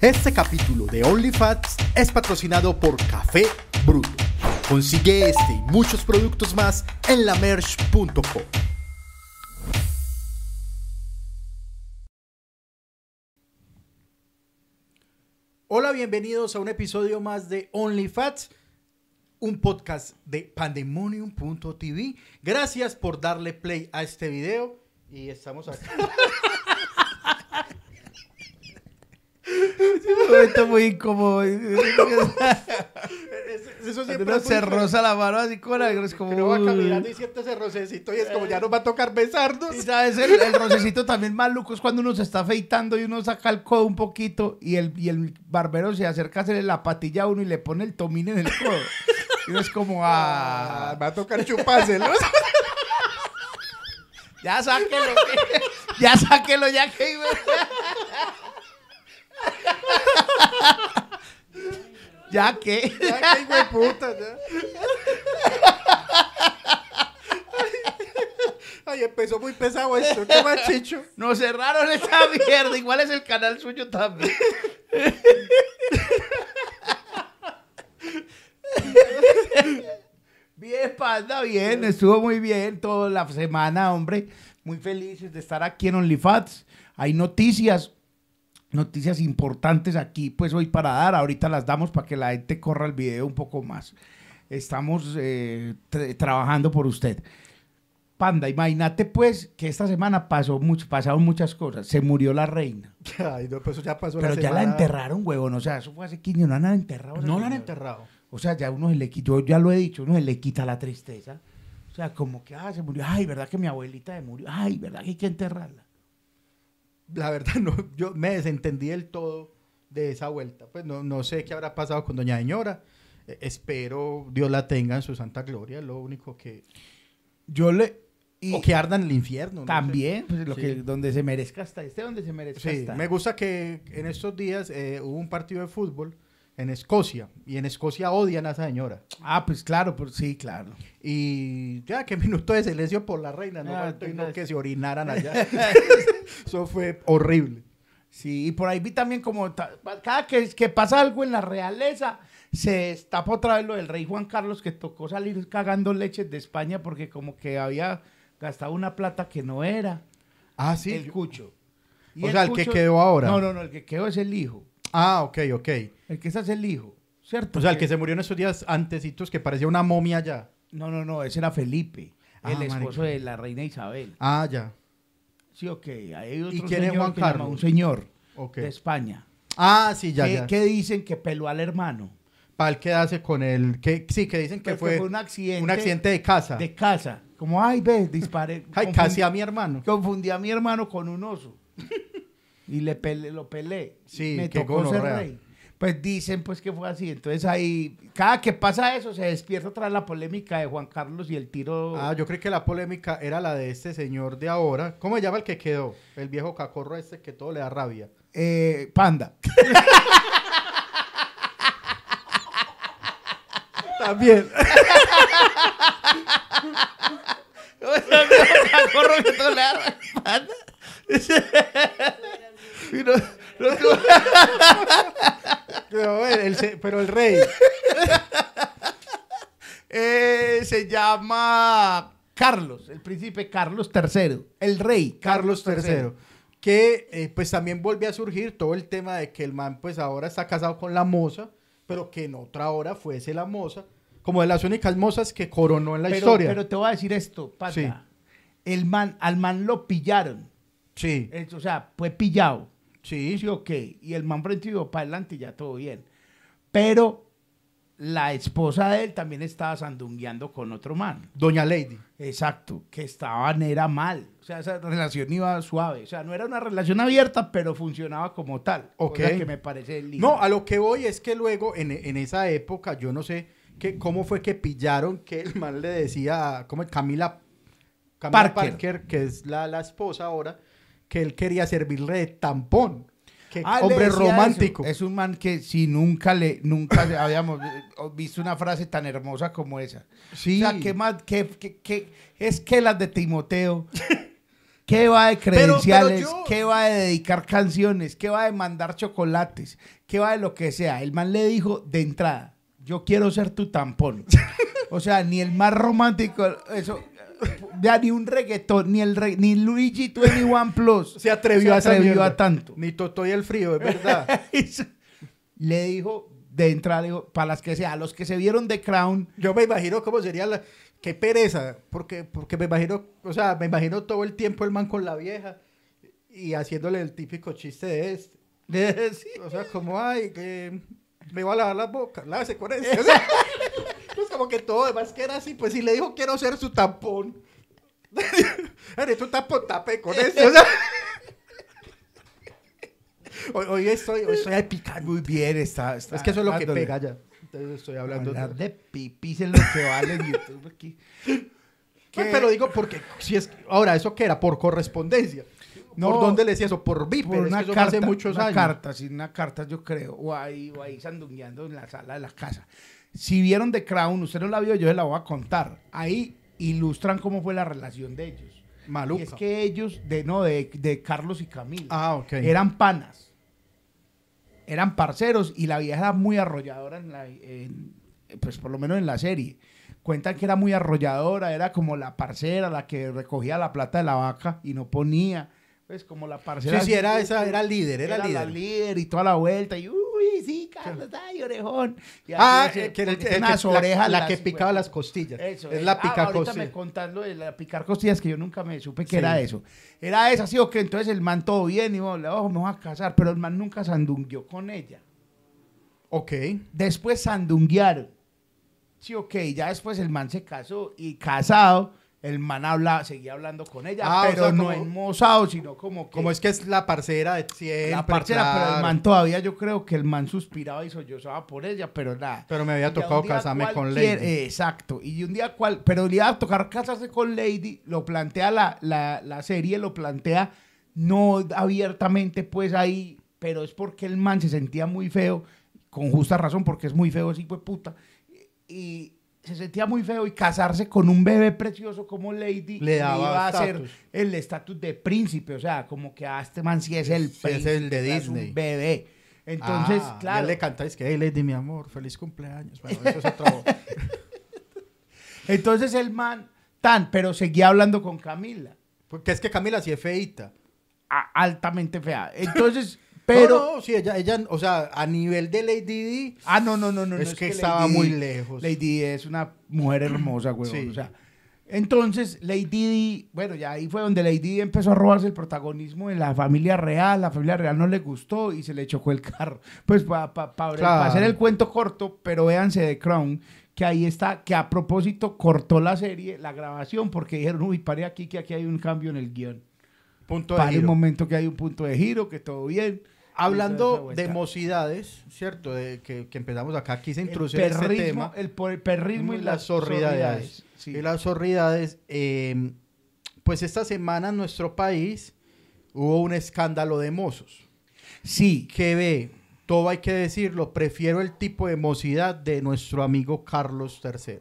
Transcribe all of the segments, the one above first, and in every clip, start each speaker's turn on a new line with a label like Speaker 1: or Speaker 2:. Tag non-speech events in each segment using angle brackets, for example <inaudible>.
Speaker 1: Este capítulo de OnlyFats es patrocinado por Café Bruto. Consigue este y muchos productos más en lamerch.co. Hola, bienvenidos a un episodio más de OnlyFats, un podcast de pandemonium.tv. Gracias por darle play a este video y estamos <laughs> aquí.
Speaker 2: Un momento muy incómodo.
Speaker 1: <laughs> Eso
Speaker 2: Uno
Speaker 1: es muy
Speaker 2: se roza la mano así con la es como.
Speaker 1: Que no pues, va
Speaker 2: "Uy".
Speaker 1: caminando y siente ese rocecito y es como ya nos va a tocar besarnos.
Speaker 2: Y sabes, el, el rocecito también maluco es cuando uno se está afeitando y uno saca el codo un poquito y el, y el barbero se acerca a hacerle la patilla a uno y le pone el tomín en el codo. Y uno es como,
Speaker 1: <laughs> Ah,
Speaker 2: ah,
Speaker 1: va a tocar chupárselos.
Speaker 2: <laughs> ya sáquelo, ya sáquelo, ya que. <laughs> ya que.
Speaker 1: <laughs> Ya, qué hijo de puta, ya. <laughs> Ay, empezó muy pesado esto. Qué machicho.
Speaker 2: Nos cerraron esta <laughs> mierda. Igual es el canal suyo también. bien, panda, bien. Estuvo muy bien toda la semana, hombre. Muy felices de estar aquí en OnlyFats. Hay noticias, noticias importantes aquí, pues hoy para dar. Ahorita las damos para que la gente corra el video un poco más. Estamos eh, tra- trabajando por usted. Panda, imagínate pues que esta semana pasó mucho, pasaron muchas cosas. Se murió la reina.
Speaker 1: Ay, no, pues eso ya pasó
Speaker 2: Pero
Speaker 1: la
Speaker 2: ya la
Speaker 1: semana.
Speaker 2: enterraron, huevón. O sea, eso fue hace 15 años. No la han enterrado. esa
Speaker 1: No la han
Speaker 2: señora.
Speaker 1: enterrado.
Speaker 2: O sea, ya uno se le quita, yo ya lo he dicho, uno se le quita la tristeza. O sea, como que, ah, se murió. Ay, ¿verdad que mi abuelita se murió? Ay, ¿verdad que hay que enterrarla?
Speaker 1: La verdad, <laughs> no, yo me desentendí del todo de esa vuelta. Pues no, no sé qué habrá pasado con Doña Señora. Eh, espero Dios la tenga en su santa gloria. Lo único que.
Speaker 2: Yo le... Y
Speaker 1: o que arda en el infierno. no sé.
Speaker 2: también, pues, lo
Speaker 1: Sí.
Speaker 2: que, donde se merezca hasta este, donde se merezca
Speaker 1: Sí,
Speaker 2: estar.
Speaker 1: me gusta que en estos días eh, hubo un partido de fútbol en Escocia y en Escocia odian a esa señora.
Speaker 2: Ah, pues claro, pues, sí, claro.
Speaker 1: Y ya, qué <laughs> minuto de silencio por la reina, no
Speaker 2: Ah,
Speaker 1: faltó y no
Speaker 2: tenaz.
Speaker 1: que se
Speaker 2: <laughs>
Speaker 1: orinaran allá. <laughs> Eso fue horrible.
Speaker 2: Sí, y por ahí vi también como ta- cada que, que pasa algo en la realeza, se destapa otra vez lo del rey Juan Carlos que tocó salir cagando leches de España porque como que había gastado una plata que no era.
Speaker 1: Ah, sí.
Speaker 2: el
Speaker 1: yo-
Speaker 2: cucho.
Speaker 1: O sea, el que quedó ahora.
Speaker 2: No, no, no, el que quedó es el hijo.
Speaker 1: Ah, ok, ok.
Speaker 2: El que es es el hijo, ¿cierto?
Speaker 1: O sea, el que se murió en esos días antecitos que parecía una momia ya.
Speaker 2: No, no, no, ese era Felipe,
Speaker 1: Ah,
Speaker 2: el esposo
Speaker 1: marica.
Speaker 2: de la reina Isabel.
Speaker 1: Ah, ya.
Speaker 2: Sí, ok. Hay otro
Speaker 1: quién es
Speaker 2: señor
Speaker 1: Juan
Speaker 2: que llama-
Speaker 1: Carlos?
Speaker 2: Un señor
Speaker 1: Ok.
Speaker 2: de España.
Speaker 1: Ah, sí, ya,
Speaker 2: que,
Speaker 1: ya.
Speaker 2: que dicen que peló al hermano.
Speaker 1: Pal quedarse con el... Que, sí, que dicen que
Speaker 2: Pues
Speaker 1: fue,
Speaker 2: un accidente.
Speaker 1: un accidente de casa.
Speaker 2: de casa. Como, ay, ve, disparé.
Speaker 1: <laughs> Ay,
Speaker 2: Confundí-
Speaker 1: casi a mi hermano.
Speaker 2: Confundí a mi hermano con un oso. <laughs> y le pele- lo pelé.
Speaker 1: Sí,
Speaker 2: me
Speaker 1: qué
Speaker 2: tocó ser
Speaker 1: gonorrea.
Speaker 2: rey. Pues dicen pues que fue así. Entonces ahí, cada que pasa eso, se despierta otra vez la polémica de Juan Carlos y el tiro.
Speaker 1: Ah, yo creí que la polémica era la de este señor de ahora. ¿Cómo se llama el que quedó? El viejo cacorro este que todo le da rabia.
Speaker 2: Eh, panda. <laughs>
Speaker 1: También.
Speaker 2: Cacorro que todo le da la panda. Y no- no
Speaker 1: <laughs>
Speaker 2: tuvo-
Speaker 1: Pero el, el se- pero
Speaker 2: <laughs>
Speaker 1: el rey.
Speaker 2: Eh, se llama Carlos, el príncipe Carlos III, el rey
Speaker 1: Carlos III. Que eh, pues también volvió a surgir todo el tema de que el man pues ahora está casado con la moza, pero que en otra hora fuese la moza, como de las únicas mozas que coronó en la
Speaker 2: pero,
Speaker 1: historia.
Speaker 2: Pero te voy a decir esto, panda.
Speaker 1: Sí.
Speaker 2: El man, al man lo pillaron.
Speaker 1: sí,
Speaker 2: Es- o sea, fue pillado.
Speaker 1: sí,
Speaker 2: Sí, ok. Y el man frente para adelante y ya todo bien. Pero la esposa de él también estaba sandungueando con otro man.
Speaker 1: Doña Lady.
Speaker 2: Exacto, que estaban era mal. O sea, esa relación iba suave. O sea, no era una relación abierta, pero funcionaba como tal.
Speaker 1: Ok.
Speaker 2: Cosa que me parece lindo.
Speaker 1: No, a lo que voy es que luego en, en esa época, yo no sé que, cómo fue que pillaron que el man le decía a ¿cómo es? Camila, Camila Parker.
Speaker 2: Parker.
Speaker 1: que es la, la esposa ahora, que él quería servirle de tampón. Que
Speaker 2: Ah, le
Speaker 1: hombre
Speaker 2: decía
Speaker 1: romántico.
Speaker 2: eso. Es un man que si nunca le, nunca le habíamos visto una frase tan hermosa como esa.
Speaker 1: Sí. <laughs>
Speaker 2: O sea, ¿qué más? ¿Qué, qué- qué- es que las de Timoteo ¿Qué va de
Speaker 1: Pero- pero
Speaker 2: credenciales?
Speaker 1: yo-
Speaker 2: ¿Qué va de dedicar canciones? ¿Qué va de mandar chocolates? ¿Qué va de lo que sea? El man le dijo de entrada, yo quiero ser tu tampón. o sea, ni el más romántico, eso, ya ni un reggaetón, ni el re- ni Luigi 21 Plus
Speaker 1: Se atrevió,
Speaker 2: se
Speaker 1: a, esa
Speaker 2: atrevió
Speaker 1: mierda.
Speaker 2: a tanto.
Speaker 1: Ni Totó y el frío, es <laughs> verdad.
Speaker 2: <laughs> le dijo de entrada, le dijo, para las que sea, a los que se vieron de Crown,
Speaker 1: Yo me imagino cómo sería la... Qué pereza, porque, porque me imagino, o sea, me imagino todo el tiempo el man con la vieja y haciéndole el típico chiste de este. O sea, como, ay, que me va a lavar la boca, lávese con <laughs> eso. O sea, pues como que todo, además que era así, pues si le dijo quiero ser su tampón. <laughs> Eres tu tampón, tape con eso. O <laughs> sea. hoy, hoy estoy, hoy estoy al picar.
Speaker 2: muy bien, está, está
Speaker 1: Es que eso es lo que
Speaker 2: dándole.
Speaker 1: pega ya. Entonces estoy hablando.
Speaker 2: Hablar de pipis en lo que vale en YouTube aquí.
Speaker 1: Pues,
Speaker 2: que-
Speaker 1: pero digo porque si es ahora eso que era por correspondencia.
Speaker 2: No,
Speaker 1: ¿Por dónde le decía eso? Por Viper,
Speaker 2: <laughs> Por
Speaker 1: es que
Speaker 2: una
Speaker 1: eso fue
Speaker 2: carta,
Speaker 1: hace muchos
Speaker 2: una
Speaker 1: años.
Speaker 2: carta, sí, una carta yo creo, o ahí, o ahí sandungueando en la sala de la casa. Si vieron The Crown, usted no la vio, yo se la voy a contar. Ahí ilustran cómo fue la relación de ellos.
Speaker 1: Maluca.
Speaker 2: Y es que ellos, de no, de, de Carlos y Camila,
Speaker 1: Ah, ok.
Speaker 2: eran panas, eran parceros y la vieja era muy arrolladora, en la- en- pues por lo menos en la serie. Cuentan que era muy arrolladora, era como la parcera, la que recogía la plata de la vaca y no ponía. Pues como la parcera. pues,
Speaker 1: sí, sí, era esa, era líder, era,
Speaker 2: la
Speaker 1: líder.
Speaker 2: líder y toda la vuelta. Y uy, sí, Carlos, ay, orejón. Y
Speaker 1: Ah,
Speaker 2: así,
Speaker 1: eh, que,
Speaker 2: porque
Speaker 1: el-
Speaker 2: unas
Speaker 1: que-
Speaker 2: orejas.
Speaker 1: la, la
Speaker 2: las
Speaker 1: que picaba
Speaker 2: hue-
Speaker 1: las costillas.
Speaker 2: Eso,
Speaker 1: es
Speaker 2: eso.
Speaker 1: la
Speaker 2: Ah,
Speaker 1: pica
Speaker 2: ahorita me
Speaker 1: costillas.
Speaker 2: contando de la picar costillas que yo nunca me supe que
Speaker 1: Sí.
Speaker 2: era eso. Era esa, sí, o que entonces el man todo bien y yo, ojo, me voy a casar, pero el man nunca sandungueó con ella.
Speaker 1: Ok.
Speaker 2: Después sandunguearon. Sí, ok, ya después el man se casó y casado, el man habla, seguía hablando con ella,
Speaker 1: Ah, o
Speaker 2: pero
Speaker 1: sea,
Speaker 2: no
Speaker 1: como-
Speaker 2: enmosado, sino como que
Speaker 1: Como es que es la parcera de siempre.
Speaker 2: la parcera, pero el
Speaker 1: claro.
Speaker 2: man todavía yo creo que el man suspiraba y sollozaba por ella, pero nada.
Speaker 1: Pero me había
Speaker 2: Y ya
Speaker 1: tocado
Speaker 2: un día
Speaker 1: casarme con
Speaker 2: cualquier-
Speaker 1: Lady.
Speaker 2: eh, exacto. Y un día cual, pero le iba a tocar casarse con Lady, lo plantea la, la, la serie, lo plantea no abiertamente, pues ahí, pero es porque el man se sentía muy feo, con justa razón, porque es muy feo ese hijo de puta. Y se sentía muy feo y casarse con un bebé precioso como Lady
Speaker 1: Le daba
Speaker 2: iba a hacer
Speaker 1: estatus.
Speaker 2: el estatus de príncipe, o sea, como que a este man sí es el
Speaker 1: Sí, es el de
Speaker 2: o sea, es un
Speaker 1: Disney.
Speaker 2: bebé. Entonces,
Speaker 1: Ah,
Speaker 2: claro.
Speaker 1: ya le cantáis que, hey, Lady, mi amor, feliz cumpleaños. Bueno, eso es
Speaker 2: <laughs>
Speaker 1: otra voz.
Speaker 2: Entonces el man, tan, pero seguía hablando con Camila.
Speaker 1: Porque es que Camila sí es feíta.
Speaker 2: a- altamente fea. Entonces, pero.
Speaker 1: <laughs> No, no, sí, ella, ella, o sea, a nivel de Lady D,
Speaker 2: Ah, no, no, no, no.
Speaker 1: Es
Speaker 2: no,
Speaker 1: que estaba muy lejos.
Speaker 2: Lady Di es una mujer hermosa, güey.
Speaker 1: Sí.
Speaker 2: O sea, entonces, Lady Di, bueno, ya ahí fue donde Lady Di empezó a robarse el protagonismo de la familia real. La familia real no le gustó y se le chocó el carro. <laughs> Pues para
Speaker 1: Claro.
Speaker 2: hacer el cuento corto, pero véanse de Crown, que ahí está, que a propósito cortó la serie, la grabación, porque dijeron, uy, pare aquí, que aquí hay un cambio en el guión.
Speaker 1: punto de
Speaker 2: Para el
Speaker 1: giro.
Speaker 2: momento que hay un punto de giro, que todo bien. Entonces, esa
Speaker 1: Hablando
Speaker 2: vuelta.
Speaker 1: de mocidades, ¿cierto? De que, que empezamos acá, quise
Speaker 2: el
Speaker 1: introducir este tema.
Speaker 2: perrismo, el, por- el perrismo y las zorridades. Sí.
Speaker 1: Y las zorridades. eh, pues esta semana en nuestro país hubo un escándalo de mozos.
Speaker 2: Sí,
Speaker 1: Que ve, todo hay que decirlo, prefiero el tipo de mocidad de nuestro amigo Carlos III.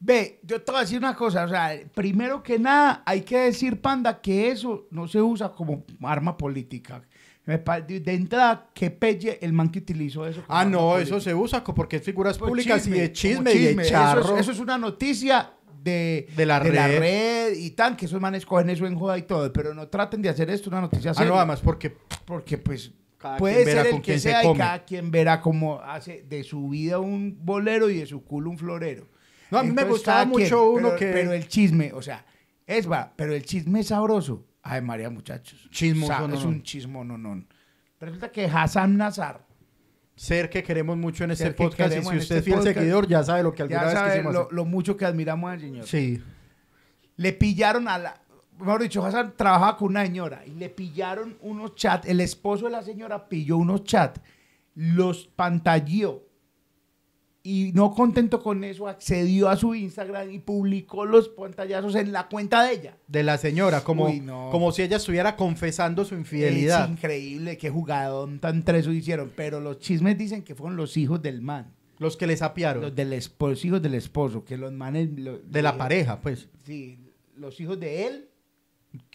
Speaker 2: Ve, yo te voy a decir una cosa, o sea, primero que nada hay que decir, panda, que eso no se usa como arma política. Me pa- De de entrada, que pelle el man que utilizó eso. como
Speaker 1: Ah,
Speaker 2: arma
Speaker 1: no,
Speaker 2: política.
Speaker 1: eso se usa co- porque es figuras
Speaker 2: Como
Speaker 1: públicas y de
Speaker 2: como
Speaker 1: chisme, y de charro.
Speaker 2: Eso es, eso es una noticia de,
Speaker 1: De la red.
Speaker 2: red y tan, que esos manes cogen eso en joda y todo, pero no traten de hacer esto una noticia
Speaker 1: ah,
Speaker 2: seria.
Speaker 1: no, además porque
Speaker 2: porque pues
Speaker 1: Cada
Speaker 2: puede
Speaker 1: quien verá
Speaker 2: ser el
Speaker 1: con
Speaker 2: que
Speaker 1: quién se
Speaker 2: sea y
Speaker 1: come.
Speaker 2: cada quien verá cómo hace de su vida un bolero y de su culo un florero.
Speaker 1: No, a mí me gustaba
Speaker 2: cada
Speaker 1: mucho uno
Speaker 2: pero-
Speaker 1: que-
Speaker 2: Pero el chisme, o sea, es va, pero el chisme es sabroso. Ay, María, muchachos.
Speaker 1: Chismoso,
Speaker 2: Sa-
Speaker 1: no,
Speaker 2: es
Speaker 1: no.
Speaker 2: un chismo, no, no. Resulta que Hassan Nazar,
Speaker 1: ser que queremos mucho en este
Speaker 2: Ser que
Speaker 1: podcast, y
Speaker 2: queremos
Speaker 1: si
Speaker 2: en
Speaker 1: usted
Speaker 2: este
Speaker 1: es fiel
Speaker 2: podcast.
Speaker 1: seguidor, ya sabe lo que alguna
Speaker 2: ya
Speaker 1: vez
Speaker 2: sabe
Speaker 1: quisimos
Speaker 2: lo,
Speaker 1: hacer.
Speaker 2: lo mucho que admiramos al señor.
Speaker 1: Sí.
Speaker 2: Le pillaron a la. Mejor dicho, Hassan trabajaba con una señora y le pillaron unos chats. El esposo de la señora pilló unos chats, los pantalló y no contento con eso, accedió a su Instagram y publicó los pantallazos en la cuenta de ella.
Speaker 1: De la señora, como,
Speaker 2: Uy, no.
Speaker 1: como si ella estuviera confesando su infidelidad.
Speaker 2: Es increíble qué jugadón tan treso hicieron, pero los chismes dicen que fueron los hijos del man,
Speaker 1: Los que les apiaron.
Speaker 2: los, del esposo, los hijos del esposo, que los manes... lo-
Speaker 1: de la pareja, pues.
Speaker 2: Sí, los hijos de él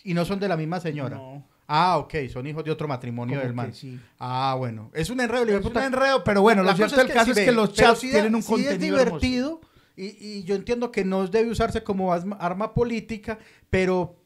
Speaker 1: Y no son de la misma señora.
Speaker 2: No.
Speaker 1: Ah, ok, son hijos de otro matrimonio
Speaker 2: Como
Speaker 1: del
Speaker 2: que
Speaker 1: man.
Speaker 2: sí.
Speaker 1: Ah, bueno, es un enredo. le digo,
Speaker 2: Es un
Speaker 1: puta,
Speaker 2: enredo, pero bueno, lo
Speaker 1: la
Speaker 2: cierto
Speaker 1: cosa
Speaker 2: del caso
Speaker 1: sí,
Speaker 2: es que
Speaker 1: ve,
Speaker 2: los
Speaker 1: pero
Speaker 2: chats
Speaker 1: sí da-
Speaker 2: tienen un
Speaker 1: sí
Speaker 2: contenido
Speaker 1: es divertido y, y yo entiendo que no debe usarse como asma- arma política, pero,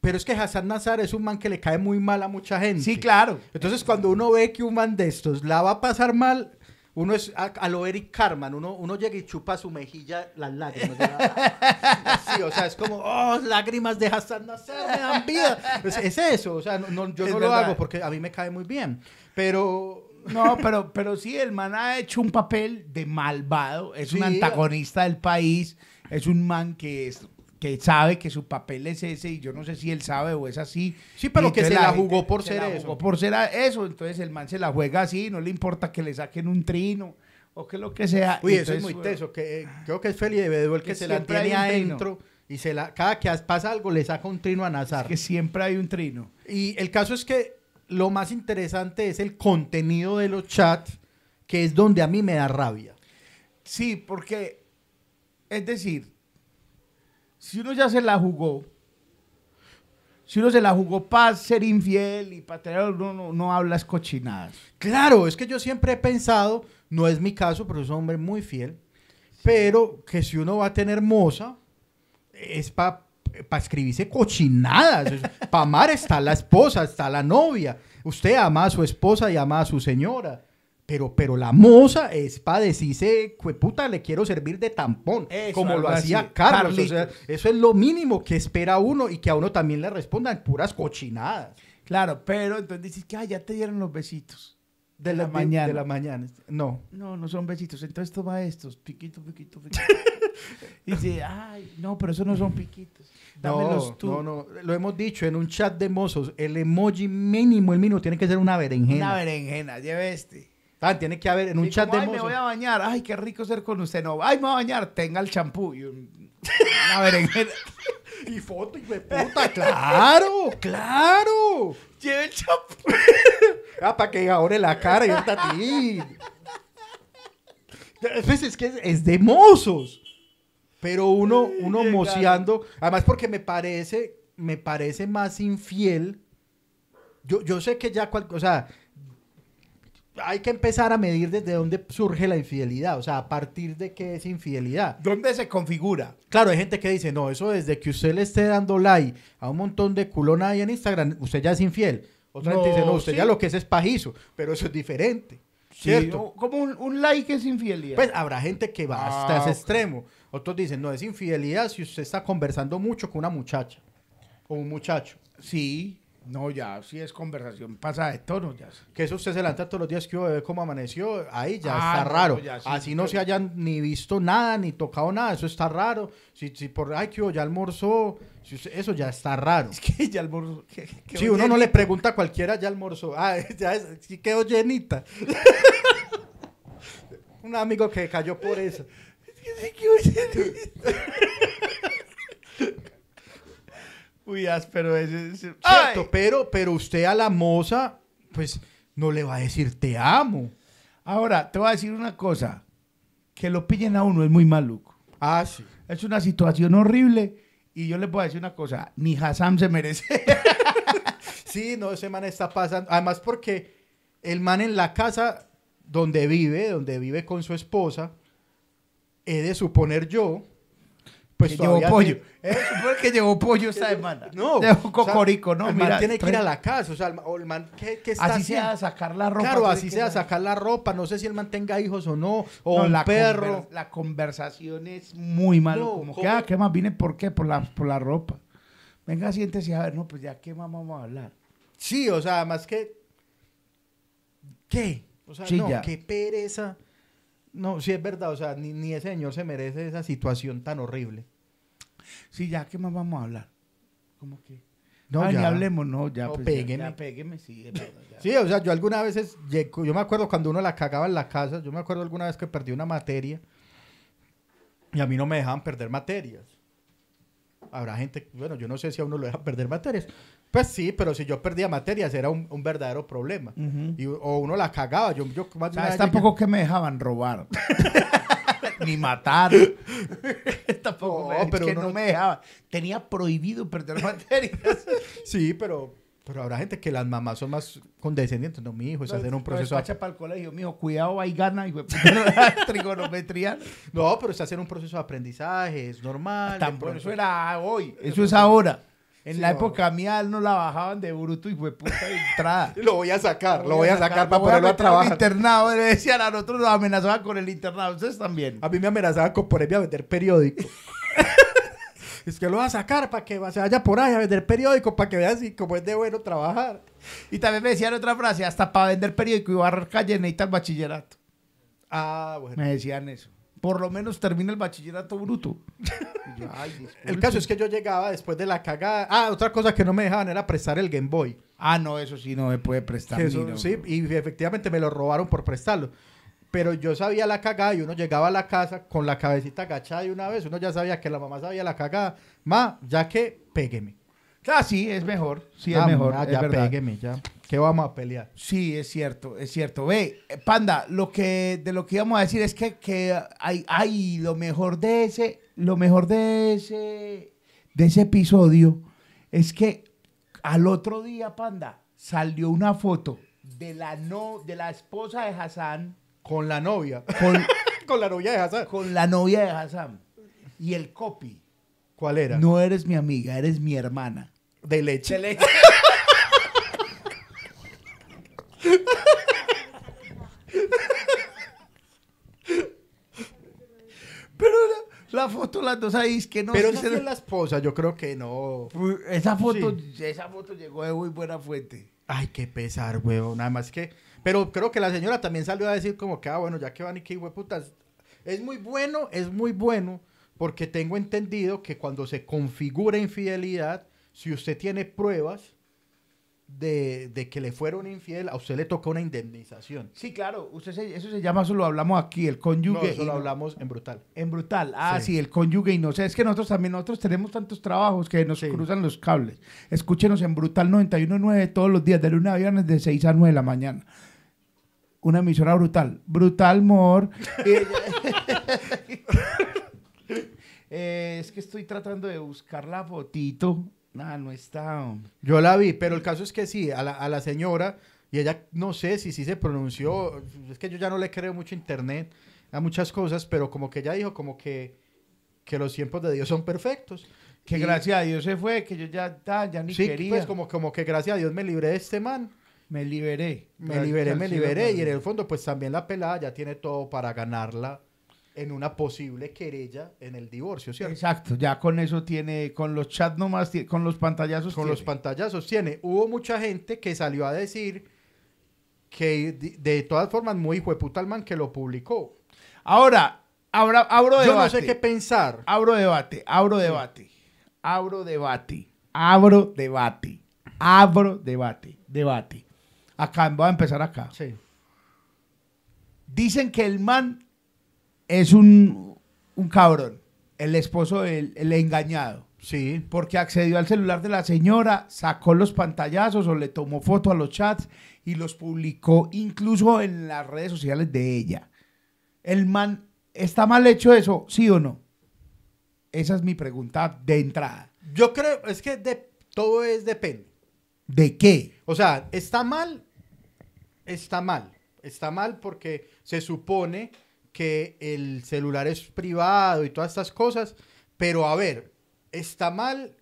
Speaker 1: pero es que Hassan Nazar es un man que le cae muy mal a mucha gente.
Speaker 2: hermoso. Sí, claro.
Speaker 1: Entonces cuando uno ve que un man de estos la va a pasar mal, uno es a, a lo Eric Carman, uno, uno llega y chupa a su mejilla las lágrimas. <laughs> Sí, o sea, es como, oh, lágrimas de Hassan Nasser me dan vida. Es, es eso, o sea, no- no- yo
Speaker 2: Es
Speaker 1: no
Speaker 2: verdad.
Speaker 1: lo hago porque a mí me cae muy bien, pero...
Speaker 2: No, pero, pero sí, el man ha hecho un papel de malvado, es un
Speaker 1: Sí.
Speaker 2: antagonista del país, es un man que, es, que sabe que su papel es ese y yo no sé si él sabe o es así.
Speaker 1: Sí, pero
Speaker 2: Y
Speaker 1: que
Speaker 2: entonces
Speaker 1: se la
Speaker 2: gente
Speaker 1: jugó por
Speaker 2: se
Speaker 1: ser
Speaker 2: la
Speaker 1: eso.
Speaker 2: jugó por ser a- eso, entonces el man se la juega así, no le importa que le saquen un trino o que lo que sea.
Speaker 1: Uy,
Speaker 2: y
Speaker 1: eso es
Speaker 2: entonces,
Speaker 1: muy
Speaker 2: bueno,
Speaker 1: teso. Que, eh, creo que es Feli de Bedú el que,
Speaker 2: Que
Speaker 1: se la
Speaker 2: siempre
Speaker 1: tiene
Speaker 2: hay un trino.
Speaker 1: adentro y se la, cada que as- pasa algo le saca un trino a Nazar.
Speaker 2: Que siempre hay un trino.
Speaker 1: Y el caso es que lo más interesante es el contenido de los chats, que es donde a mí me da rabia.
Speaker 2: Sí, porque, es decir, si uno ya se la jugó, si uno se la jugó para ser infiel y para tener, no, no, no hablas cochinadas.
Speaker 1: Claro, es que yo siempre he pensado, no es mi caso, pero es un hombre muy fiel, pero que si uno va a tener moza, es para escribirse cochinadas. para amar está la esposa, está la novia. Usted ama a su esposa y ama a su señora. Pero, pero la moza es para decirse, puta, le quiero servir de tampón,
Speaker 2: Eso,
Speaker 1: como lo
Speaker 2: algo
Speaker 1: hacía
Speaker 2: así,
Speaker 1: Carlos. O
Speaker 2: Carlitos.
Speaker 1: sea, eso es lo mínimo que espera uno y que a uno también le respondan puras cochinadas.
Speaker 2: Claro, pero entonces dices que "Ay, ya te dieron los besitos.
Speaker 1: De
Speaker 2: la mañana.
Speaker 1: De la mañana. No.
Speaker 2: No, no son besitos, entonces toma estos, piquito, piquito, <laughs> piquito. y dice, ay, no, pero esos no son piquitos. Dámelos
Speaker 1: no,
Speaker 2: tú.
Speaker 1: No, no, lo hemos dicho en un chat de mozos, el emoji mínimo, el mínimo, tiene que ser una berenjena.
Speaker 2: Una berenjena, lleve este.
Speaker 1: Ah, tiene que haber en un
Speaker 2: Y
Speaker 1: chat
Speaker 2: como,
Speaker 1: de
Speaker 2: "Ay, me
Speaker 1: mozos.
Speaker 2: voy a bañar. Ay, qué rico ser con usted. No, ay, me voy a bañar. Tenga el champú. Y un- Una <laughs> berenjena.
Speaker 1: Y foto,
Speaker 2: <laughs>
Speaker 1: y de puta, claro, claro.
Speaker 2: Lleve el champú.
Speaker 1: Ah, para que ahora la cara y un tatín. Pues es que es, es de mozos. Pero uno, uno
Speaker 2: Llegaron.
Speaker 1: moceando. Además, porque me parece, me parece más infiel. Yo, yo sé que ya cual, o sea, hay que empezar a medir desde dónde surge la infidelidad. O sea, a partir de qué es infidelidad.
Speaker 2: ¿Dónde se configura?
Speaker 1: Claro, hay gente que dice, no, eso desde que usted le esté dando like a un montón de culón ahí en Instagram, usted ya es infiel. Otra gente dice, no,
Speaker 2: No,
Speaker 1: usted
Speaker 2: sí.
Speaker 1: ya lo que es es pajizo, pero eso es diferente. ¿Cierto?
Speaker 2: ¿Cierto? como un, un like es infidelidad.
Speaker 1: Pues habrá gente que va hasta
Speaker 2: Ah,
Speaker 1: ese
Speaker 2: ok.
Speaker 1: extremo. Otros dicen, no, es infidelidad si usted está conversando mucho con una muchacha o un muchacho.
Speaker 2: sí. No, ya, sí es conversación. Pasa de tono, ya.
Speaker 1: Que eso usted se levanta todos los días que hubo bebé como amaneció, ahí ya
Speaker 2: Ah,
Speaker 1: está
Speaker 2: no,
Speaker 1: raro.
Speaker 2: ya, sí,
Speaker 1: Así
Speaker 2: sí,
Speaker 1: no
Speaker 2: pero-
Speaker 1: se hayan ni visto nada, ni tocado nada, eso está raro. Si, si por, ay, que hubo, ya almorzó, si usted- eso ya está raro.
Speaker 2: Es que <laughs> ya almorzó. que-
Speaker 1: <laughs>
Speaker 2: que
Speaker 1: Si
Speaker 2: oye,
Speaker 1: uno no le pregunta a cualquiera, ya almorzó.
Speaker 2: <laughs>
Speaker 1: Ah, ya es, sí quedó llenita. Un amigo que cayó por eso. <laughs>
Speaker 2: que- que oye. <laughs> Uy, áspero ese. ese-
Speaker 1: Cierto,
Speaker 2: Ay.
Speaker 1: pero, pero usted a la moza, pues no le va a decir te amo.
Speaker 2: Ahora, te voy a decir una cosa. Que lo pillen a uno es muy maluco.
Speaker 1: Ah, sí.
Speaker 2: Es una situación horrible. Y yo les voy a decir una cosa, ni Hassan se merece.
Speaker 1: Sí, no, ese man está pasando. Además, porque el man en la casa donde vive, donde vive con su esposa, he de suponer yo.
Speaker 2: <laughs>
Speaker 1: Pues
Speaker 2: que llevó
Speaker 1: todavía
Speaker 2: pollo.
Speaker 1: tiene-
Speaker 2: Eh, supone que llevó pollo <laughs> esta semana.
Speaker 1: No.
Speaker 2: Llevó
Speaker 1: o sea,
Speaker 2: cocorico, ¿no?
Speaker 1: El man
Speaker 2: Mira,
Speaker 1: tiene que ir a
Speaker 2: trae-
Speaker 1: la casa. O sea, el ma- o el man, ¿qué, qué está
Speaker 2: Así sea
Speaker 1: haciendo?
Speaker 2: a sacar la ropa.
Speaker 1: Claro,
Speaker 2: tiene
Speaker 1: así
Speaker 2: que
Speaker 1: sea,
Speaker 2: la-
Speaker 1: sacar la ropa. No sé si el man tenga hijos o no, o
Speaker 2: No,
Speaker 1: un
Speaker 2: la
Speaker 1: perro.
Speaker 2: conver- la conversación es muy malo.
Speaker 1: No,
Speaker 2: como que,
Speaker 1: ¿cómo?
Speaker 2: ah, ¿qué más vine? ¿Por qué? Por la, por la ropa. Venga, siéntese a ver. No, pues ya, ¿qué más vamos a hablar?
Speaker 1: Sí, o sea, más que. ¿Qué? O sea,
Speaker 2: Sí,
Speaker 1: no,
Speaker 2: ya.
Speaker 1: qué pereza. No, sí es verdad, o sea, ni, ni ese señor se merece esa situación tan horrible.
Speaker 2: Sí, ya, ¿qué más vamos a hablar? ¿Cómo que?
Speaker 1: No,
Speaker 2: No, ya.
Speaker 1: ya.
Speaker 2: hablemos, no, ya.
Speaker 1: No,
Speaker 2: pues,
Speaker 1: pégueme.
Speaker 2: Ya, ya, pégueme, sí, es verdad, ya.
Speaker 1: Sí, o sea, yo alguna veces, llego- yo me acuerdo cuando uno la cagaba en la casa, yo me acuerdo alguna vez que perdí una materia y a mí no me dejaban perder materias. Habrá gente, bueno, yo no sé si a uno lo dejan perder materias. Pues sí, pero si yo perdía materias era un, un verdadero problema.
Speaker 2: Ujú.
Speaker 1: Y, o uno la cagaba, yo, yo más
Speaker 2: O sea, es
Speaker 1: de una <laughs> vez llegué-
Speaker 2: tampoco que me dejaban robar. Ni matar. tampoco.
Speaker 1: No,
Speaker 2: es
Speaker 1: pero
Speaker 2: que
Speaker 1: uno
Speaker 2: no
Speaker 1: no-
Speaker 2: me dejaba. Tenía prohibido perder <laughs> materias.
Speaker 1: Sí, pero, pero habrá gente que las mamás son más condescendientes. No, mi hijo, es pues, hacer un proceso.
Speaker 2: No,
Speaker 1: a-
Speaker 2: despacha pa'l colegio, mijo. Cuidado, ahí gana, hijo de puta, <laughs> trigonometría.
Speaker 1: No, pero es hacer un proceso de aprendizaje, es normal.
Speaker 2: Tan
Speaker 1: de
Speaker 2: bueno,
Speaker 1: pronto-
Speaker 2: eso era hoy. Eso es ahora. En
Speaker 1: Sí,
Speaker 2: la
Speaker 1: no.
Speaker 2: época mía no la bajaban de bruto y fue puta de entrada.
Speaker 1: Lo voy a sacar, <laughs> lo voy a sacar,
Speaker 2: lo
Speaker 1: para
Speaker 2: voy
Speaker 1: ponerlo
Speaker 2: meter
Speaker 1: a,
Speaker 2: un
Speaker 1: trabajar.
Speaker 2: internado, le decían a nosotros, nos amenazaban con el internado. Ustedes también.
Speaker 1: A mí me amenazaban con ponerme a vender periódico. <laughs> es que lo vas a sacar para que se vaya por ahí a vender periódico, para que veas si como es de bueno trabajar.
Speaker 2: Y también me decían otra frase, hasta para vender periódico y barrar calle necesitas bachillerato.
Speaker 1: Ah, bueno.
Speaker 2: Me decían eso. Por lo menos termina el bachillerato bruto. Y yo, ay, disculpe.
Speaker 1: El caso es que yo llegaba después de la cagada. Ah, otra cosa que no me dejaban era prestar el Game Boy.
Speaker 2: Ah, no, eso sí no me puede prestar.
Speaker 1: Que eso,
Speaker 2: ni no.
Speaker 1: sí, y efectivamente me lo robaron por prestarlo. Pero yo sabía la cagada y uno llegaba a la casa con la cabecita agachada de una vez. Uno ya sabía que la mamá sabía la cagada. Ma, ya que, pégueme.
Speaker 2: Ah, sí, es mejor. Sí,
Speaker 1: Ah,
Speaker 2: es mejor.
Speaker 1: ma,
Speaker 2: es
Speaker 1: ya
Speaker 2: verdad.
Speaker 1: pégueme, ya. ¿Qué vamos a pelear?
Speaker 2: Sí, es cierto, es cierto. Ve, eh, Panda, lo que de lo que íbamos a decir es que, que hay, hay lo mejor de ese, lo mejor de ese, de ese episodio es que al otro día, Panda, salió una foto de la no, de la esposa de Hassan
Speaker 1: Con la novia. <laughs>
Speaker 2: con,
Speaker 1: con la novia de Hazard.
Speaker 2: con la novia de Hassan y el copy.
Speaker 1: ¿Cuál era?
Speaker 2: No eres mi amiga, eres mi hermana.
Speaker 1: De leche.
Speaker 2: Pero la, la foto las dos ahí es que no
Speaker 1: Pero
Speaker 2: es que se
Speaker 1: esa sí
Speaker 2: la-
Speaker 1: es la esposa, yo creo que no.
Speaker 2: Uy, Esa foto, esa foto llegó de muy buena fuente.
Speaker 1: Ay, qué pesar, weón. Nada más que. Pero creo que la señora también salió a decir, como que, ah, bueno, ya que van y que, putas. Es muy bueno, es muy bueno, porque tengo entendido que cuando se configura infidelidad, si usted tiene pruebas de, de que le fueron infiel, a usted le toca una indemnización.
Speaker 2: Sí, claro, usted se- eso se llama, eso lo hablamos aquí, el
Speaker 1: No,
Speaker 2: cónyuge.
Speaker 1: eso
Speaker 2: y-
Speaker 1: lo hablamos en brutal.
Speaker 2: En brutal. Ah, sí.
Speaker 1: Sí.
Speaker 2: el cónyuge y no sé. Es que nosotros también, nosotros tenemos tantos trabajos que nos
Speaker 1: Sí.
Speaker 2: cruzan los cables. Escúchenos en brutal 919 todos los días, de lunes a viernes, de 6 a 9 de la mañana. Una emisora brutal. Brutal,
Speaker 1: <laughs>
Speaker 2: mor. <laughs> Eh, es que estoy tratando de buscar la fotito. Ah, no está. hombre.
Speaker 1: Yo la vi, pero el caso es que sí, a la, a la señora, y ella no sé si sí se pronunció, es que yo ya no le creo mucho internet a muchas cosas, pero como que ella dijo como que, que los tiempos de Dios son perfectos.
Speaker 2: Que
Speaker 1: Y-
Speaker 2: gracias a Dios se fue, que yo ya, ya, ya ni
Speaker 1: Sí,
Speaker 2: quería.
Speaker 1: pues como, como que gracias a Dios me libré de este man,
Speaker 2: Me liberé.
Speaker 1: me liberé, me
Speaker 2: Gracias al
Speaker 1: liberé,
Speaker 2: cielo,
Speaker 1: y en
Speaker 2: me
Speaker 1: el fondo pues también la pelada ya tiene todo para ganarla en una posible querella en el divorcio, ¿cierto?
Speaker 2: Exacto, ya con eso tiene, con los chats nomás, tie- con los pantallazos.
Speaker 1: con los
Speaker 2: tiene.
Speaker 1: pantallazos tiene. Hubo mucha gente que salió a decir que di- de todas formas muy hijueputa el man que lo publicó.
Speaker 2: Ahora, abra- abro
Speaker 1: Yo no
Speaker 2: debate.
Speaker 1: sé qué pensar.
Speaker 2: Abro debate, abro debate. Abro debate. Abro debate. Abro debate. Debate. Acá, voy a empezar
Speaker 1: Ah.
Speaker 2: acá. Dicen que el man es un, un cabrón. El esposo del el engañado.
Speaker 1: Sí.
Speaker 2: porque accedió al celular de la señora, sacó los pantallazos o le tomó foto a los chats y los publicó incluso en las redes sociales de ella. El man, ¿está mal hecho eso? ¿Sí o no? Esa es mi pregunta de entrada.
Speaker 1: Yo creo, es que de, todo es depende.
Speaker 2: ¿De qué?
Speaker 1: O sea, está mal, está mal. Está mal porque se supone que el celular es privado y todas estas cosas, pero a ver, está mal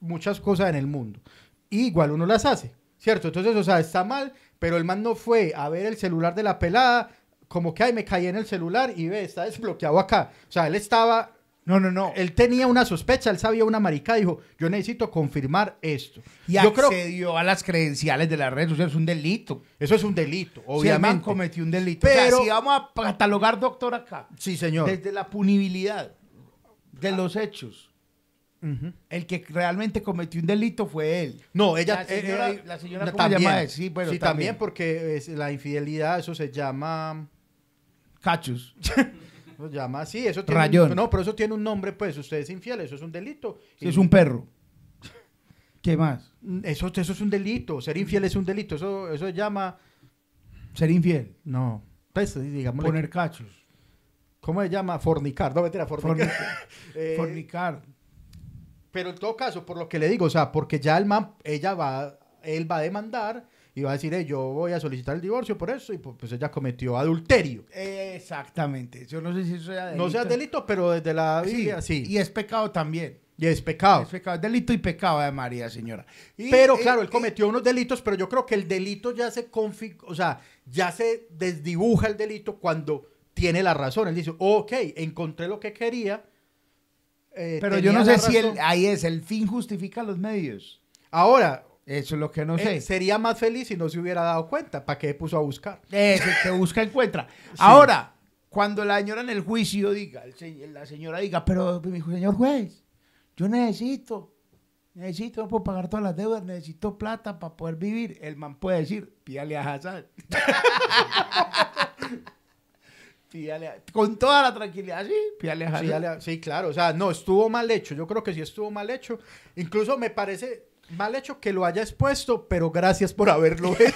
Speaker 1: muchas cosas en el mundo. Y igual uno las hace, ¿cierto? Entonces, o sea, está mal, pero el man no fue a ver el celular de la pelada, como que, ay, me caí en el celular y ve, está desbloqueado acá. O sea, él estaba
Speaker 2: No, no, no.
Speaker 1: él tenía una sospecha, él sabía una maricada, dijo, yo necesito confirmar esto.
Speaker 2: y
Speaker 1: yo creo que
Speaker 2: accedió a las credenciales de las redes sociales. Es un delito.
Speaker 1: eso es un
Speaker 2: Si
Speaker 1: delito,
Speaker 2: el man
Speaker 1: obviamente.
Speaker 2: cometió un delito. O sea,
Speaker 1: Pero-
Speaker 2: si vamos a catalogar, doctor, acá,
Speaker 1: sí, señor.
Speaker 2: desde la punibilidad de los hechos.
Speaker 1: Ujú.
Speaker 2: El que realmente cometió un delito fue él.
Speaker 1: No, ella... eh,
Speaker 2: La señora- la señora, ¿cómo se
Speaker 1: también.
Speaker 2: llama? Sí, bueno,
Speaker 1: sí,
Speaker 2: también.
Speaker 1: también, porque es- la infidelidad, eso se llama...
Speaker 2: Cachos.
Speaker 1: Se llama así, eso tiene... un-
Speaker 2: Rayón.
Speaker 1: no, pero eso tiene un nombre, pues, usted es infiel, eso es un delito.
Speaker 2: Si es un perro. ¿Qué más?
Speaker 1: Mm, Eso, eso es un delito, ser infiel es un delito, eso, eso se llama...
Speaker 2: Ser infiel.
Speaker 1: No, pues, digamos...
Speaker 2: Poner cachos.
Speaker 1: ¿Cómo se llama? Fornicar. No, mentira, fornicar.
Speaker 2: Fornicar.
Speaker 1: <laughs> Eh,
Speaker 2: Fornicar.
Speaker 1: Pero en todo caso, por lo que le digo, o sea, porque ya el man, ella va, él va a demandar y va a decir, "Eh, yo voy a solicitar el divorcio por eso, y pu- pues ella cometió adulterio.
Speaker 2: Exactamente. Yo no sé si eso sea delito.
Speaker 1: No sea delito, pero desde la
Speaker 2: Sí,
Speaker 1: Biblia sí.
Speaker 2: Y es pecado también.
Speaker 1: Y es pecado.
Speaker 2: Es pecado. Es delito y pecado de María, señora. Y,
Speaker 1: pero
Speaker 2: eh,
Speaker 1: claro, él
Speaker 2: eh,
Speaker 1: cometió unos delitos, pero yo creo que el delito ya se confi- o sea, ya se desdibuja el delito cuando tiene la razón. Él dice, ok, encontré lo que quería. eh,
Speaker 2: pero
Speaker 1: tenía
Speaker 2: yo no
Speaker 1: la
Speaker 2: sé si
Speaker 1: razón".
Speaker 2: el, ahí es, el fin justifica los medios.
Speaker 1: Ahora,
Speaker 2: Eso es lo que no
Speaker 1: eh,
Speaker 2: sé.
Speaker 1: sería más feliz si no se hubiera dado cuenta. ¿Para qué puso a buscar?
Speaker 2: Es el que Eh, busca encuentra. Ahora, cuando la señora en el juicio diga, el se- la señora diga, pero mi hijo, señor juez, yo necesito, necesito, no puedo pagar todas las deudas, necesito plata para poder vivir. El man puede decir, pídale a Hassan. pídale a- con toda la tranquilidad, sí, pídale a Hassan.
Speaker 1: Sí, ya le- sí, claro. O sea, no, estuvo mal hecho. Yo creo que sí estuvo mal hecho. Incluso me parece mal hecho que lo haya expuesto, pero gracias por haberlo <laughs> hecho.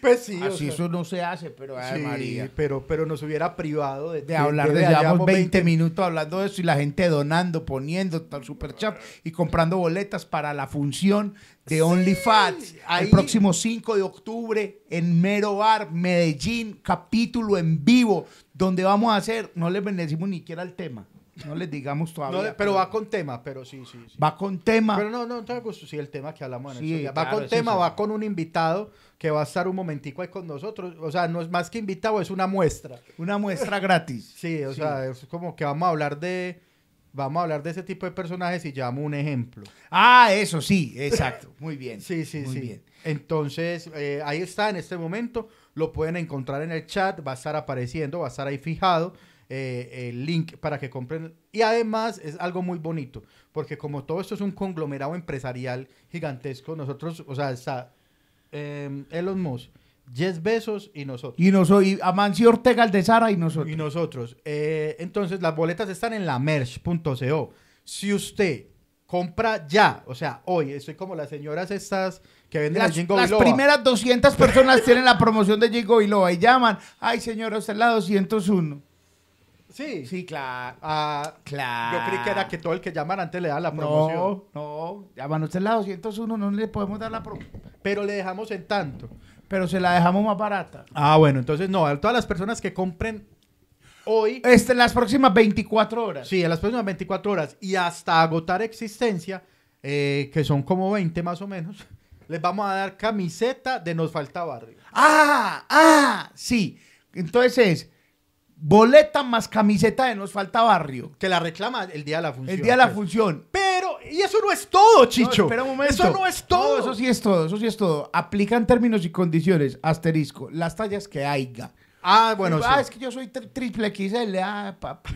Speaker 1: pues sí. o
Speaker 2: Así
Speaker 1: sea,
Speaker 2: eso no se hace, pero ay,
Speaker 1: sí,
Speaker 2: María.
Speaker 1: Pero, pero nos hubiera privado de,
Speaker 2: de hablar de, llevamos 20 minutos hablando de eso y la gente donando, poniendo tal super chat y comprando boletas para la función de OnlyFans
Speaker 1: ahí-
Speaker 2: el próximo 5 de octubre en Mero Bar, Medellín, capítulo en vivo, donde vamos a hacer, no les bendecimos ni siquiera el tema, no les digamos todavía.
Speaker 1: No, pero va con tema, pero sí, sí. sí.
Speaker 2: va con tema.
Speaker 1: Pero no, no, te gusto, sí, el tema que hablamos en
Speaker 2: Sí,
Speaker 1: estos días. Va
Speaker 2: claro,
Speaker 1: con
Speaker 2: es
Speaker 1: tema,
Speaker 2: eso.
Speaker 1: va con un invitado que va a estar un momentico ahí con nosotros. O sea, no es más que invitado, es una muestra.
Speaker 2: Una muestra gratis.
Speaker 1: Sí, o
Speaker 2: Sí.
Speaker 1: sea, es como que vamos a hablar de... Vamos a hablar de ese tipo de personajes y llamo un ejemplo.
Speaker 2: Ah, eso sí, exacto. Muy bien.
Speaker 1: Sí, sí,
Speaker 2: muy
Speaker 1: sí.
Speaker 2: bien.
Speaker 1: Entonces, eh, ahí está en este momento. Lo pueden encontrar en el chat. Va a estar apareciendo, va a estar ahí fijado. eh, el link para que compren. Y además es algo muy bonito, porque como todo esto es un conglomerado empresarial gigantesco, nosotros, o sea, está eh, Elon Musk, Jeff Bezos y nosotros.
Speaker 2: Y nos oí Amancio Ortega, el de Sara, y nosotros.
Speaker 1: Y nosotros. Eh, entonces, las boletas están en la merch.co. Si usted compra ya, o sea, hoy, estoy como las señoras estas que venden el
Speaker 2: Las,
Speaker 1: Jingo
Speaker 2: las
Speaker 1: Biloba.
Speaker 2: primeras
Speaker 1: <laughs>
Speaker 2: 200 personas tienen la promoción de Jingo Biloba y llaman, ay señora, usted es la 201.
Speaker 1: Sí.
Speaker 2: claro.
Speaker 1: Ah,
Speaker 2: Claro.
Speaker 1: yo creí que era que todo el que llaman antes le da la promoción.
Speaker 2: No, no, llaman usted es la 201, no le podemos dar la promoción,
Speaker 1: Pero le dejamos en tanto.
Speaker 2: pero se la dejamos más barata.
Speaker 1: Ah, bueno, entonces no, a todas las personas que compren hoy,
Speaker 2: Este, las próximas 24 horas.
Speaker 1: Eh, sí, en las próximas 24 horas y hasta agotar existencia, eh, que son como 20 más o menos, <laughs> les vamos a dar camiseta de Nos Falta Barrio.
Speaker 2: Ah, ah, sí. Entonces, boleta más camiseta de Nos Falta Barrio.
Speaker 1: Que la reclama el día de la función.
Speaker 2: El día de la
Speaker 1: pues.
Speaker 2: función.
Speaker 1: Pero, y eso no es todo, Chicho.
Speaker 2: No, espera un momento.
Speaker 1: Eso no es todo.
Speaker 2: No, eso sí es todo, eso sí es todo. Aplican términos y condiciones, asterisco, las tallas que haya.
Speaker 1: Ah, bueno, sí.
Speaker 2: ah, es que yo soy tri- triple XL, ah, papá.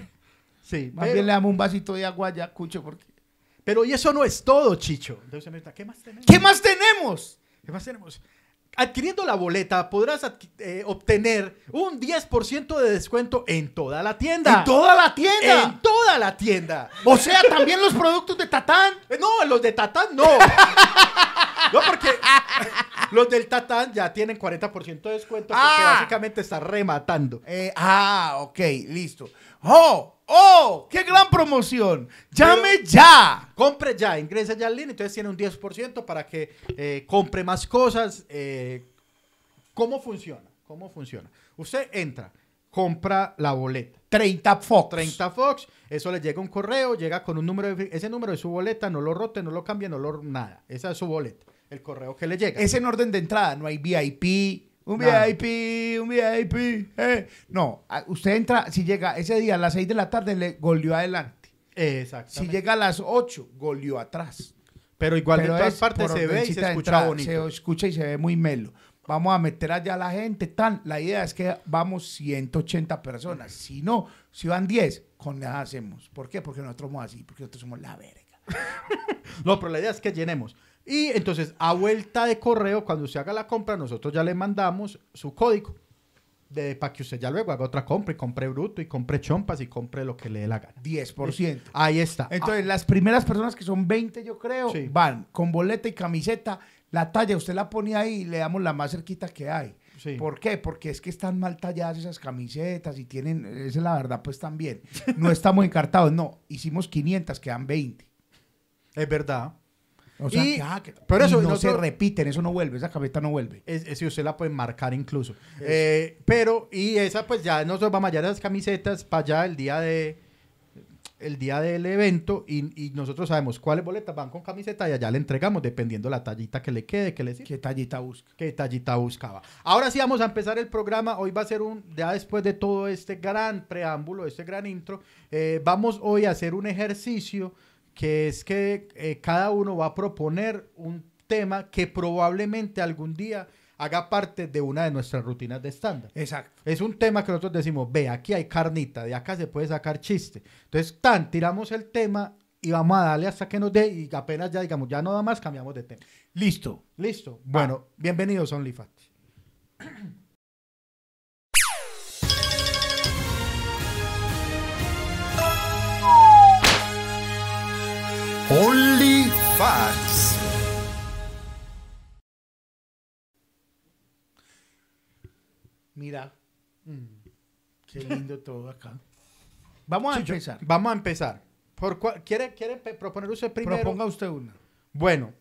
Speaker 1: sí
Speaker 2: Más
Speaker 1: pero-
Speaker 2: bien le damos un vasito de agua ya, cucho, porque...
Speaker 1: Pero y eso no es todo, Chicho. Entonces, ahorita, ¿qué más tenemos?
Speaker 2: ¿Qué más tenemos?
Speaker 1: ¿Qué más tenemos? Adquiriendo la boleta podrás adqui- eh, obtener un 10% de descuento en toda la tienda.
Speaker 2: ¡En toda la tienda!
Speaker 1: En toda la tienda.
Speaker 2: O sea, también los productos de Tatán.
Speaker 1: Eh, No, los de Tatán no. No, porque los del Tatán ya tienen 40% de descuento porque
Speaker 2: Ah.
Speaker 1: básicamente está rematando.
Speaker 2: Eh, ah, ok, listo. ¡Oh! ¡Oh! ¡Qué gran promoción! ¡Llame ya!
Speaker 1: Compre ya, ingresa ya al link, entonces tiene un 10% para que eh, compre más cosas. eh, ¿Cómo funciona? ¿Cómo funciona? Usted entra, compra la boleta.
Speaker 2: 30 Fox.
Speaker 1: 30 Fox, eso le llega un correo, llega con un número, de, ese número es su boleta, no lo rote, no lo cambie, no lo nada. Esa es su boleta, el correo que le llega.
Speaker 2: Es en orden de entrada, no hay VIP. Un
Speaker 1: Nada.
Speaker 2: VIP, un VIP. eh. No, a- usted entra, si llega ese día a las 6 de la tarde, le goleó adelante. Si
Speaker 1: Exactamente.
Speaker 2: llega a las 8, goleó atrás.
Speaker 1: pero igual
Speaker 2: Pero
Speaker 1: de todas
Speaker 2: es
Speaker 1: partes
Speaker 2: por
Speaker 1: se ve y se
Speaker 2: ordencita de
Speaker 1: escucha
Speaker 2: entrada,
Speaker 1: bonito.
Speaker 2: Se escucha y se ve muy melo. Vamos a meter allá a la gente, tan. La idea es que vamos 180 personas. Si no, si van 10, con las hacemos. ¿Por qué? Porque nosotros somos así, porque nosotros somos la verga.
Speaker 1: No, pero la idea es que llenemos. Y entonces, a vuelta de correo, cuando usted haga la compra, nosotros ya le mandamos su código de, para que usted ya luego haga otra compra y compre bruto y compre chompas y compre lo que le dé la gana.
Speaker 2: 10%.
Speaker 1: Ahí está. Ah,
Speaker 2: Entonces, las primeras personas que son 20, yo creo,
Speaker 1: Sí.
Speaker 2: van con boleta y camiseta. La talla usted la pone ahí y le damos la más cerquita que hay.
Speaker 1: Sí.
Speaker 2: ¿Por qué? Porque es que están mal talladas esas camisetas y tienen, esa es la verdad, pues también. No estamos encartados, no. Hicimos 500, quedan 20.
Speaker 1: Es verdad.
Speaker 2: O sea,
Speaker 1: Y-
Speaker 2: que, ah, que-
Speaker 1: pero
Speaker 2: y
Speaker 1: eso,
Speaker 2: no se
Speaker 1: nosotros-
Speaker 2: repiten, eso no vuelve, esa camiseta no vuelve.
Speaker 1: Es, es- si usted la puede marcar incluso. Eh, pero, y esa pues ya nosotros vamos allá las camisetas para allá el día de el día del evento y, y nosotros sabemos cuáles boletas van con camiseta y allá le entregamos dependiendo la tallita que le quede, que le sirva.
Speaker 2: ¿Qué tallita busca?
Speaker 1: que Tallita buscaba. Ahora sí vamos a empezar el programa. Hoy va a ser un, ya después de todo este gran preámbulo, este gran intro, eh, vamos hoy a hacer un ejercicio que es que eh, cada uno va a proponer un tema que probablemente algún día haga parte de una de nuestras rutinas de estándar.
Speaker 2: Exacto.
Speaker 1: Es un tema que nosotros decimos, ve, aquí hay carnita, de acá se puede sacar chiste. Entonces, tan, tiramos el tema y vamos a darle hasta que nos dé y apenas ya digamos, ya no da más, cambiamos de tema.
Speaker 2: Listo.
Speaker 1: Listo. Bueno, bienvenidos a OnlyFans.
Speaker 3: Only Facts.
Speaker 2: Mira. Mm. Qué lindo todo acá. Vamos a empezar.
Speaker 1: Vamos a empezar. ¿Por cuál- ¿Quiere, quiere pe- proponer usted primero?
Speaker 2: Proponga usted una.
Speaker 1: Bueno,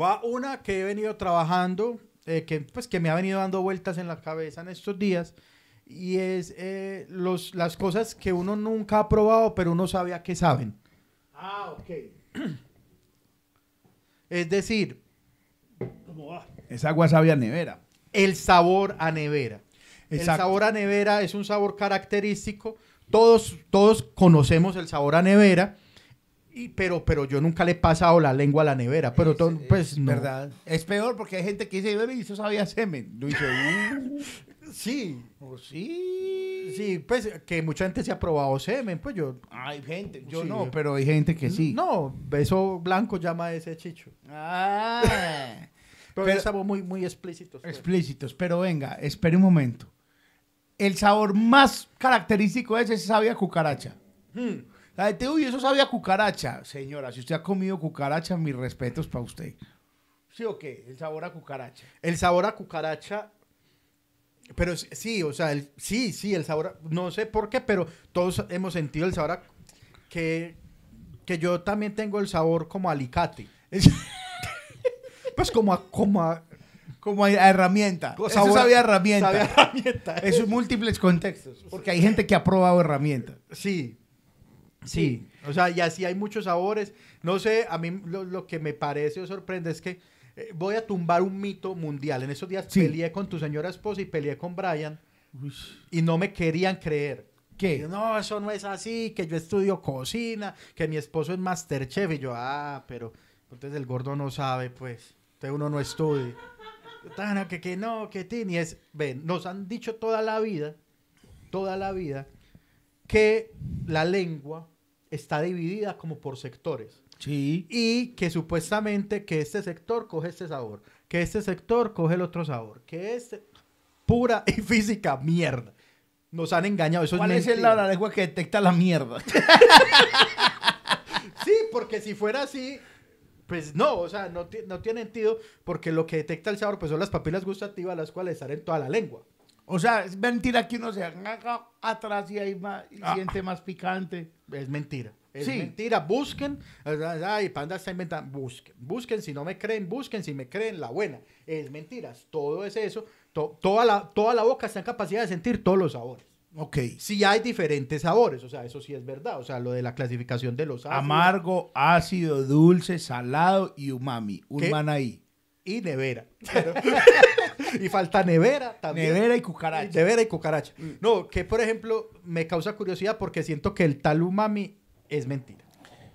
Speaker 1: va una que he venido trabajando, eh, que, pues, que me ha venido dando vueltas en la cabeza en estos días, y es eh, los, las cosas que uno nunca ha probado, pero uno sabía que saben.
Speaker 2: Ah, ok.
Speaker 1: Es decir,
Speaker 2: Esa agua sabia nevera.
Speaker 1: el sabor a nevera. El
Speaker 2: Exacto.
Speaker 1: sabor a nevera es un sabor característico. Todos, todos conocemos el sabor a nevera, y, pero, pero yo nunca le he pasado la lengua a la nevera. Pero to- pues no.
Speaker 2: ¿Verdad? Es peor porque hay gente que dice, "Bebe, y eso sabía a semen. Yo dice,
Speaker 1: Sí,
Speaker 2: <laughs> oh, sí.
Speaker 1: sí, pues que mucha gente se ha probado semen, pues yo.
Speaker 2: Hay gente. Yo
Speaker 1: Sí.
Speaker 2: no, pero hay gente que sí.
Speaker 1: No, beso blanco llama a ese chicho.
Speaker 2: Ah.
Speaker 1: Pero,
Speaker 2: Pero-
Speaker 1: estamos muy, muy explícitos. pues.
Speaker 2: <laughs> Explícitos, pero venga, espere un momento. El sabor más característico es ese sabía cucaracha. La gente, uy, eso sabía cucaracha. Señora, si usted ha comido cucaracha, mis respetos para usted. ¿Sí o qué? El sabor a cucaracha.
Speaker 1: El sabor a cucaracha. Pero s- sí, o sea, el- sí, sí, el sabor. a- no sé por qué, pero todos hemos sentido el sabor a. Que, que yo también tengo el sabor como a alicate. pues como a. Como a
Speaker 2: Como a- a herramienta. eso
Speaker 1: sabor
Speaker 2: <laughs>
Speaker 1: a-
Speaker 2: sabía a herramienta.
Speaker 1: sabe a herramienta.
Speaker 2: En sus múltiples contextos. Porque hay gente que ha probado herramienta.
Speaker 1: Sí. Sí, o sea, y así hay muchos sabores. No sé, a mí lo, lo que me parece o sorprende es que eh, voy a tumbar un mito mundial. En esos días
Speaker 2: Sí.
Speaker 1: peleé con tu señora esposa y peleé con Brian y no me querían creer.
Speaker 2: ¿Qué?
Speaker 1: Y yo, no, eso no es así, que yo estudio cocina, que mi esposo es masterchef. Y yo, ah, pero entonces el gordo no sabe, pues. Entonces uno no estudia. Tana, que, que no, que tini. Es, ven, nos han dicho toda la vida, toda la vida, que la lengua está dividida como por sectores.
Speaker 2: Sí.
Speaker 1: Y que supuestamente que este sector coge este sabor, que este sector coge el otro sabor, que este... Pura <laughs> y física mierda. Nos han engañado. Eso
Speaker 2: ¿Cuál es el
Speaker 1: mentira.
Speaker 2: la lengua que detecta la mierda?
Speaker 1: Sí, porque si fuera así, pues no, o sea, no, ti- no tiene sentido porque lo que detecta el sabor pues son las papilas gustativas las cuales están en toda la lengua.
Speaker 2: O sea, es mentira que uno se haga atrás y ahí más, y
Speaker 1: Ah.
Speaker 2: siente más picante.
Speaker 1: Es mentira. Es
Speaker 2: Sí.
Speaker 1: mentira. Busquen. Ay, Panda está inventando. Busquen. Busquen. Si no me creen, busquen. Si me creen, la buena. Es mentiras. Todo es eso. To- toda, la, toda la boca está en capacidad de sentir todos los sabores.
Speaker 2: Ok.
Speaker 1: Sí hay diferentes sabores. O sea, eso sí es verdad. O sea, lo de la clasificación de los sabores.
Speaker 2: Amargo, ácido, dulce, salado y umami. Un
Speaker 1: ¿Qué?
Speaker 2: man ahí.
Speaker 1: Y nevera. <laughs> y falta nevera también.
Speaker 2: Nevera y
Speaker 1: Y
Speaker 2: cucaracha. Mm.
Speaker 1: Nevera y cucaracha. No, que por ejemplo me causa curiosidad porque siento que el tal umami es mentira.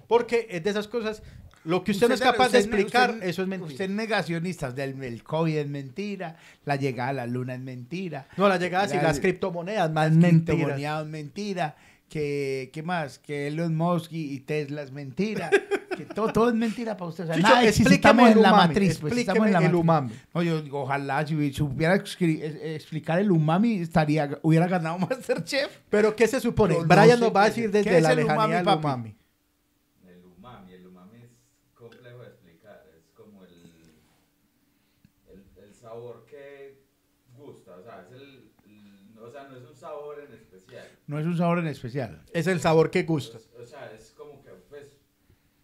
Speaker 1: Porque es de esas cosas, lo que usted, no es capaz de
Speaker 2: usted-
Speaker 1: explicar,
Speaker 2: usted-
Speaker 1: eso es mentira.
Speaker 2: Usted es negacionista. Del, el COVID es mentira. La llegada a la luna es mentira.
Speaker 1: no, las llegadas y
Speaker 2: la-
Speaker 1: las criptomonedas, más mentiras.
Speaker 2: Criptomonedas es mentira. Que, ¿Qué más? Que Elon Musk y y Tesla es
Speaker 1: <laughs>
Speaker 2: mentira. que todo, todo es mentira para usted. O sea,
Speaker 1: Chicho,
Speaker 2: nada de si
Speaker 1: explíqueme
Speaker 2: estamos
Speaker 1: el
Speaker 2: en la
Speaker 1: umami,
Speaker 2: matriz. Pues, si estamos
Speaker 1: explíqueme
Speaker 2: en la
Speaker 1: el
Speaker 2: matriz.
Speaker 1: umami.
Speaker 2: No, yo digo, ojalá si supiera escri- es- explicar el umami, estaría, hubiera ganado <laughs> Masterchef.
Speaker 1: Pero ¿qué se supone?
Speaker 2: Yo no
Speaker 1: Brian
Speaker 2: sé
Speaker 1: nos va a
Speaker 2: qué
Speaker 1: decir
Speaker 2: es. ¿Qué
Speaker 1: desde
Speaker 2: es
Speaker 1: la
Speaker 2: el
Speaker 1: lejanía
Speaker 2: umami,
Speaker 1: del
Speaker 2: papi?
Speaker 1: umami.
Speaker 4: El umami, el umami es complejo de explicar, es como el sabor que gusta, o sea, es el, el- o sea, no es un sabor en especial.
Speaker 2: No es un sabor en especial.
Speaker 1: Es el sabor que gusta.
Speaker 4: O, o sea, es como que, pues,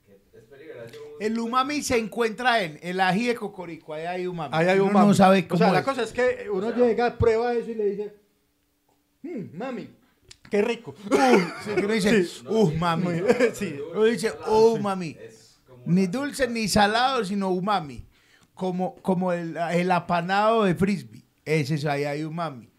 Speaker 4: que es peligroso.
Speaker 2: El umami se encuentra en el ají de cocorico. Ahí hay umami.
Speaker 1: Ahí hay
Speaker 2: Uno
Speaker 1: un
Speaker 2: no
Speaker 1: mami.
Speaker 2: sabe cómo
Speaker 1: O sea, la
Speaker 2: es.
Speaker 1: cosa es que uno
Speaker 4: O sea-
Speaker 1: llega, prueba eso y le dice, "Mm, mami, qué rico.
Speaker 2: Sí, que uno dice, uh, mami.
Speaker 1: sí.
Speaker 2: Uno dice, oh, mami.
Speaker 4: Es como
Speaker 2: Ni
Speaker 4: una-
Speaker 2: dulce ni salado, sino umami. Como, como el, el apanado de frisbee. Ese es, ahí hay umami.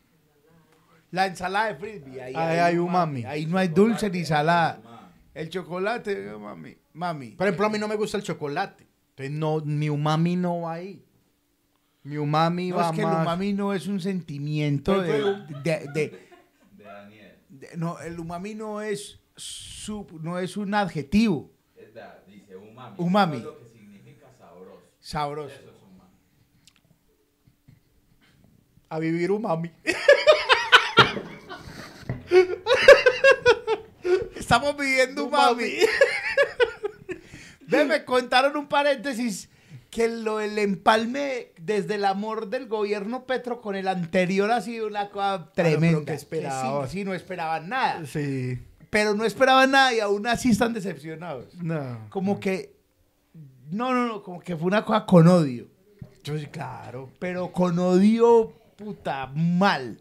Speaker 2: La ensalada de frisbee. Ahí,
Speaker 1: Ahí hay umami.
Speaker 2: Ahí no hay dulce ni salada.
Speaker 4: Umami.
Speaker 2: El chocolate, mami. Mami.
Speaker 1: Por ejemplo, a mí no me gusta el chocolate. Entonces, no, mi umami no va ahí. Mi umami
Speaker 2: No,
Speaker 1: va
Speaker 2: es que el
Speaker 1: más...
Speaker 2: umami no es un sentimiento de- de- de,
Speaker 4: De Daniel.
Speaker 2: De- No, el umami no es, sub- no es un adjetivo
Speaker 4: Es da- dice umami.
Speaker 2: Umami.
Speaker 4: Eso es lo que significa sabroso.
Speaker 2: sabroso.
Speaker 4: Eso es umami.
Speaker 1: A vivir
Speaker 2: <laughs>
Speaker 1: umami.
Speaker 2: Estamos viviendo umami. Ve, me contaron un paréntesis que lo el empalme desde el amor del gobierno Petro con el anterior ha sido una cosa tremenda.
Speaker 1: Ah, pero que esperaba.
Speaker 2: Que sí, sí, no esperaban nada.
Speaker 1: Sí.
Speaker 2: Pero no esperaban nada y aún así están decepcionados.
Speaker 1: No.
Speaker 2: Como que, no, no, no, como que fue una cosa con odio.
Speaker 1: Yo, sí, claro.
Speaker 2: pero con odio, puta, mal.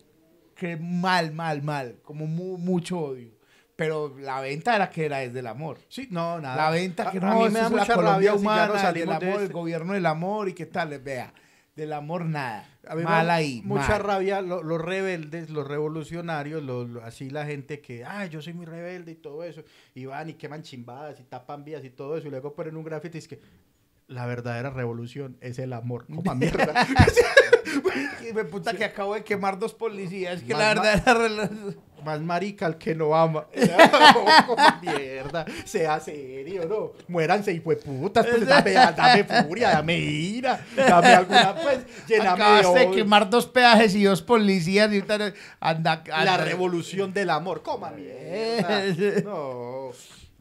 Speaker 2: Que mal, mal, mal. Como mu- mucho odio. Pero la venta era que era desde el amor.
Speaker 1: Sí, no, nada. Ah,
Speaker 2: La venta que
Speaker 1: a,
Speaker 2: no,
Speaker 1: a mí
Speaker 2: eso
Speaker 1: me da
Speaker 2: es la
Speaker 1: mucha
Speaker 2: Colombia
Speaker 1: rabia
Speaker 2: humana,
Speaker 1: humana, si ya no
Speaker 2: del
Speaker 1: salimos
Speaker 2: amor,
Speaker 1: de
Speaker 2: el
Speaker 1: este.
Speaker 2: gobierno del amor y qué tal, eh, vea. Del amor nada.
Speaker 1: A mí me
Speaker 2: mal
Speaker 1: da
Speaker 2: ahí.
Speaker 1: Mucha
Speaker 2: mal.
Speaker 1: rabia lo- los rebeldes, los revolucionarios, los, lo- así la gente que, ah, yo soy muy rebelde y todo eso. Y van y queman chimbadas y tapan vías y todo eso. Y luego ponen un grafiti y es que la verdadera revolución es el amor.
Speaker 2: <laughs>
Speaker 1: Como mierda. <laughs>
Speaker 2: Y me puta que acabo de quemar dos policías. Que
Speaker 1: Mal,
Speaker 2: la
Speaker 1: mal.
Speaker 2: verdad era rela-
Speaker 1: Más marica el que
Speaker 2: <laughs>
Speaker 1: no ama. <laughs> Como mierda. Sea serio, ¿no? Muéranse, hijueputas. Pues, dame, dame furia, dame ira. Dame alguna,
Speaker 2: <laughs>
Speaker 1: pues, llename de
Speaker 2: Acabaste de
Speaker 1: odio.
Speaker 2: quemar dos peajes y dos policías. Y ahorita anda,
Speaker 1: La
Speaker 2: anda-
Speaker 1: revolución del amor. Coma mierda. No.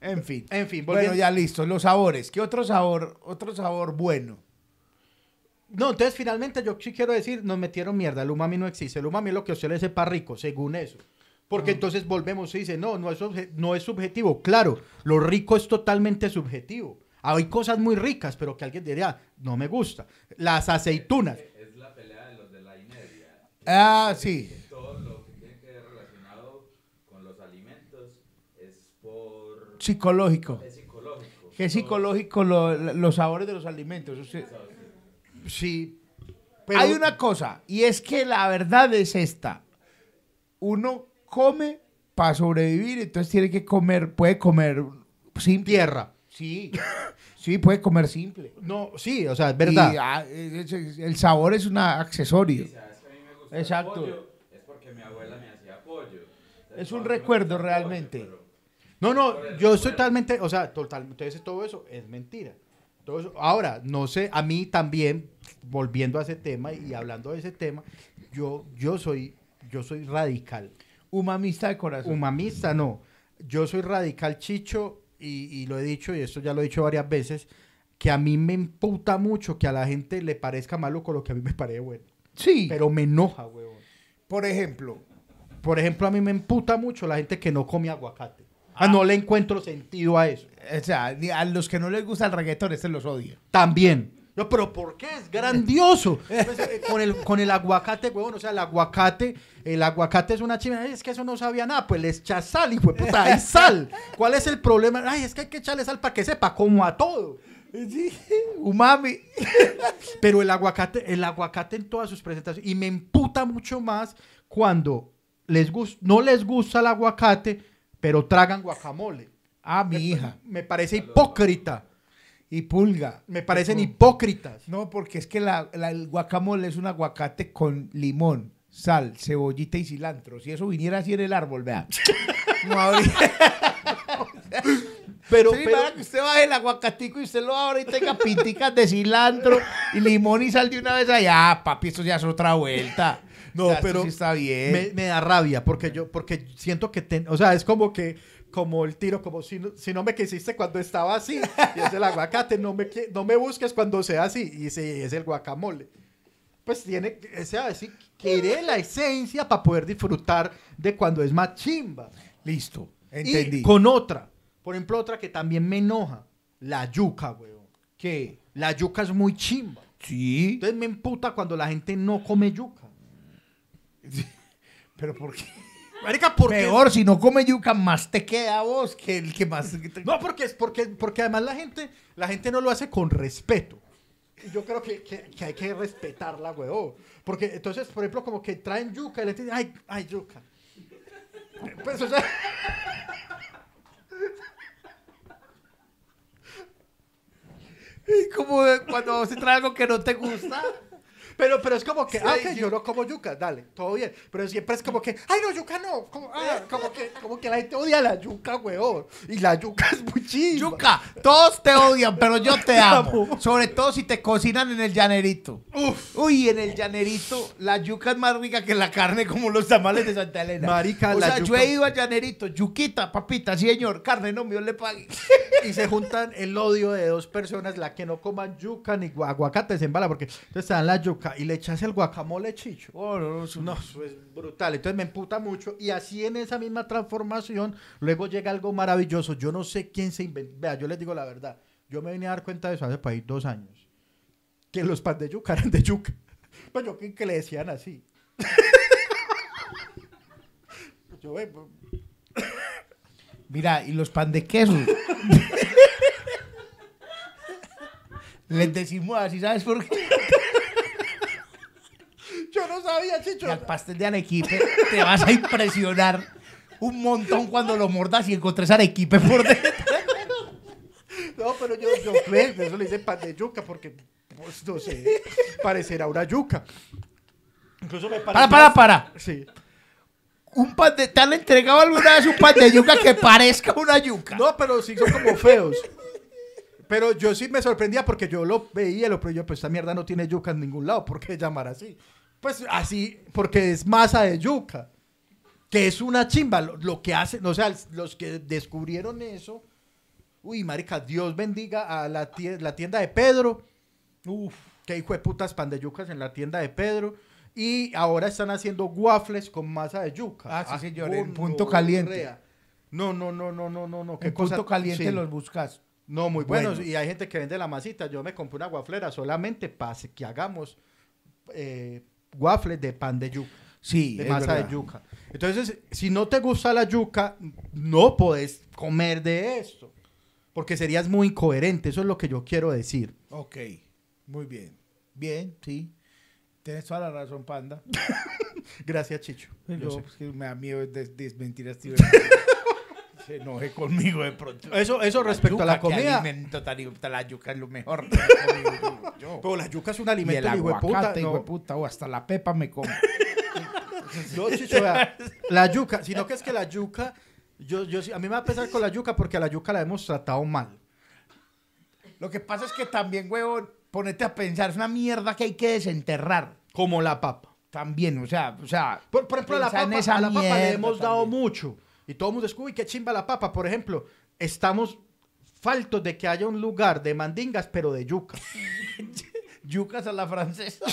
Speaker 2: En fin.
Speaker 1: En fin,
Speaker 2: Bueno,
Speaker 1: volviendo.
Speaker 2: ya listo. Los sabores. ¿Qué otro sabor? Otro sabor bueno.
Speaker 1: No, entonces finalmente yo sí quiero decir, nos metieron mierda. El umami no existe. El umami es lo que a usted le sepa rico, según eso. Porque entonces volvemos y dice, no, no es, obje- no es subjetivo. Claro, lo rico es totalmente subjetivo. Hay cosas muy ricas, pero que alguien diría, no me gusta. Las aceitunas.
Speaker 4: Es la pelea de los de la inercia.
Speaker 2: Ah, sí.
Speaker 4: Todo lo que tiene que ver relacionado con los alimentos es por...
Speaker 2: Psicológico.
Speaker 4: Es psicológico.
Speaker 2: ¿Qué es psicológico lo- los sabores de los alimentos? Usted-
Speaker 1: Sí. Pero,
Speaker 2: Hay una cosa, y es que la verdad es esta. Uno come para sobrevivir, entonces tiene que comer, puede comer sin
Speaker 1: Tierra.
Speaker 2: Sí. <laughs> Sí, puede comer simple.
Speaker 1: No, sí, o sea, es verdad.
Speaker 2: Y, ah, es- es- el sabor es un accesorio.
Speaker 4: ¿Sabes que a mí me gusta
Speaker 2: Exacto.
Speaker 4: el pollo? Es porque mi abuela me hacía pollo. Entonces,
Speaker 2: Es un
Speaker 4: no, a mí me
Speaker 2: recuerdo
Speaker 4: gusta el
Speaker 2: realmente.
Speaker 4: <laughs> pollo,
Speaker 1: No,
Speaker 4: Por
Speaker 1: no,
Speaker 4: el
Speaker 1: yo
Speaker 4: recuerdo.
Speaker 1: estoy totalmente, o sea, total, entonces todo eso es mentira. Todo eso- ahora, no sé, a mí también, volviendo a ese tema y hablando de ese tema, yo, yo soy, yo soy radical.
Speaker 2: Humamista de corazón.
Speaker 1: Humamista, no. Yo soy radical chicho y, y lo he dicho, y esto ya lo he dicho varias veces, que a mí me imputa mucho que a la gente le parezca malo con lo que a mí me parece bueno.
Speaker 2: sí.
Speaker 1: Pero me enoja, huevón.
Speaker 2: por ejemplo,
Speaker 1: Por ejemplo, a mí me emputa mucho la gente que no come aguacate. Ah, no le encuentro sentido a eso.
Speaker 2: O sea, ni a los que no les gusta el reggaetón, este los odia.
Speaker 1: También. No, pero ¿por qué? Es grandioso.
Speaker 2: <laughs>
Speaker 1: Pues, eh, con, el, con el aguacate, huevón. O sea, el aguacate, el aguacate es una chimera. Ay, Es que eso no sabía nada. Pues le echa sal, hijo de puta. Hay
Speaker 2: <laughs>
Speaker 1: sal. ¿Cuál es el problema? Ay, es que hay que echarle sal para que sepa, como a todo.
Speaker 2: Umami.
Speaker 1: Pero el aguacate, el aguacate en todas sus presentaciones. Y me emputa mucho más cuando les gus- no les gusta el aguacate, pero tragan guacamole.
Speaker 2: Ah, mi hija.
Speaker 1: Me parece hipócrita.
Speaker 2: Y pulga.
Speaker 1: Me parecen hipócritas.
Speaker 2: No, porque es que la, la- el guacamole es un aguacate con limón, sal, cebollita y cilantro. Si eso viniera así en el árbol, vea. No habría.
Speaker 1: Pero,
Speaker 2: Sí,
Speaker 1: pero-
Speaker 2: para que usted baje el aguacatico y usted lo abre y tenga pinticas de cilantro y limón y sal de una vez allá. Ah, papi, esto ya es otra vuelta.
Speaker 1: No,
Speaker 2: Ya, esto
Speaker 1: pero
Speaker 2: sí está bien.
Speaker 1: <laughs> me, me da rabia porque yo porque siento que ten- o sea es como que como el tiro como si no, si no me quisiste cuando estaba así y es el aguacate no me qui- no me busques cuando sea así y sí, es el guacamole pues tiene, que- o sea, sí quiere la esencia para poder disfrutar de cuando es más chimba.
Speaker 2: Listo,
Speaker 1: Y
Speaker 2: entendí.
Speaker 1: con otra, por ejemplo, otra que también me enoja, la yuca, weón.
Speaker 2: ¿Qué?
Speaker 1: La yuca es muy chimba.
Speaker 2: Sí,
Speaker 1: Entonces me emputa cuando la gente no come yuca.
Speaker 2: pero ¿por qué?
Speaker 1: Marica, ¿por qué?
Speaker 2: Peor, si no come yuca, más te queda a vos que el que más...
Speaker 1: No, porque es porque, porque además la gente, la gente no lo hace con respeto. Y Yo creo que, que- que hay que respetarla, weón. Porque entonces, por ejemplo, como que traen yuca y la gente dice, ay, ay, yuca. Pues, o sea...
Speaker 2: Es como cuando se trae algo que no te gusta.
Speaker 1: Pero, pero es como que, ah,
Speaker 2: Sí,
Speaker 1: ok,
Speaker 2: yo-
Speaker 1: yo no como yuca, dale, todo bien. Pero siempre es como que, ay, no, yuca no. Como, ah, como, que, como que la gente odia la yuca, weón. Y la yuca es muy chimba.
Speaker 2: Yuca, todos te odian, pero yo te amo.
Speaker 1: amo.
Speaker 2: Sobre todo si te cocinan en el llanerito. Uy, en el llanerito, la yuca es más rica que la carne, como los tamales de Santa Elena.
Speaker 1: Marica,
Speaker 2: o
Speaker 1: la
Speaker 2: sea, yo
Speaker 1: yuca-
Speaker 2: he ido a llanerito, yuquita, papita, sí, señor, carne, no, mío, le pague.
Speaker 1: <laughs> Y se juntan el odio de dos personas, la que no coman yuca ni gua- aguacate, se embala, porque entonces te dan la yuca y le echas el guacamole chicho. Oh, No, eso es brutal. Entonces me emputa mucho. Y así en esa misma transformación, luego llega algo maravilloso. Yo no sé quién se inventó. Vea, yo les digo la verdad. Yo me vine a dar cuenta de eso hace país dos años. Que los pan de yuca eran de yuca. Pues yo creí que le decían así. <laughs> Yo, eh,
Speaker 2: Mira, y los pan de
Speaker 1: <laughs>
Speaker 2: queso. Les decimos así, ¿sabes por qué?
Speaker 1: yo no sabía, chicho.
Speaker 2: Y al pastel de arequipe te vas a impresionar un montón cuando lo mordas y encontres arequipe por dentro.
Speaker 1: No, pero yo,
Speaker 2: <laughs>
Speaker 1: yo pues, de eso le dicen pan de yuca porque, pues, no sé, parecerá una yuca. Incluso me
Speaker 2: Para,
Speaker 1: pareció-
Speaker 2: para, para.
Speaker 1: Sí.
Speaker 2: Un pan de, ¿Te han entregado alguna vez un pan de yuca que
Speaker 1: <laughs>
Speaker 2: parezca una yuca?
Speaker 1: No, pero sí son como feos. Pero yo sí me sorprendía porque yo lo veía, lo pero yo, pues esta mierda no tiene yuca en ningún lado, ¿por qué llamar así? Pues así, porque es masa de yuca, que es una chimba, lo, lo que hacen, o sea, los que descubrieron eso, uy, marica, Dios bendiga a la tienda, la tienda de Pedro, uf, que hijo de putas pan de yucas en la tienda de Pedro, y ahora están haciendo waffles con masa de yuca.
Speaker 2: Ah, sí, señor, en
Speaker 1: gonorrea.
Speaker 2: Punto Caliente.
Speaker 1: No, no, no, no, no, no, no.
Speaker 2: Que punto caliente
Speaker 1: sí.
Speaker 2: los buscas.
Speaker 1: No, muy buenos.
Speaker 2: buenos.
Speaker 1: Y hay gente que vende la masita. Yo me compré una guaflera solamente para que hagamos eh, waffles de pan de yuca,
Speaker 2: Sí,
Speaker 1: de
Speaker 2: es
Speaker 1: masa
Speaker 2: verdad.
Speaker 1: de yuca. Entonces, si no te gusta la yuca, no podés comer de esto. Porque serías muy incoherente. Eso es lo que yo quiero decir.
Speaker 2: Ok, muy bien. Bien, sí. Tienes toda la razón, panda.
Speaker 1: <laughs> Gracias, Chicho. Yo
Speaker 2: Yo,
Speaker 1: sé.
Speaker 2: pues, que me da miedo des- desmentir a Steven.
Speaker 1: <laughs>
Speaker 2: Se enoje conmigo de pronto.
Speaker 1: Eso, eso respecto a la
Speaker 2: yuca, qué
Speaker 1: comida.
Speaker 2: alimento tan hijo- la yuca es lo
Speaker 1: <laughs>
Speaker 2: mejor.
Speaker 1: Pero la yuca es un
Speaker 2: y
Speaker 1: alimento
Speaker 2: el
Speaker 1: de hijo de puta.
Speaker 2: aguacate,
Speaker 1: no.
Speaker 2: hijo de puta, o hasta la pepa me como.
Speaker 1: No, Chicho, vea, la yuca, sino que es que la yuca, yo, yo, sí- a mí me va a pesar con la yuca porque a la yuca la hemos tratado mal.
Speaker 2: Lo que pasa es que también, huevón, ponete a pensar, es una mierda que hay que desenterrar.
Speaker 1: Como la papa.
Speaker 2: También, o sea, o sea.
Speaker 1: Por, por ejemplo, a la
Speaker 2: pensá en
Speaker 1: papa,
Speaker 2: esa
Speaker 1: a la papa le
Speaker 2: mierda
Speaker 1: hemos dado
Speaker 2: también.
Speaker 1: mucho. Y todo el mundo es, uy, qué chimba la papa. Por ejemplo, estamos faltos de que haya un lugar de mandingas, pero de yuca.
Speaker 2: <laughs> Yucas a la
Speaker 1: <laughs>
Speaker 2: francesa.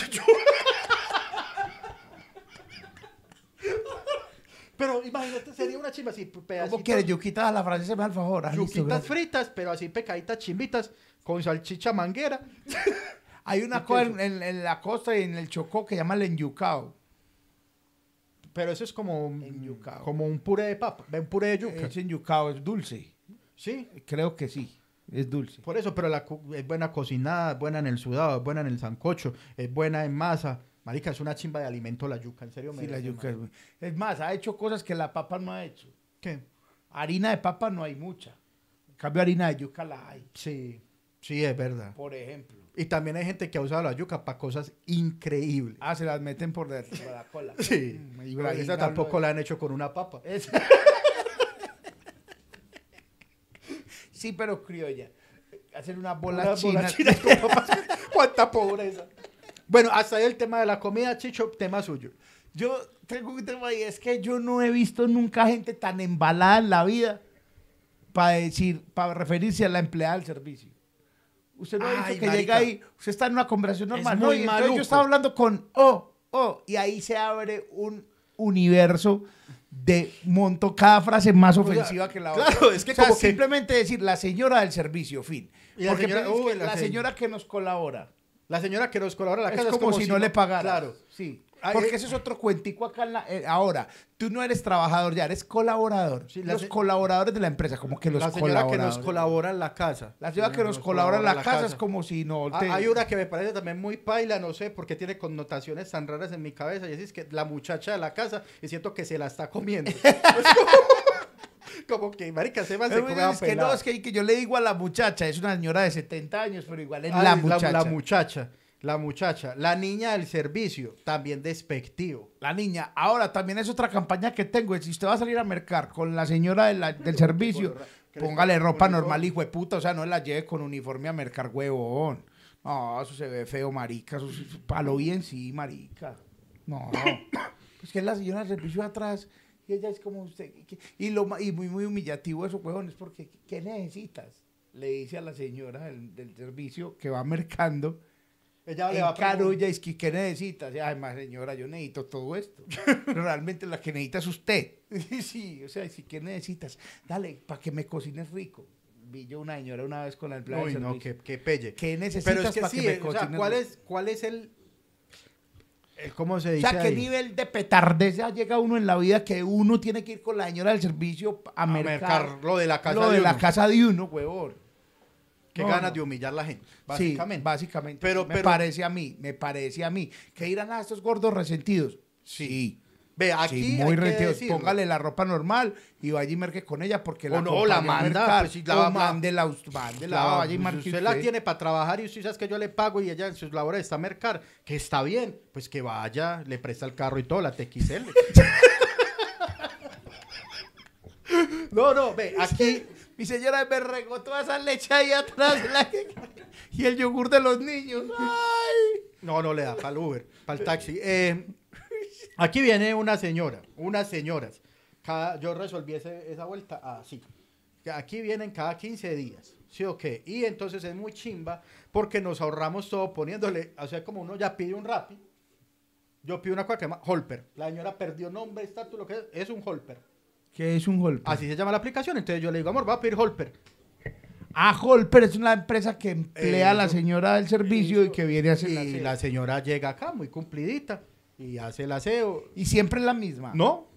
Speaker 1: Pero imagínate, sería una chimba así, pedacitos.
Speaker 2: ¿Cómo quieres? Yuquitas a la francesa me alfajor. Ah, listo,
Speaker 1: Yuquitas
Speaker 2: gracias.
Speaker 1: fritas, pero así pecaditas chimbitas, con salchicha <laughs> manguera.
Speaker 2: Hay una cosa en, en- en la costa y en el Chocó que llaman el enyucao.
Speaker 1: Pero eso es como,
Speaker 2: Enyucado.
Speaker 1: como un puré de papa, un puré de yuca.
Speaker 2: Es enyucao, es dulce.
Speaker 1: Eh, Sí.
Speaker 2: Creo que sí, es dulce.
Speaker 1: Por eso, pero la cu- es buena cocinada, es buena en el sudado, es buena en el sancocho, es buena en masa. Marica, es una chimba de alimento la yuca, en serio. me
Speaker 2: Sí, la
Speaker 1: dice,
Speaker 2: yuca.
Speaker 1: man.
Speaker 2: es bu- Es más, ha hecho cosas que la papa no ha hecho.
Speaker 1: ¿Qué?
Speaker 2: Harina de papa no hay mucha. En cambio, harina de yuca la hay,
Speaker 1: Sí, sí, es verdad.
Speaker 2: por ejemplo.
Speaker 1: Y también hay gente que ha usado la yuca para cosas increíbles.
Speaker 2: Ah, se las meten por dentro de la <laughs> cola.
Speaker 1: Sí,
Speaker 2: Mm,
Speaker 1: pero
Speaker 2: Ibrahim
Speaker 1: esa
Speaker 2: habló
Speaker 1: tampoco
Speaker 2: de-
Speaker 1: la han hecho con una papa.
Speaker 2: Es- <laughs> sí, pero criolla. Hacen una bola
Speaker 1: Unas
Speaker 2: china. <laughs>
Speaker 1: bolachinas con papas. ¡Cuánta pobreza! Bueno, hasta ahí el tema de la comida, Chicho, tema suyo.
Speaker 2: Yo tengo un tema y es que yo no he visto nunca gente tan embalada en la vida para decir, para referirse a la empleada del servicio. Usted no ha
Speaker 1: Ay,
Speaker 2: visto que
Speaker 1: marica.
Speaker 2: llega ahí, usted está en una conversación normal.
Speaker 5: Es
Speaker 2: ¿no?
Speaker 5: muy
Speaker 2: Y entonces
Speaker 5: maluco.
Speaker 2: yo estaba hablando con oh, oh, y ahí se abre un universo de monto cada frase más ofensiva que la otra.
Speaker 1: claro, es que
Speaker 2: O sea,
Speaker 1: como que-
Speaker 2: simplemente decir la señora del servicio, fin.
Speaker 1: Y la
Speaker 2: Porque
Speaker 1: señora-
Speaker 2: pues, es
Speaker 1: uy,
Speaker 2: que
Speaker 1: la
Speaker 2: la,
Speaker 1: se-
Speaker 2: señora que nos colabora.
Speaker 1: La señora que nos colabora en la
Speaker 2: Es
Speaker 1: casa
Speaker 2: como, si, no le pagara.
Speaker 1: Claro.
Speaker 2: Sí.
Speaker 1: Ah,
Speaker 2: Porque
Speaker 1: eh.
Speaker 2: ese es otro cuentico acá. en la- eh, ahora, tú no eres trabajador ya, eres colaborador.
Speaker 1: Sí, la
Speaker 2: los
Speaker 1: se-
Speaker 2: colaboradores de la empresa, como que los
Speaker 1: la señora que nos
Speaker 2: colaboradores.
Speaker 1: colabora en la casa.
Speaker 2: La ciudad que nos colabora en la casa, es como si no
Speaker 1: Ah,
Speaker 2: te-
Speaker 1: Hay una que me parece también muy paila, no sé, porque tiene connotaciones tan raras en mi cabeza. Y es que la muchacha de la casa, y siento que se la
Speaker 2: <laughs>
Speaker 1: está comiendo. Es como, como que, marica, se va
Speaker 2: Es
Speaker 1: se
Speaker 2: muy-
Speaker 1: come a
Speaker 2: Eh, es que
Speaker 1: pelada.
Speaker 2: no, es que, que yo le digo a la muchacha, es una señora de 70 años, pero igual es
Speaker 1: Ay,
Speaker 2: la muchacha. La,
Speaker 1: La, muchacha, la muchacha. La niña del servicio, también despectivo.
Speaker 2: niña. Ahora, también es otra campaña que tengo. es Si usted va a salir a mercar con la señora de la-
Speaker 1: <laughs>
Speaker 2: del servicio,
Speaker 1: que le
Speaker 2: póngale
Speaker 1: ponga
Speaker 2: ropa
Speaker 1: uniforme.
Speaker 2: normal, hijo de puta. O sea, no la lleve con uniforme a mercar, huevón. No, eso se ve feo, marica. Eso, es- a lo bien sí, marica.
Speaker 1: <coughs>
Speaker 2: No. Es que la señora del servicio atrás y ella es como usted. ¿qué? Y, lo, ma- y muy, muy humillativo eso, huevón, es porque ¿qué necesitas? Le dice a la señora del, del servicio que va mercando.
Speaker 1: Ella
Speaker 2: en
Speaker 1: le va a preguntar-
Speaker 2: Carulla, es que ¿qué necesitas? Y, además, señora, yo necesito todo esto. <laughs> Pero realmente la que necesita es usted. <laughs> sí, o sea, si ¿qué necesitas? Dale, para que me cocines rico. Vi yo una señora una vez con la empleada
Speaker 1: Uy,
Speaker 2: del
Speaker 1: no,
Speaker 2: servicio.
Speaker 1: que, que pelle.
Speaker 2: ¿Qué necesitas
Speaker 1: Pero es que
Speaker 2: para
Speaker 1: sí,
Speaker 2: que me
Speaker 1: eh, o sea,
Speaker 2: cocines
Speaker 1: ¿cuál
Speaker 2: rico?
Speaker 1: es, ¿cuál es el, el- Eh, ¿Cómo se
Speaker 2: O
Speaker 1: dice
Speaker 2: sea, ¿qué
Speaker 1: ahí?
Speaker 2: nivel de petardeza llega uno en la vida que uno tiene que ir con la señora del servicio a,
Speaker 1: A
Speaker 2: mercar,
Speaker 1: mercar lo de la casa
Speaker 2: lo de,
Speaker 1: de
Speaker 2: la
Speaker 1: uno.
Speaker 2: casa de uno, huevón?
Speaker 1: Qué
Speaker 2: No,
Speaker 1: ganas
Speaker 2: no.
Speaker 1: de humillar a la gente,
Speaker 2: Básicamente.
Speaker 1: básicamente.
Speaker 2: básicamente.
Speaker 1: Pero-
Speaker 2: me
Speaker 1: pero-
Speaker 2: parece a mí, me parece a mí. ¿Qué dirán
Speaker 1: "Ah,
Speaker 2: a estos gordos resentidos?
Speaker 1: Sí.
Speaker 2: sí.
Speaker 1: Ve, aquí
Speaker 2: Sí,
Speaker 1: hay
Speaker 2: muy
Speaker 1: que
Speaker 2: retiros.
Speaker 1: decirlo.
Speaker 2: Póngale la ropa normal y vaya y merque con ella porque
Speaker 1: O no, o la manda, pues, si la
Speaker 2: la
Speaker 1: va-
Speaker 2: o mándela, us- mándela,
Speaker 1: La-
Speaker 2: vaya y
Speaker 1: pues,
Speaker 2: marque
Speaker 1: usted la tiene para trabajar y usted sabe que yo le pago y ella en sus labores está a mercar, que está bien, pues que vaya, le presta el carro y todo, la TXL. <laughs> no, no, ve, aquí
Speaker 2: Mi señora me regó toda esa leche ahí atrás la- y el yogur de los niños. ¡Ay!
Speaker 1: No, no le da para el Uber, para el taxi. Eh, aquí viene una señora, unas señoras. Cada- yo resolví ese- esa vuelta así. Que Aquí vienen cada 15 días, ¿sí o qué? Y entonces es muy chimba porque nos ahorramos todo poniéndole, o sea, como uno ya pide un rapi, yo pido una cosa que se llama Holper. La señora perdió nombre, estatus, lo que es, es un Holper.
Speaker 2: ¿Qué es un golpe?
Speaker 1: Así se llama la aplicación, entonces yo le digo, amor, voy a pedir Holper.
Speaker 2: Ah, Holper es una empresa que emplea a la
Speaker 1: Eso.
Speaker 2: señora del servicio y que viene a hacer la
Speaker 1: Y
Speaker 2: cena.
Speaker 1: la señora llega acá muy cumplidita y hace el aseo
Speaker 2: Y siempre es la misma.
Speaker 1: No,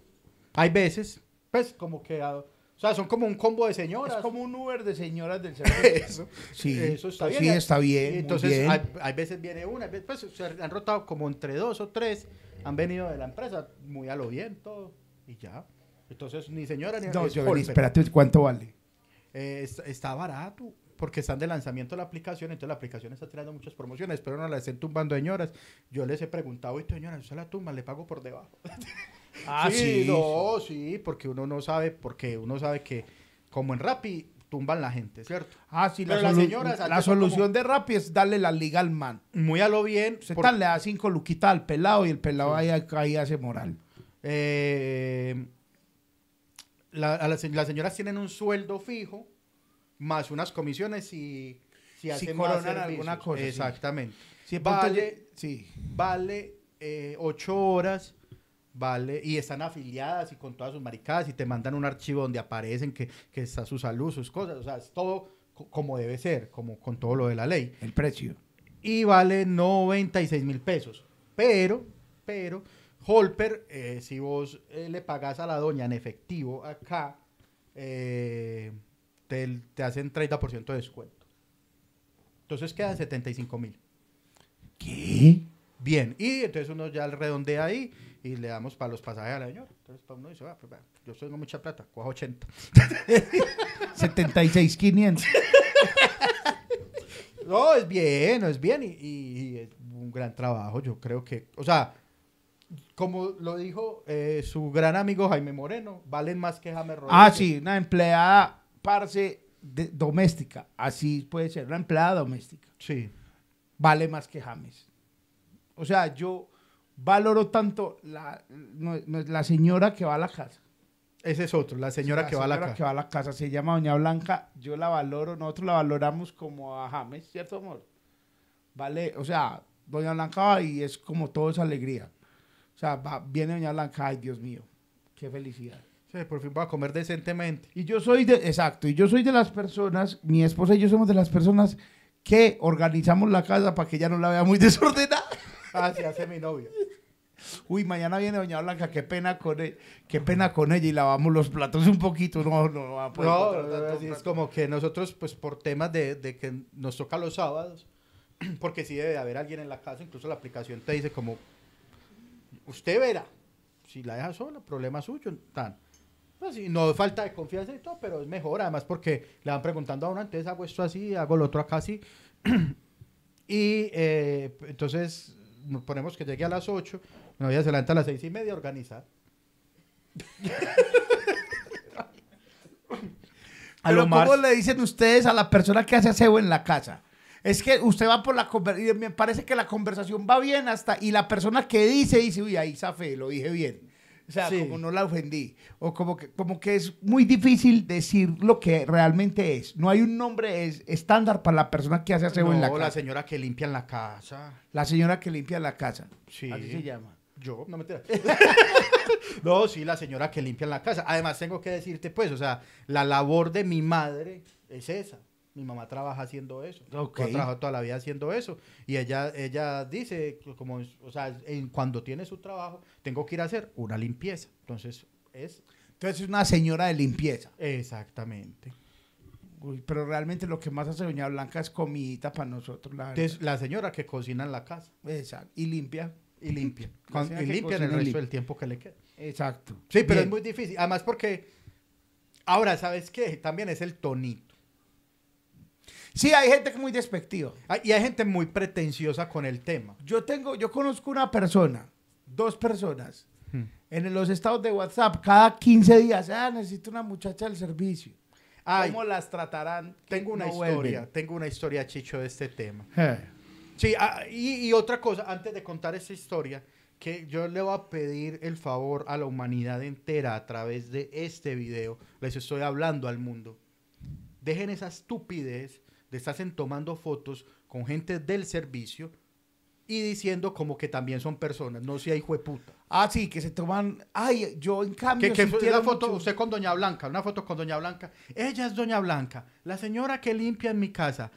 Speaker 1: hay veces, pues como que, ah, o sea, son como un combo de señoras.
Speaker 2: Es como un Uber de señoras del servicio.
Speaker 1: <laughs> eso.
Speaker 2: Sí, pues
Speaker 1: Eso está bien.
Speaker 2: sí, está bien,
Speaker 1: Y
Speaker 2: muy
Speaker 1: entonces
Speaker 2: bien.
Speaker 1: Hay, hay veces viene una, hay veces- pues se han rotado como entre dos o tres, han venido de la empresa muy a lo bien todo y ya. Entonces ni señora ni
Speaker 2: No,
Speaker 1: es
Speaker 2: yo,
Speaker 1: Holper.
Speaker 2: espérate, ¿cuánto vale?
Speaker 1: Eh, es- está barato porque están de lanzamiento la aplicación, entonces la aplicación está tirando muchas promociones, pero no la estén tumbando señoras. Yo les he preguntado, y señora, usted la tumba, le pago
Speaker 2: <laughs>
Speaker 1: por debajo.
Speaker 2: Ah,
Speaker 1: No, sí, porque uno no sabe, porque uno sabe que como en Rappi tumban la gente, ¿cierto?
Speaker 2: Ah, sí, la,
Speaker 1: Pero las
Speaker 2: solu-
Speaker 1: señoras
Speaker 2: la
Speaker 1: antes son
Speaker 2: solución
Speaker 1: como-
Speaker 2: de Rappi es darle la liga al man.
Speaker 1: Muy a lo bien.
Speaker 2: Usted
Speaker 1: por-
Speaker 2: tal le da cinco luquitas al pelado y el pelado ahí, ahí hace moral.
Speaker 1: eh, la- a las, las señoras tienen un sueldo fijo más unas comisiones y si hacen más
Speaker 2: coronan
Speaker 1: servicios.
Speaker 2: alguna cosa, sí.
Speaker 1: Exactamente.
Speaker 2: Sí, de pronto
Speaker 1: vale,
Speaker 2: yo- sí.
Speaker 1: vale eh, ocho horas, vale, y están afiliadas y con todas sus maricadas y te mandan un archivo donde aparecen que, que está su salud, sus cosas, o sea, es todo co- como debe ser, como con todo lo de la ley.
Speaker 2: El precio.
Speaker 1: Y vale 96 mil pesos. Pero, pero, Holper, eh, si vos eh, le pagás a la doña en efectivo acá, eh, te, te hacen 30% de descuento. Entonces quedan 75 mil.
Speaker 2: ¿Qué?
Speaker 1: Bien, y entonces uno ya redondea ahí y le damos para los pasajes a la señora. Entonces para uno dice, ah, pues, va, yo tengo mucha plata, cojo 80.
Speaker 2: 76,500.
Speaker 1: <laughs> No, es bien, es bien y, y- y es un gran trabajo, yo creo que, o sea, como lo dijo eh, su gran amigo Jaime Moreno, valen más que James Rodríguez.
Speaker 2: ah, sí, una empleada, parce, de- doméstica. Así puede ser, una empleada doméstica.
Speaker 1: Sí,
Speaker 2: vale más que James. O sea, yo valoro tanto la, no- no- la señora que va a la casa,
Speaker 1: Ese es otro, la señora,
Speaker 2: La
Speaker 1: que, va a la
Speaker 2: señora
Speaker 1: casa.
Speaker 2: que va a la casa. Se llama Doña Blanca. Yo la valoro, nosotros la valoramos como a James, ¿cierto, amor? Vale, o sea, Doña Blanca va y es como toda esa alegría. O sea, va- viene Doña Blanca, ay, Dios mío, qué felicidad.
Speaker 1: Sí, por fin va a comer decentemente.
Speaker 2: Y yo soy de, exacto, y yo soy de las personas, mi esposa y yo somos de las personas que organizamos la casa para que ella no la vea muy desordenada.
Speaker 1: Así Ah, hace mi novia.
Speaker 2: Uy, mañana viene Doña Blanca, qué pena con él, qué pena con ella y lavamos los platos un poquito, no, no, no va a poder
Speaker 1: No,
Speaker 2: encontrar tanto
Speaker 1: así es
Speaker 2: plato.
Speaker 1: como que nosotros, pues por temas de, de que nos toca los sábados, <clears throat> porque sí debe de haber alguien en la casa, incluso la aplicación te dice como, usted verá, si la deja sola, problema suyo, tan. Pues, sí, no es falta de confianza y todo, pero es mejor, además porque le van preguntando a uno, entonces hago esto así, hago lo otro acá así. <clears throat> y eh, entonces nos ponemos que llegue a las 8, mi novia se levanta a las seis y media a organizar.
Speaker 2: A lo
Speaker 1: Pero ¿cómo
Speaker 2: ¿Cómo le dicen ustedes a la persona que hace aseo en la casa? Es que usted va por la conversación, me parece que la conversación va bien hasta, y la persona que dice, dice, uy, ahí zafé, lo dije bien. O sea,
Speaker 1: Sí.
Speaker 2: como no la ofendí. O como que, como que es muy difícil decir lo que realmente es. No hay un nombre es- estándar para la persona que hace aseo en la
Speaker 1: No,
Speaker 2: casa.
Speaker 1: la señora que limpia en la casa.
Speaker 2: La señora que limpia la casa.
Speaker 1: Sí.
Speaker 2: Así se llama.
Speaker 1: Yo, no mentira. <laughs> no, sí, la señora que limpia en la casa. Además, tengo que decirte, pues, o sea, la labor de mi madre es esa. Mi mamá trabaja haciendo eso.
Speaker 2: Ok.
Speaker 1: Ha trabajado toda la vida haciendo eso. Y ella, ella dice, como, o sea, en- cuando tiene su trabajo, tengo que ir a hacer una limpieza. Entonces, es
Speaker 2: Entonces es una señora de limpieza.
Speaker 1: exactamente.
Speaker 2: Uy, pero realmente lo que más hace Doña Blanca es comidita para nosotros. La verdad.
Speaker 1: Entonces, la señora que cocina en la casa
Speaker 2: Exacto. Y limpia.
Speaker 1: y limpia.
Speaker 2: La
Speaker 1: Cuan-
Speaker 2: señora
Speaker 1: y
Speaker 2: que
Speaker 1: limpia en
Speaker 2: cocina
Speaker 1: el
Speaker 2: y
Speaker 1: resto
Speaker 2: limpia.
Speaker 1: del tiempo que le queda.
Speaker 2: Exacto.
Speaker 1: Sí, pero
Speaker 2: Bien.
Speaker 1: es muy difícil. Además porque, ahora, ¿sabes qué? También es el tonito.
Speaker 2: Sí, hay gente que es muy despectiva.
Speaker 1: Hay- Ah, y hay gente muy pretenciosa con el tema.
Speaker 2: Yo tengo, yo conozco una persona, dos personas,
Speaker 1: Hmm.
Speaker 2: en los estados de WhatsApp, cada 15 días, ah, necesito una muchacha del servicio.
Speaker 1: Ay,
Speaker 2: ¿Cómo las tratarán? que
Speaker 1: tengo una
Speaker 2: no
Speaker 1: historia,
Speaker 2: vuelven?
Speaker 1: tengo una historia, Chicho, de este tema.
Speaker 2: Eh.
Speaker 1: Sí, ah, y, y otra cosa, antes de contar esta historia, que yo le voy a pedir el favor a la humanidad entera a través de este video, les estoy hablando al mundo. Dejen esa estupidez de estarse tomando fotos con gente del servicio y diciendo como que también son personas, no si hay jueputa.
Speaker 2: Ah, sí, que se toman. Ay, yo en cambio.
Speaker 1: Que, que
Speaker 2: sí
Speaker 1: fue
Speaker 2: quiero
Speaker 1: la foto,
Speaker 2: mucho-
Speaker 1: usted con Doña Blanca, una foto con Doña Blanca. Ella es Doña Blanca, la señora que limpia en mi casa.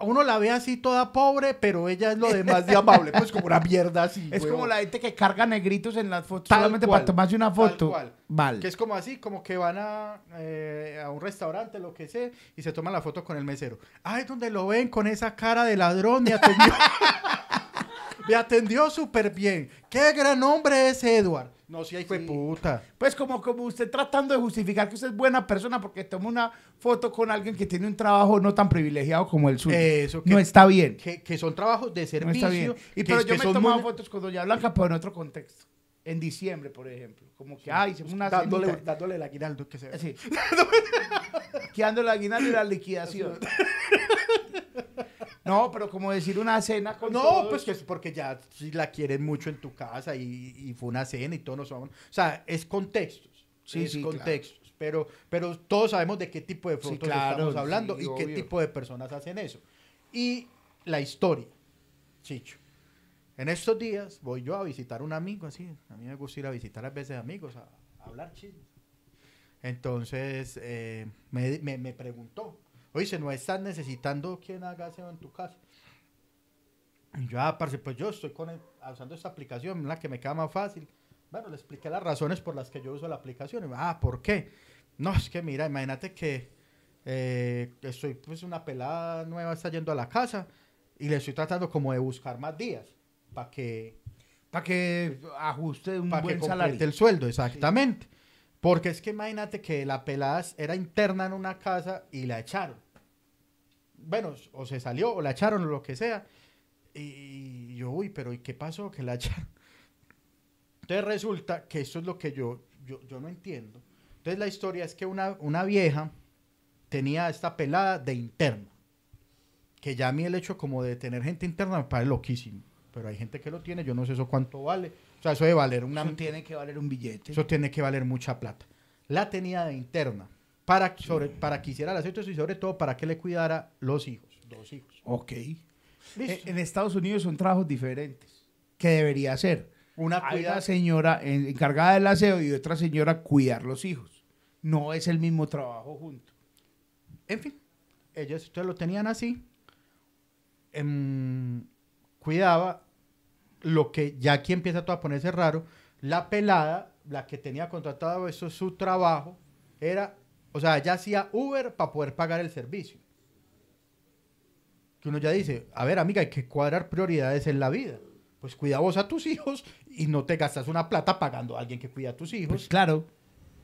Speaker 1: A Uno la ve así toda pobre, pero ella es lo demás de amable. Pues como una mierda así.
Speaker 2: <laughs> Es
Speaker 1: huevón.
Speaker 2: como la gente que carga negritos en las fotos
Speaker 1: Tal
Speaker 2: solamente
Speaker 1: cual,
Speaker 2: para tomarse una
Speaker 1: tal
Speaker 2: foto.
Speaker 1: cual.
Speaker 2: Vale.
Speaker 1: Que es como así, como que van a, eh, a un restaurante, lo que sea, y se toman la foto con el mesero. Ay, donde lo ven con esa cara de ladrón, me atendió. <laughs> me atendió súper bien. Qué gran hombre es Edward. No, si hay
Speaker 2: Sí.
Speaker 1: puta.
Speaker 2: Pues como, como usted tratando de justificar que usted es buena persona porque toma una foto con alguien que tiene un trabajo no tan privilegiado como el suyo.
Speaker 1: Eso que-
Speaker 2: no está bien.
Speaker 1: Que, que son trabajos de
Speaker 2: No está
Speaker 1: servicio.
Speaker 2: bien. Y
Speaker 1: que-
Speaker 2: pero
Speaker 1: que
Speaker 2: yo me he
Speaker 1: son
Speaker 2: tomado
Speaker 1: muy-
Speaker 2: fotos con Doña Blanca, pero en otro contexto. En diciembre, por ejemplo. Como que, ay, hicimos una
Speaker 1: dándole,
Speaker 2: cenita.
Speaker 1: dándole el aguinaldo que se ve. <laughs>
Speaker 2: Así. Quedando la aguinaldo y la liquidación. No, pero como decir una cena con
Speaker 1: No,
Speaker 2: todos.
Speaker 1: pues que es porque ya si la quieren mucho en tu casa y, y fue una cena y todos nos vamos. O sea, es contextos.
Speaker 2: Sí,
Speaker 1: es
Speaker 2: sí, claro.
Speaker 1: contextos. Pero, pero todos sabemos de qué tipo de fotos
Speaker 2: claro,
Speaker 1: estamos hablando
Speaker 2: sí,
Speaker 1: y qué
Speaker 2: obvio.
Speaker 1: tipo de personas hacen eso. Y la historia, Chicho. En estos días voy yo a visitar a un amigo, así. A mí me gusta ir a visitar a veces amigos, a, a hablar chisme. Entonces eh, me, me- me preguntó, oye, ¿se ¿no estás necesitando quien haga aseo en tu casa? Y yo, ah, parce, pues yo estoy con usando esta aplicación, la que me queda más fácil. Bueno, le expliqué las razones por las que yo uso la aplicación. Y me, ah, ¿por qué? No, es que mira, imagínate que eh, estoy, pues una pelada nueva está yendo a la casa y le estoy tratando como de buscar más días para que
Speaker 2: Para que ajuste un
Speaker 1: para que
Speaker 2: buen
Speaker 1: complete
Speaker 2: salario.
Speaker 1: el sueldo, exactamente. Porque es que imagínate que la pelada era interna en una casa y la echaron. Bueno, o se salió, o la echaron, o lo que sea. Y yo, uy, pero ¿y qué pasó? Que la <laughs> echaron. Entonces resulta que eso es lo que yo, yo, yo no entiendo. Entonces la historia es que una, una vieja tenía a esta pelada de interna. Que ya a mí el hecho como de tener gente interna me parece loquísimo. Pero hay gente que lo tiene, yo no sé eso cuánto vale. O sea, eso de valer una...
Speaker 2: Eso tiene que valer un billete.
Speaker 1: Eso tiene que valer mucha plata. la tenía de interna para, que- sobre, para que hiciera las otras y sobre todo para que le cuidara los hijos, dos hijos.
Speaker 2: Ok.
Speaker 1: Listo.
Speaker 2: En Estados Unidos son trabajos diferentes. ¿Qué debería hacer?
Speaker 1: Una
Speaker 2: Hay
Speaker 1: cuida-
Speaker 2: una señora en- encargada del aseo y otra señora cuidar los hijos. No es el mismo trabajo junto.
Speaker 1: En fin, ellos ustedes lo tenían así. em, cuidaba lo que ya aquí empieza todo a ponerse raro. La pelada, la que tenía contratado eso, su trabajo era, o sea, ella hacía Uber para poder pagar el servicio. Que uno ya dice, a ver, amiga, hay que cuadrar prioridades en la vida. Pues cuida vos a tus hijos y no te gastas una plata pagando a alguien que cuida a tus hijos
Speaker 2: Pues claro.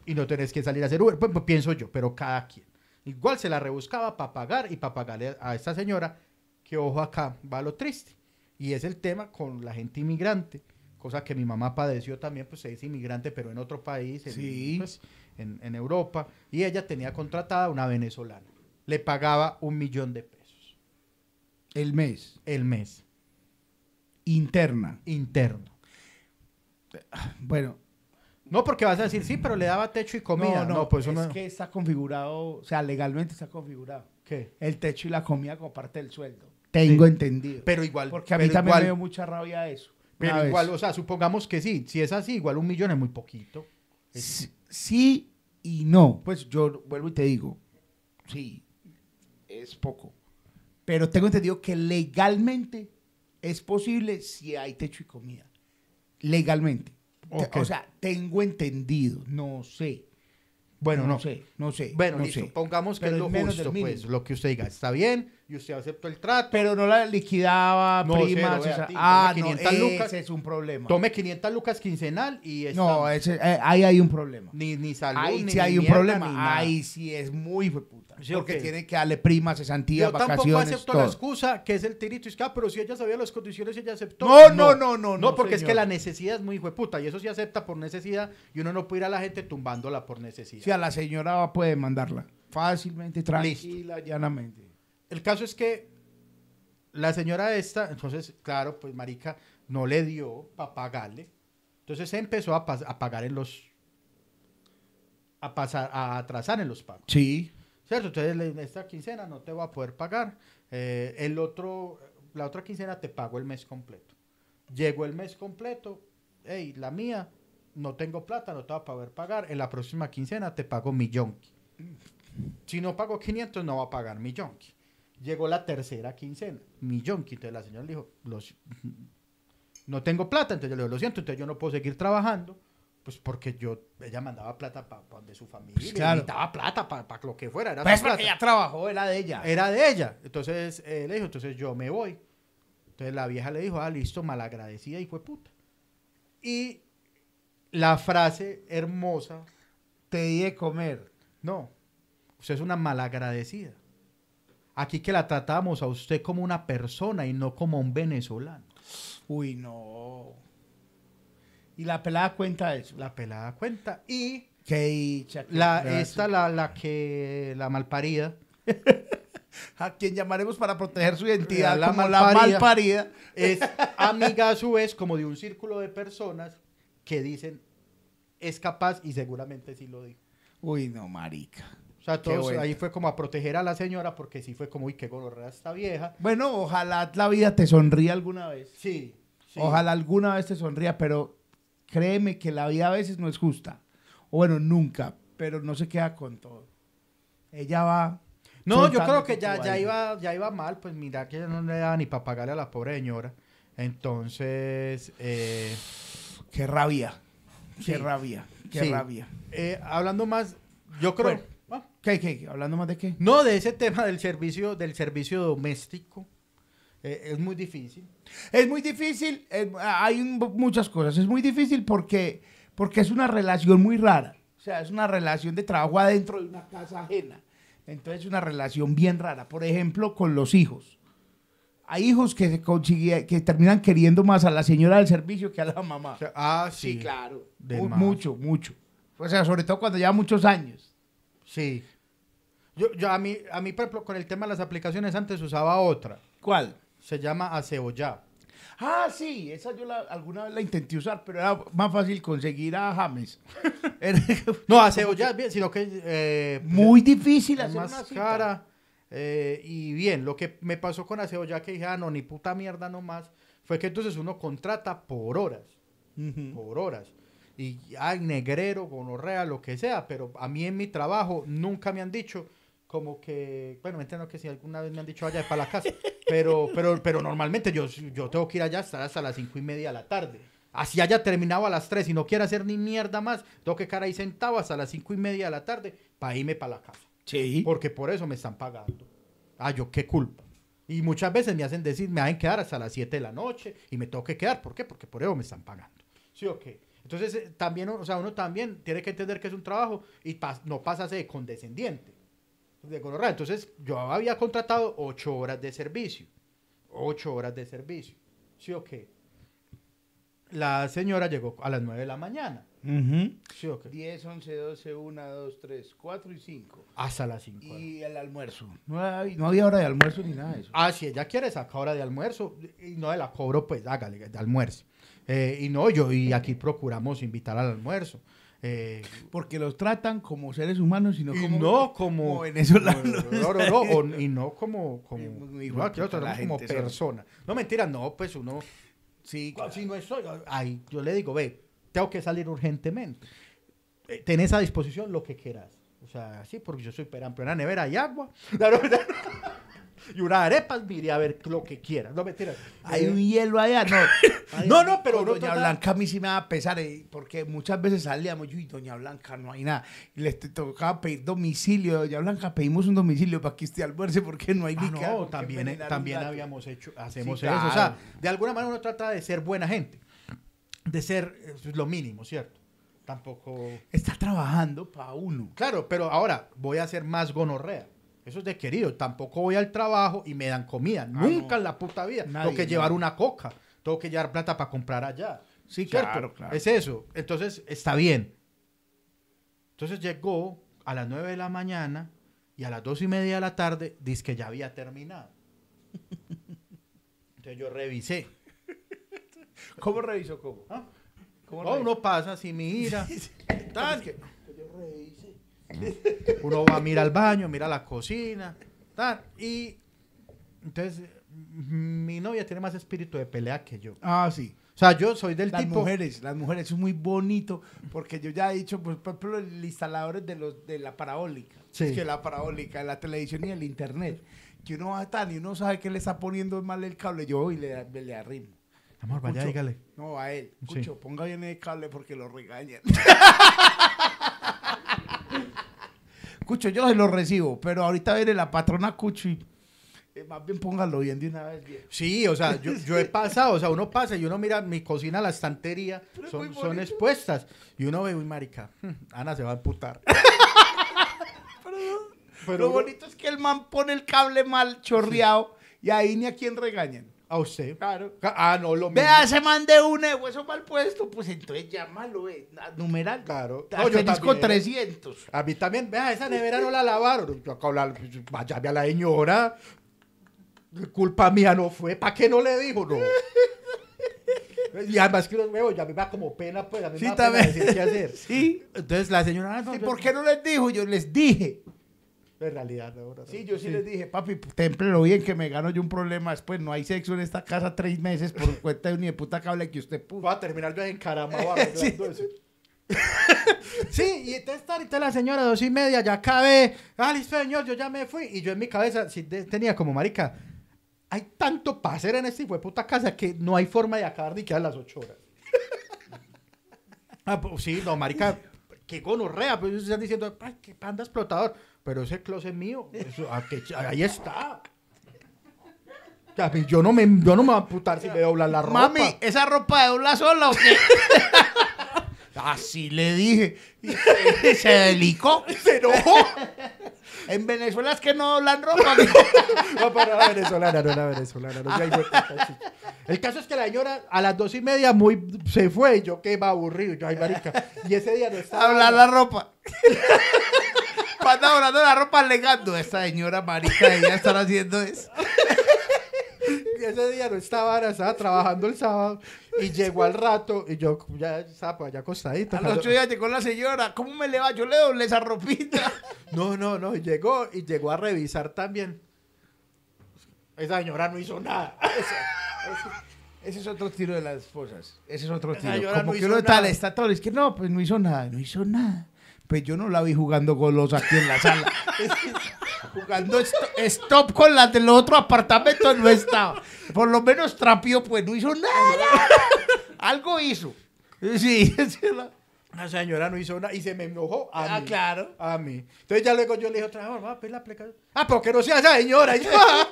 Speaker 1: y no tenés que salir a hacer Uber. Pues, pues, pienso yo, pero cada quien. Igual se la rebuscaba para pagar y para pagarle a esta señora, que ojo acá, va lo triste. Y es el tema con la gente inmigrante, cosa que mi mamá padeció también, pues se dice inmigrante, pero en otro país, en,
Speaker 2: Sí.
Speaker 1: pues, en, en Europa. Y ella tenía contratada una venezolana. Le pagaba un millón de pesos
Speaker 2: El mes.
Speaker 1: el mes,
Speaker 2: Interna.
Speaker 1: interno.
Speaker 2: Bueno,
Speaker 1: No porque vas a decir, sí, pero le daba techo y comida. No, pues
Speaker 2: es
Speaker 1: uno...
Speaker 2: que está configurado, o sea, legalmente está configurado.
Speaker 1: ¿Qué?
Speaker 2: El techo y la comida como parte del sueldo. Tengo entendido.
Speaker 1: Pero igual...
Speaker 2: Porque a mí
Speaker 1: pero
Speaker 2: también
Speaker 1: igual-
Speaker 2: me dio mucha rabia eso. Una
Speaker 1: Pero
Speaker 2: vez.
Speaker 1: igual, o sea, supongamos que sí. Si es así, igual un millón es muy poquito.
Speaker 2: Sí- sí y no. Pues yo vuelvo y te digo, sí, es poco. Pero tengo entendido que legalmente es posible si hay techo y comida. Legalmente. Te-
Speaker 1: Ok.
Speaker 2: O sea, tengo entendido, no sé.
Speaker 1: Bueno, no.
Speaker 2: sé, no sé.
Speaker 1: Bueno,
Speaker 2: no
Speaker 1: listo.
Speaker 2: sé.
Speaker 1: Pongamos que
Speaker 2: Pero
Speaker 1: es
Speaker 2: es
Speaker 1: lo
Speaker 2: menos
Speaker 1: justo,
Speaker 2: del mínimo.
Speaker 1: pues. Lo que usted diga está bien y usted aceptó el trato.
Speaker 2: Pero no la liquidaba,
Speaker 1: No,
Speaker 2: primas.
Speaker 1: cero, vea,
Speaker 2: o sea,
Speaker 1: ti,
Speaker 2: ah,
Speaker 1: tome
Speaker 2: no,
Speaker 1: 500
Speaker 2: ese
Speaker 1: lucas.
Speaker 2: es un problema.
Speaker 1: Tome 500 lucas quincenal y está.
Speaker 2: no, ese- eh, ahí hay un problema.
Speaker 1: ni, ni salud,
Speaker 2: Ahí
Speaker 1: ni
Speaker 2: sí hay un
Speaker 1: mierda,
Speaker 2: problema.
Speaker 1: ni nada.
Speaker 2: Ahí sí es muy puta.
Speaker 1: Sí,
Speaker 2: porque
Speaker 1: ok.
Speaker 2: tiene que darle primas, cesantías,
Speaker 1: Yo tampoco
Speaker 2: vacaciones.
Speaker 1: acepto la
Speaker 2: todo.
Speaker 1: excusa que es el tirito. Es que, ah, pero si ella sabía las condiciones, ella aceptó.
Speaker 2: No, no, no, no,
Speaker 1: No,
Speaker 2: no,
Speaker 1: porque es que
Speaker 2: señor.
Speaker 1: la necesidad es muy hueputa y eso se acepta por necesidad y uno no puede ir a la gente tumbándola por necesidad.
Speaker 2: Sí, a la señora va- puede mandarla. Fácilmente, tranquila, llanamente.
Speaker 1: El caso es que la señora esta, entonces, claro, pues marica no le dio para pagarle. Entonces se empezó a, pas- a pagar en los a pasar a atrasar en los pagos.
Speaker 2: Sí.
Speaker 1: ¿Cierto? Entonces le- en esta quincena no te va a poder pagar. Eh, el otro la otra quincena te pago el mes completo. Llegó el mes completo, hey, la mía no tengo plata, no te va a poder pagar. En la próxima quincena te pago mi yonki. Si no pago 500, no va a pagar mi yonki. Llegó la tercera quincena, mi yonki. Entonces la señora le dijo, "Los- no tengo plata. Entonces yo le digo, lo siento, entonces yo no puedo seguir trabajando. Pues porque yo, ella mandaba plata para donde su familia,
Speaker 2: Pues claro.
Speaker 1: necesitaba plata para lo que fuera. Era
Speaker 2: Pues
Speaker 1: su
Speaker 2: porque
Speaker 1: plata. Eh.
Speaker 2: ella trabajó, era de ella.
Speaker 1: Era de ella. Entonces eh, le dijo, entonces yo me voy. Entonces la vieja le dijo, ah, listo, malagradecida y fue puta. Y la frase hermosa,
Speaker 2: Te di de comer.
Speaker 1: no, usted es una malagradecida. Aquí que la tratamos a usted como una persona y no como un venezolano.
Speaker 2: Uy, no. Y la pelada cuenta de eso. La,
Speaker 1: La pelada cuenta. Y
Speaker 2: qué dicha. qué
Speaker 1: la,
Speaker 2: gracia.
Speaker 1: esta, la, la que, la malparida,
Speaker 2: a quien llamaremos para proteger su identidad
Speaker 1: La
Speaker 2: como la
Speaker 1: malparida.
Speaker 2: malparida.
Speaker 1: es amiga a su vez como de un círculo de personas que dicen es capaz y seguramente sí lo dijo.
Speaker 2: Uy, no, marica.
Speaker 1: O sea,
Speaker 2: Qué
Speaker 1: todos
Speaker 2: vuelta.
Speaker 1: ahí fue como a proteger a la señora porque sí fue como, uy, qué gonorrea esta vieja.
Speaker 2: Bueno, ojalá la vida te sonría alguna vez.
Speaker 1: Sí. sí.
Speaker 2: Ojalá alguna vez te sonría, pero créeme que la vida a veces no es justa. O bueno, nunca, pero no se queda con todo. Ella va.
Speaker 1: No, yo
Speaker 2: soltando
Speaker 1: creo que
Speaker 2: su
Speaker 1: ya, ya,
Speaker 2: vaina.
Speaker 1: iba, ya iba mal, pues mira que ella no le daba ni para pagarle a la pobre señora. Entonces, eh,
Speaker 2: Qué rabia.
Speaker 1: Sí.
Speaker 2: Qué rabia. Qué
Speaker 1: Sí.
Speaker 2: rabia.
Speaker 1: eh, hablando más, yo creo...
Speaker 2: Bueno.
Speaker 1: Ah,
Speaker 2: ¿Qué, qué, qué? ¿Hablando más de qué?
Speaker 1: No, de ese tema del servicio, del servicio doméstico, eh, es muy difícil.
Speaker 2: Es muy difícil, eh, hay un- muchas cosas. Es muy difícil porque, porque es una relación muy rara. O sea, es una relación de trabajo adentro de una casa ajena. Entonces es una relación bien rara. Por ejemplo, con los hijos. Hay hijos que, se consigue- que terminan queriendo más a la señora del servicio que a la mamá.
Speaker 1: O sea, ah, sí.
Speaker 2: claro.
Speaker 1: del
Speaker 2: Mu-
Speaker 1: más.
Speaker 2: mucho, mucho. O sea, sobre todo cuando lleva muchos años.
Speaker 1: Sí. Yo, yo a, mí, a mí, por ejemplo, con el tema de las aplicaciones antes usaba otra.
Speaker 2: ¿Cuál?
Speaker 1: Se llama Acebollá.
Speaker 2: Ah, sí, esa yo la, alguna vez la intenté usar, pero era más fácil conseguir a
Speaker 1: <laughs>
Speaker 2: James. Era
Speaker 1: No, a Cebollas bien, sino que eh,
Speaker 2: muy difícil
Speaker 1: es
Speaker 2: hacer
Speaker 1: más
Speaker 2: una cita.
Speaker 1: cara. eh, y bien, lo que me pasó con Aceo, ya que dije, ah, no, ni puta mierda nomás, fue que entonces uno contrata por horas, por horas. Y hay negrero, gonorrea, lo que sea, pero a mí en mi trabajo nunca me han dicho como que, bueno, me entiendo que si alguna vez me han dicho allá para
Speaker 2: <laughs>
Speaker 1: la casa, pero, pero, pero normalmente yo, yo tengo que ir allá hasta, hasta las cinco y media de la tarde. Así haya terminado a las tres y no quiero hacer ni mierda más, tengo que estar ahí sentado hasta las cinco y media de la tarde para irme para la casa.
Speaker 2: Sí.
Speaker 1: Porque por eso me están pagando. Ah, yo qué culpa. Y muchas veces me hacen decir, me hacen quedar hasta las 7 de la noche y me tengo que quedar. ¿Por qué? Porque por eso me están pagando. ¿Sí o qué? Entonces, eh, también, o sea, uno también tiene que entender que es un trabajo y pas- no pasarse de condescendiente. De gonorrea. Entonces, yo había contratado 8 horas de servicio. 8 horas de servicio. ¿Sí o qué? La señora llegó a las 9 de la mañana.
Speaker 2: Ujú.
Speaker 1: ¿Sí o qué?
Speaker 2: 10, 11, 12, 1, 2, 3, 4 y 5.
Speaker 1: Hasta las 5.
Speaker 2: Y el almuerzo. No, hay- no había hora de almuerzo ni nada de eso.
Speaker 1: Ah, si ella quiere sacar hora de almuerzo y no de la cobro, pues hágale, de almuerzo. Eh, y no, yo, y aquí procuramos invitar al almuerzo. Eh,
Speaker 2: Porque los tratan como seres humanos y no
Speaker 1: y
Speaker 2: como,
Speaker 1: no como.
Speaker 2: como venezolanos.
Speaker 1: <laughs> No, no, no, o- y no como. como
Speaker 2: Y- y-
Speaker 1: no, aquí lo
Speaker 2: la
Speaker 1: tratamos como
Speaker 2: gente sola.
Speaker 1: persona. No, mentira, no, pues uno.
Speaker 2: Sí,
Speaker 1: Claro, Ah, Si no estoy, ay, yo le digo, ve, tengo que salir urgentemente. Eh, Tenés a disposición lo que quieras. O sea, sí, porque yo soy peramplio. Una nevera hay agua. <laughs> No, no, no. y unas arepas, mire a ver lo que quieras. No, mentira.
Speaker 2: <laughs> Hay
Speaker 1: Eh,
Speaker 2: un hielo allá,
Speaker 1: <laughs>
Speaker 2: no.
Speaker 1: No, no, pero
Speaker 2: Con
Speaker 1: no
Speaker 2: Doña
Speaker 1: total.
Speaker 2: Blanca a mí sí me va a pesar, eh, porque muchas veces salíamos yo y Doña Blanca no hay nada. Y les te- tocaba pedir domicilio. Doña Blanca, pedimos un domicilio para que esté almuerce porque no hay
Speaker 1: Ah,
Speaker 2: ni que-
Speaker 1: no,
Speaker 2: con qué
Speaker 1: también, eh,
Speaker 2: envenenar un
Speaker 1: también
Speaker 2: gato.
Speaker 1: habíamos hecho, hacemos
Speaker 2: Sí,
Speaker 1: eso. O sea,
Speaker 2: claro.
Speaker 1: de alguna manera uno trata de ser buena gente. De ser eh, lo mínimo, ¿cierto? Tampoco.
Speaker 2: Está trabajando para uno.
Speaker 1: Claro, pero ahora voy a hacer más gonorrea. Eso es de querido. Tampoco voy al trabajo y me dan comida. Nunca en la puta vida.
Speaker 2: Ah, Nadie,
Speaker 1: tengo que
Speaker 2: no.
Speaker 1: llevar una coca. Tengo que llevar plata para comprar allá.
Speaker 2: Sí, claro, claro.
Speaker 1: Es eso. Entonces, está bien. Entonces llegó a las 9 de la mañana y a las dos y media de la tarde dice que ya había
Speaker 2: <laughs>
Speaker 1: terminado. Entonces yo revisé.
Speaker 2: ¿Cómo revisó cómo?
Speaker 1: ¿Ah?
Speaker 2: ¿Cómo
Speaker 1: No,
Speaker 2: revisó?
Speaker 1: uno pasa
Speaker 2: <laughs>
Speaker 1: así, mira. Tan.
Speaker 2: Yo revisé.
Speaker 1: Uno va, mira al baño, mira la cocina, tal. Y entonces mm, mi novia tiene más espíritu de pelea que yo. O
Speaker 2: Ah, sí.
Speaker 1: sea, yo soy del
Speaker 2: las
Speaker 1: tipo...
Speaker 2: mujeres, las mujeres, eso es muy bonito, porque yo ya he dicho, pues, por ejemplo, los instaladores de, los, de la parabólica,
Speaker 1: Sí.
Speaker 2: es que la parabólica, la televisión y el internet, que uno va tan y uno sabe que le está poniendo mal el cable, yo voy y le, me le arrimo.
Speaker 1: Amor, vaya,
Speaker 2: Cucho,
Speaker 1: dígale.
Speaker 2: No, a él.
Speaker 1: Sí.
Speaker 2: Cucho, ponga bien el cable porque lo
Speaker 1: <laughs>
Speaker 2: regañan. Cucho, yo se lo recibo, pero ahorita viene la patrona Cucho y eh, más bien póngalo bien de una vez. viejo.
Speaker 1: Sí, o sea, yo, yo he pasado, o sea, uno pasa y uno mira mi cocina, la estantería,
Speaker 2: Pero es
Speaker 1: son,
Speaker 2: muy
Speaker 1: son
Speaker 2: bonito.
Speaker 1: expuestas. Y uno ve, uy, marica, <laughs> hmm, Ana se va a emputar.
Speaker 2: lo
Speaker 1: Pero uno-
Speaker 2: bonito es que el man pone el cable mal chorreado y ahí ni a quién regañan.
Speaker 1: a usted.
Speaker 2: Claro.
Speaker 1: Ah, no, lo mismo.
Speaker 2: Vea, se mande un eh, hueso mal puesto, pues entonces llámalo, eh, na- numeral.
Speaker 1: Claro.
Speaker 2: Ah,
Speaker 1: No, yo
Speaker 2: feliz con
Speaker 1: también. eh.
Speaker 2: 300.
Speaker 1: A mí también, vea, esa nevera no la lavaron. Yo acabo de hablar, pues, vaya, ve a la señora. Culpa mía no fue. ¿Para qué no le dijo? No. Y además que los huevos, ya me da como pena, pues, a mí
Speaker 2: Sí,
Speaker 1: me da pena
Speaker 2: también.
Speaker 1: decir qué hacer.
Speaker 2: Sí.
Speaker 1: Entonces la señora, ah, no,
Speaker 2: ¿Y
Speaker 1: yo-
Speaker 2: por qué no les dijo? Yo les dije.
Speaker 1: En realidad, no, no, no.
Speaker 2: Sí, yo sí, les dije, papi, pues, témplelo bien que me gano yo un problema después. No hay sexo en esta casa tres meses por <laughs> cuenta de un hijo de puta cable que usted puso.
Speaker 1: Voy
Speaker 2: <laughs>
Speaker 1: a terminar yo <laughs> encaramado arreglando eso. sí, y entonces está ahorita la señora dos y media, ya acabé. Ah, listo, señor, yo ya me fui. Y yo en mi cabeza sí te- tenía como marica, hay tanto para hacer en este hijo de puta casa que no hay forma de acabar ni quedar las ocho horas. ah, pues sí, no, marica, qué gonorrea. Pues ellos están diciendo, ay, qué panda explotador. Pero ese closet mío, eso, ah, que ch- ahí está. O sea, pues, Yo no, me, yo no me voy a amputar si me doblan la ropa.
Speaker 2: Mami, ¿esa ropa de dobla sola o
Speaker 1: <laughs>
Speaker 2: qué? Así le dije. Y <laughs> se- Se delicó.
Speaker 1: se enojó.
Speaker 2: En Venezuela es que no doblan
Speaker 1: <laughs>
Speaker 2: ropa. mijo.
Speaker 1: No, pero la venezolana, no la venezolana. no sea hijo de puta, sí. El caso es que la señora a las dos y media muy, se fue y yo qué va aburrido. Yo, ay, marica. Y ese día no estaba.
Speaker 2: Habla la ropa. <laughs> Cuando hablando de la ropa legando, esta señora marica, ella estar haciendo eso.
Speaker 1: ese día no estaba, ahora estaba trabajando el sábado y llegó al rato y yo ya estaba por allá acostadito.
Speaker 2: A los ocho días llegó la señora, ¿cómo me le va? Yo le doblé esa <laughs> ropita.
Speaker 1: No, no, no, y llegó y llegó a revisar también. Esa señora no hizo nada.
Speaker 2: <laughs> Ese es otro tiro de las esposas. Ese es otro tiro.
Speaker 1: señora
Speaker 2: Como
Speaker 1: no
Speaker 2: que
Speaker 1: hizo
Speaker 2: uno está,
Speaker 1: nada.
Speaker 2: está todo, es que no, pues no hizo nada, no hizo nada. Pues yo no la vi jugando golosa aquí en la <laughs> sala. jugando esto- stop con la del otro apartamento no estaba. Por lo menos trapió, pues no hizo <laughs> nada. Algo hizo. Sí, <laughs> sí, la-
Speaker 1: La señora no hizo nada y se me enojó a
Speaker 2: Ah,
Speaker 1: mí.
Speaker 2: claro.
Speaker 1: A mí. Entonces ya luego yo le dije otra vez, "Amor, vamos a pedir la aplicación. Ah, pero que no sea esa señora. Y, yo,
Speaker 2: <laughs>
Speaker 1: "Ah".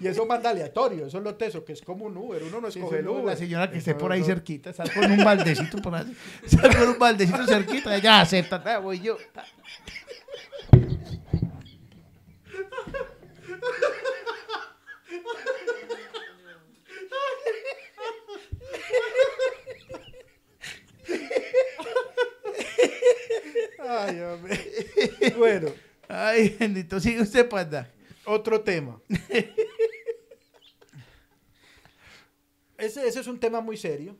Speaker 1: Y eso manda aleatorio, eso es lo teso, que es como un Uber, uno no escoge el Uber.
Speaker 2: la señora que esté
Speaker 1: Entonces,
Speaker 2: por ahí
Speaker 1: no-
Speaker 2: cerquita, sal con un baldecito por ahí, <laughs> sal con un baldecito cerquita, ella acepta, "Ah, voy yo. ta".
Speaker 1: Ay, hombre. Bueno,
Speaker 2: Ay, bendito, sigue usted, panda.
Speaker 1: otro
Speaker 2: <laughs>
Speaker 1: tema. Ese, ese es un tema muy serio.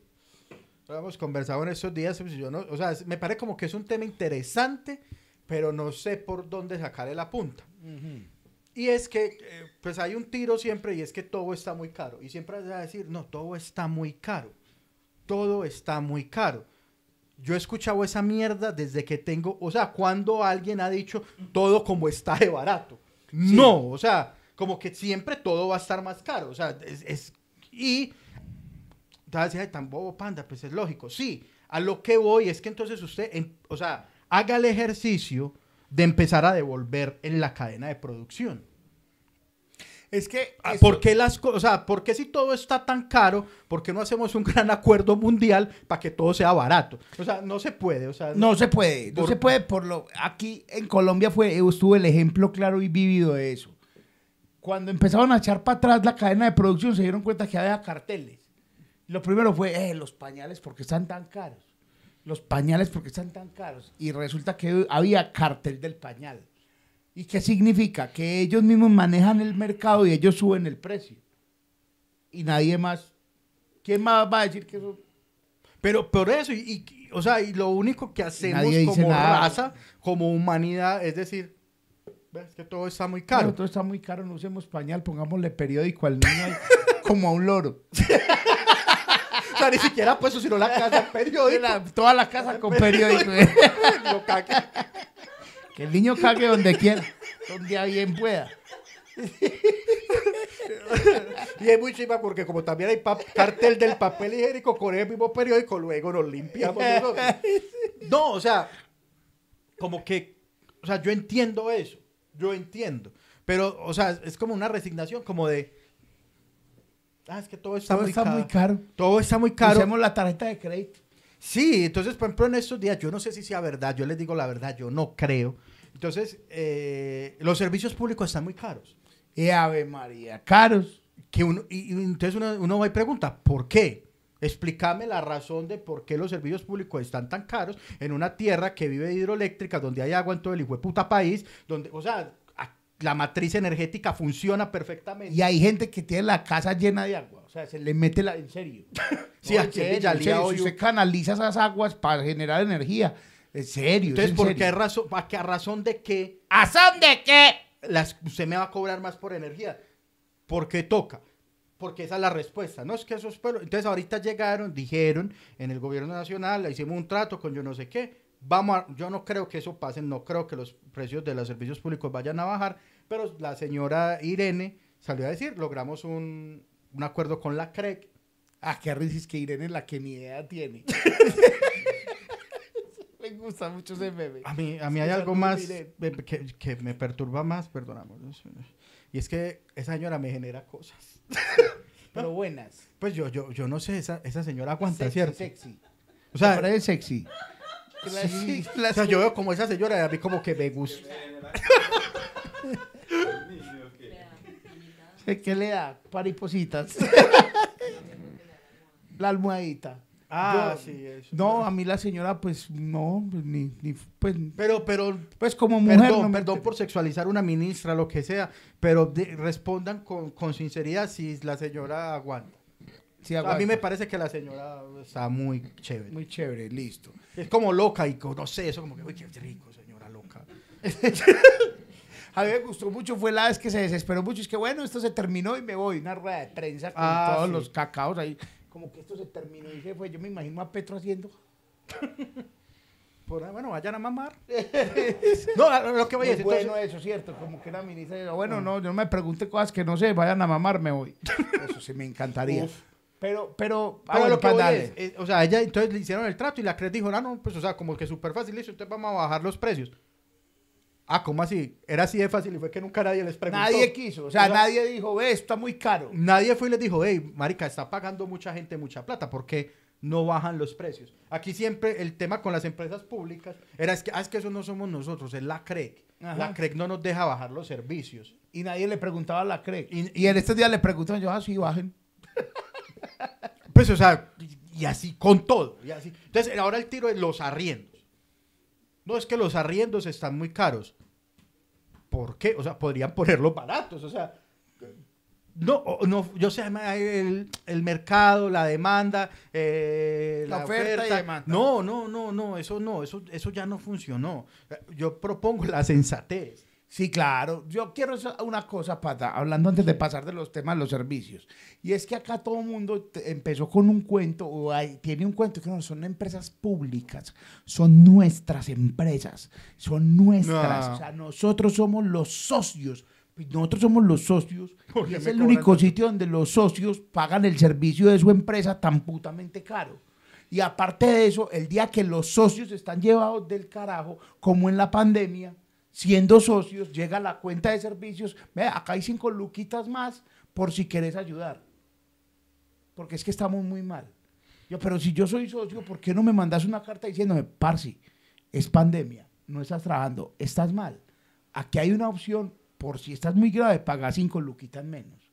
Speaker 1: Lo hemos conversado en estos días. pues, yo no- o sea, es- me parece como que es un tema interesante, pero no sé por dónde sacarle la punta. Y es que, eh, pues hay un tiro siempre y es que todo está muy caro. Y siempre vas a decir, no, todo está muy caro. Todo está muy caro. Yo he escuchado esa mierda desde que tengo, o sea, cuando alguien ha dicho todo como está de barato. No, o sea, como que siempre todo va a estar más caro. O sea, es, es- y te vas a decir, "Ay, tan bobo panda, pues es lógico. Sí, a lo que voy es que entonces usted, en- o sea, haga el ejercicio de empezar a devolver en la cadena de producción.
Speaker 2: Es que
Speaker 1: Ah,
Speaker 2: eso-
Speaker 1: ¿Por qué las cosas, o sea, por qué si todo está tan caro, por qué no hacemos un gran acuerdo mundial para que todo sea barato? O sea, no se puede, o sea,
Speaker 2: no se puede, no
Speaker 1: Por-
Speaker 2: se puede por lo aquí en Colombia fue estuvo el ejemplo claro y vívido de eso. Cuando empezaron a echar para atrás la cadena de producción se dieron cuenta que había carteles. Lo primero fue, eh, los pañales porque están tan caros. Los pañales porque están tan caros y resulta que había cartel del pañal. ¿Y qué significa? Que ellos mismos manejan el mercado y ellos suben el precio. Y nadie más ¿Quién más va a decir que eso
Speaker 1: Pero por eso, y, y- o sea, y lo único que hacemos
Speaker 2: Nadie dice
Speaker 1: como
Speaker 2: nada.
Speaker 1: raza, como humanidad, es decir, "Ves que todo está muy
Speaker 2: Claro.
Speaker 1: caro.
Speaker 2: todo está muy caro, no usemos pañal, pongámosle periódico al niño <laughs> como a un loro.
Speaker 1: o sea, ni siquiera pues sino la casa en periódico.
Speaker 2: <laughs> La- toda la casa
Speaker 1: <laughs>
Speaker 2: con periódico. <laughs>
Speaker 1: Lo caca.
Speaker 2: que el niño cague donde quiera, donde bien pueda.
Speaker 1: Y es muy chiva porque como también hay pa- cartel del papel higiénico con el mismo periódico, luego nos limpiamos
Speaker 2: <laughs>
Speaker 1: nosotros. No, o sea, como que, o sea, yo entiendo eso, yo entiendo. Pero, o sea, es como una resignación, como de, ah, es que todo está,
Speaker 2: Todo
Speaker 1: muy,
Speaker 2: está
Speaker 1: caro.
Speaker 2: muy caro.
Speaker 1: Todo está muy caro.
Speaker 2: Usemos la tarjeta de crédito.
Speaker 1: Sí, entonces, por ejemplo, en estos días, yo no sé si sea verdad, yo les digo la verdad, yo no creo. Entonces, eh, los servicios públicos están muy caros.
Speaker 2: Y Ave María, caros.
Speaker 1: Que uno, y, y entonces uno, uno va y pregunta, ¿por qué? Explícame la razón de por qué los servicios públicos están tan caros en una tierra que vive de hidroeléctricas, donde hay agua en todo el hijo puta país, donde, o sea, a- la matriz energética funciona perfectamente.
Speaker 2: Y hay gente que tiene la casa llena de agua. O sea, se le mete la. En <laughs> serio.
Speaker 1: Sí,
Speaker 2: No, en
Speaker 1: aquí en
Speaker 2: serio,
Speaker 1: Villalía
Speaker 2: serio,
Speaker 1: hoy
Speaker 2: Si
Speaker 1: un-
Speaker 2: usted canaliza esas aguas para generar energía. En serio. es
Speaker 1: entonces,
Speaker 2: en
Speaker 1: ¿por
Speaker 2: serio.
Speaker 1: qué razón, a qué razón de qué
Speaker 2: ¿A son de qué?
Speaker 1: las, usted me va a cobrar más por energía. Porque toca. Porque esa es la respuesta. No es que esos pueblos. Entonces ahorita llegaron, dijeron en el gobierno nacional, le hicimos un trato con yo no sé qué. Vamos a- yo no creo que eso pase, no creo que los precios de los servicios públicos vayan a bajar, pero la señora Irene salió a decir, logramos un, un acuerdo con la E CREC.
Speaker 2: Ah, qué risa es que Irene es la que ni idea tiene. <laughs> Me gusta mucho ese meme.
Speaker 1: A mí, a mí hay
Speaker 2: Esa
Speaker 1: algo
Speaker 2: no
Speaker 1: más
Speaker 2: Irene.
Speaker 1: eh, que, que me perturba más, perdonamos. Y es que esa señora me genera cosas.
Speaker 2: Pero buenas.
Speaker 1: Pues yo, yo, yo no sé, esa, esa señora aguanta,
Speaker 2: Sexy,
Speaker 1: ¿cierto?
Speaker 2: sexy.
Speaker 1: O
Speaker 2: O
Speaker 1: sea, <laughs>
Speaker 2: sea, es sexy.
Speaker 1: sí, o sea, yo veo como esa señora, a mí como que me gusta.
Speaker 4: Niño, que-
Speaker 2: ¿Qué le da? Paripositas. <laughs> La almohadita.
Speaker 1: Ah,
Speaker 2: Yo-
Speaker 1: sí, eso.
Speaker 2: No, a mí la señora, pues no, pues, ni, ni- pues,
Speaker 1: Pero, pero,
Speaker 2: pues como mujer.
Speaker 1: perdón,
Speaker 2: no me-
Speaker 1: perdón por sexualizar una ministra, lo que sea, pero de- respondan con, con sinceridad si la señora aguanta.
Speaker 2: Sí,
Speaker 1: A mí
Speaker 2: aguanta.
Speaker 1: me parece que la señora está muy chévere.
Speaker 2: Muy chévere, listo.
Speaker 1: Es como loca y co- no sé, eso como que, uy, qué rico, señora loca.
Speaker 2: A mí me gustó mucho, fue la vez que se desesperó mucho. Es que bueno, esto se terminó y me voy. Una rueda de prensa con
Speaker 1: Ah,
Speaker 2: todos
Speaker 1: sí.
Speaker 2: los cacaos ahí. Como que esto se terminó y se fue. Yo me imagino a Petro haciendo.
Speaker 1: Por ahí, bueno, vayan a
Speaker 2: <laughs>
Speaker 1: mamar. <laughs> no, a- a lo que voy
Speaker 2: Muy
Speaker 1: a decir.
Speaker 2: bueno
Speaker 1: entonces- Mm.
Speaker 2: eso, ¿cierto? Como que la ministra dijo, bueno, no, yo no me pregunte cosas que no sé, vayan a mamar, me voy. <laughs> Eso sí me encantaría. Pero, pero, ah,
Speaker 1: pero
Speaker 2: bueno,
Speaker 1: lo que
Speaker 2: pa-
Speaker 1: voy
Speaker 2: dale.
Speaker 1: es, eh, o sea, ella entonces le hicieron el trato y la CRES dijo, ah, no, pues, o sea, como que súper fácil, listo, entonces vamos a bajar los precios. Ah, ¿cómo así? Era así de fácil y fue que nunca nadie les preguntó.
Speaker 2: Nadie quiso, o sea, nadie dijo, ve, esto está muy caro.
Speaker 1: Nadie fue y les dijo, hey, marica, está pagando mucha gente mucha plata, ¿por qué no bajan los precios? Aquí siempre el tema con las empresas públicas era, es que, ah, es que eso no somos nosotros, es la CREC.
Speaker 2: Ajá.
Speaker 1: La CREC no nos deja bajar los servicios.
Speaker 2: Y nadie le preguntaba a la CREC.
Speaker 1: Y-
Speaker 2: Y, en estos días le preguntan, yo, ah, sí, bajen.
Speaker 1: Pues, o sea, y así, con todo. Y así. Entonces, ahora el tiro es los arriendos. No es que los arriendos están muy caros. ¿Por qué? O sea, podrían ponerlos baratos. O sea, no, o- no yo sé, ma, el, el mercado, la demanda, eh,
Speaker 2: La
Speaker 1: la,
Speaker 2: oferta y
Speaker 1: oferta.
Speaker 2: demanda.
Speaker 1: No, no, no, no, eso no, eso, eso ya no funcionó. Yo propongo la sensatez.
Speaker 2: Sí, claro. Yo quiero esa- una cosa, Pata, hablando antes de pasar de los temas de los servicios. Y es que acá todo el mundo te- empezó con un cuento, o hay- tiene un cuento que no son empresas públicas, son nuestras empresas, son nuestras.
Speaker 1: No.
Speaker 2: O sea, nosotros somos los socios. Pues Nosotros somos los
Speaker 1: <laughs>
Speaker 2: socios.
Speaker 1: ¿Por
Speaker 2: y
Speaker 1: qué
Speaker 2: es
Speaker 1: me
Speaker 2: el
Speaker 1: cobran
Speaker 2: único
Speaker 1: tanto?
Speaker 2: sitio donde los socios pagan el servicio de su empresa tan putamente caro. Y aparte de eso, el día que los socios están llevados del carajo, como en la pandemia, siendo socios, llega la cuenta de servicios, ve, acá hay cinco luquitas más por si querés ayudar. Porque es que estamos muy mal. Yo, pero si yo soy socio, ¿por qué no me mandas una carta diciéndome, Parsi, es pandemia, no estás trabajando, estás mal? Aquí hay una opción, por si estás muy grave, paga cinco luquitas menos.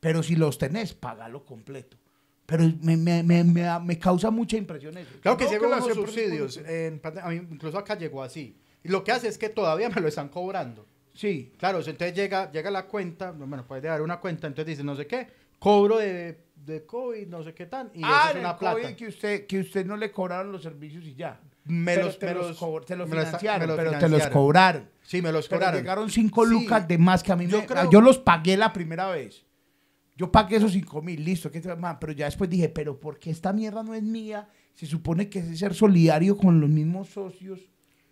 Speaker 2: Pero si los tenés, pagalo completo. Pero me, me, me, me, da- me causa mucha impresión eso.
Speaker 1: Claro que
Speaker 2: No
Speaker 1: sí hubo
Speaker 2: las
Speaker 1: unos
Speaker 2: empresas
Speaker 1: subsidios.
Speaker 2: públicas-
Speaker 1: en parte- a mí incluso acá llegó así. Y lo que hace es que todavía me lo están cobrando.
Speaker 2: Sí,
Speaker 1: Claro, entonces llega, llega la cuenta, no, bueno, puedes dejar una cuenta, entonces dice no sé qué, cobro de, de COVID, no sé qué tan, y
Speaker 2: ah,
Speaker 1: eso es
Speaker 2: en
Speaker 1: una
Speaker 2: el COVID
Speaker 1: plata.
Speaker 2: que usted, que usted no le cobraron los servicios y ya.
Speaker 1: Me
Speaker 2: Pero
Speaker 1: los-
Speaker 2: te
Speaker 1: me
Speaker 2: los,
Speaker 1: los-
Speaker 2: cobr- te los
Speaker 1: me los-
Speaker 2: financiaron,
Speaker 1: me los
Speaker 2: pero te los
Speaker 1: financiaron.
Speaker 2: cobraron.
Speaker 1: Sí, me los
Speaker 2: Pero
Speaker 1: cobraron.
Speaker 2: llegaron cinco
Speaker 1: Sí.
Speaker 2: lucas de más que a mí
Speaker 1: Yo
Speaker 2: me-
Speaker 1: creo-
Speaker 2: Yo los pagué la primera vez. Yo pagué esos cinco mil, listo. ¿qué tal, man? Pero ya después dije, pero ¿por qué esta mierda no es mía? Se supone que es ser solidario con los mismos socios.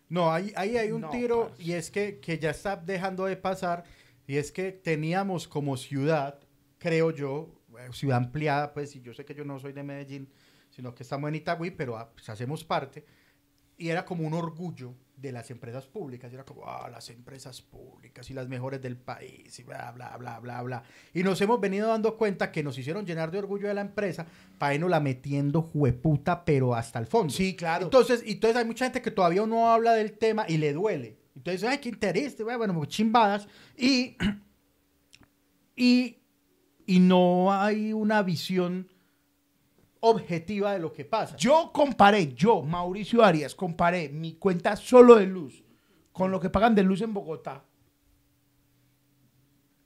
Speaker 1: No, ahí, ahí hay un
Speaker 2: No,
Speaker 1: tiro
Speaker 2: parce.
Speaker 1: y es que, que ya está dejando de pasar y es que teníamos como ciudad, creo yo, eh, ciudad ampliada, pues y yo sé que yo no soy de Medellín, sino que estamos en Itagüí, pero ah, pues, hacemos parte, y era como un orgullo de las empresas públicas, y era como, ah, las empresas públicas y las mejores del país, y bla, bla, bla, bla, bla. Y nos hemos venido dando cuenta que nos hicieron llenar de orgullo de la empresa, para irnos la metiendo jueputa, pero hasta el fondo.
Speaker 2: Sí, claro.
Speaker 1: Entonces, y entonces hay mucha gente que todavía no habla del tema y le duele. Entonces, ay, qué interés, bueno, pues, chimbadas. Y, <clears throat> y, y no hay una visión objetiva de lo que pasa.
Speaker 2: Yo comparé, yo, Mauricio Arias, comparé mi cuenta solo de luz con lo que pagan de luz en Bogotá.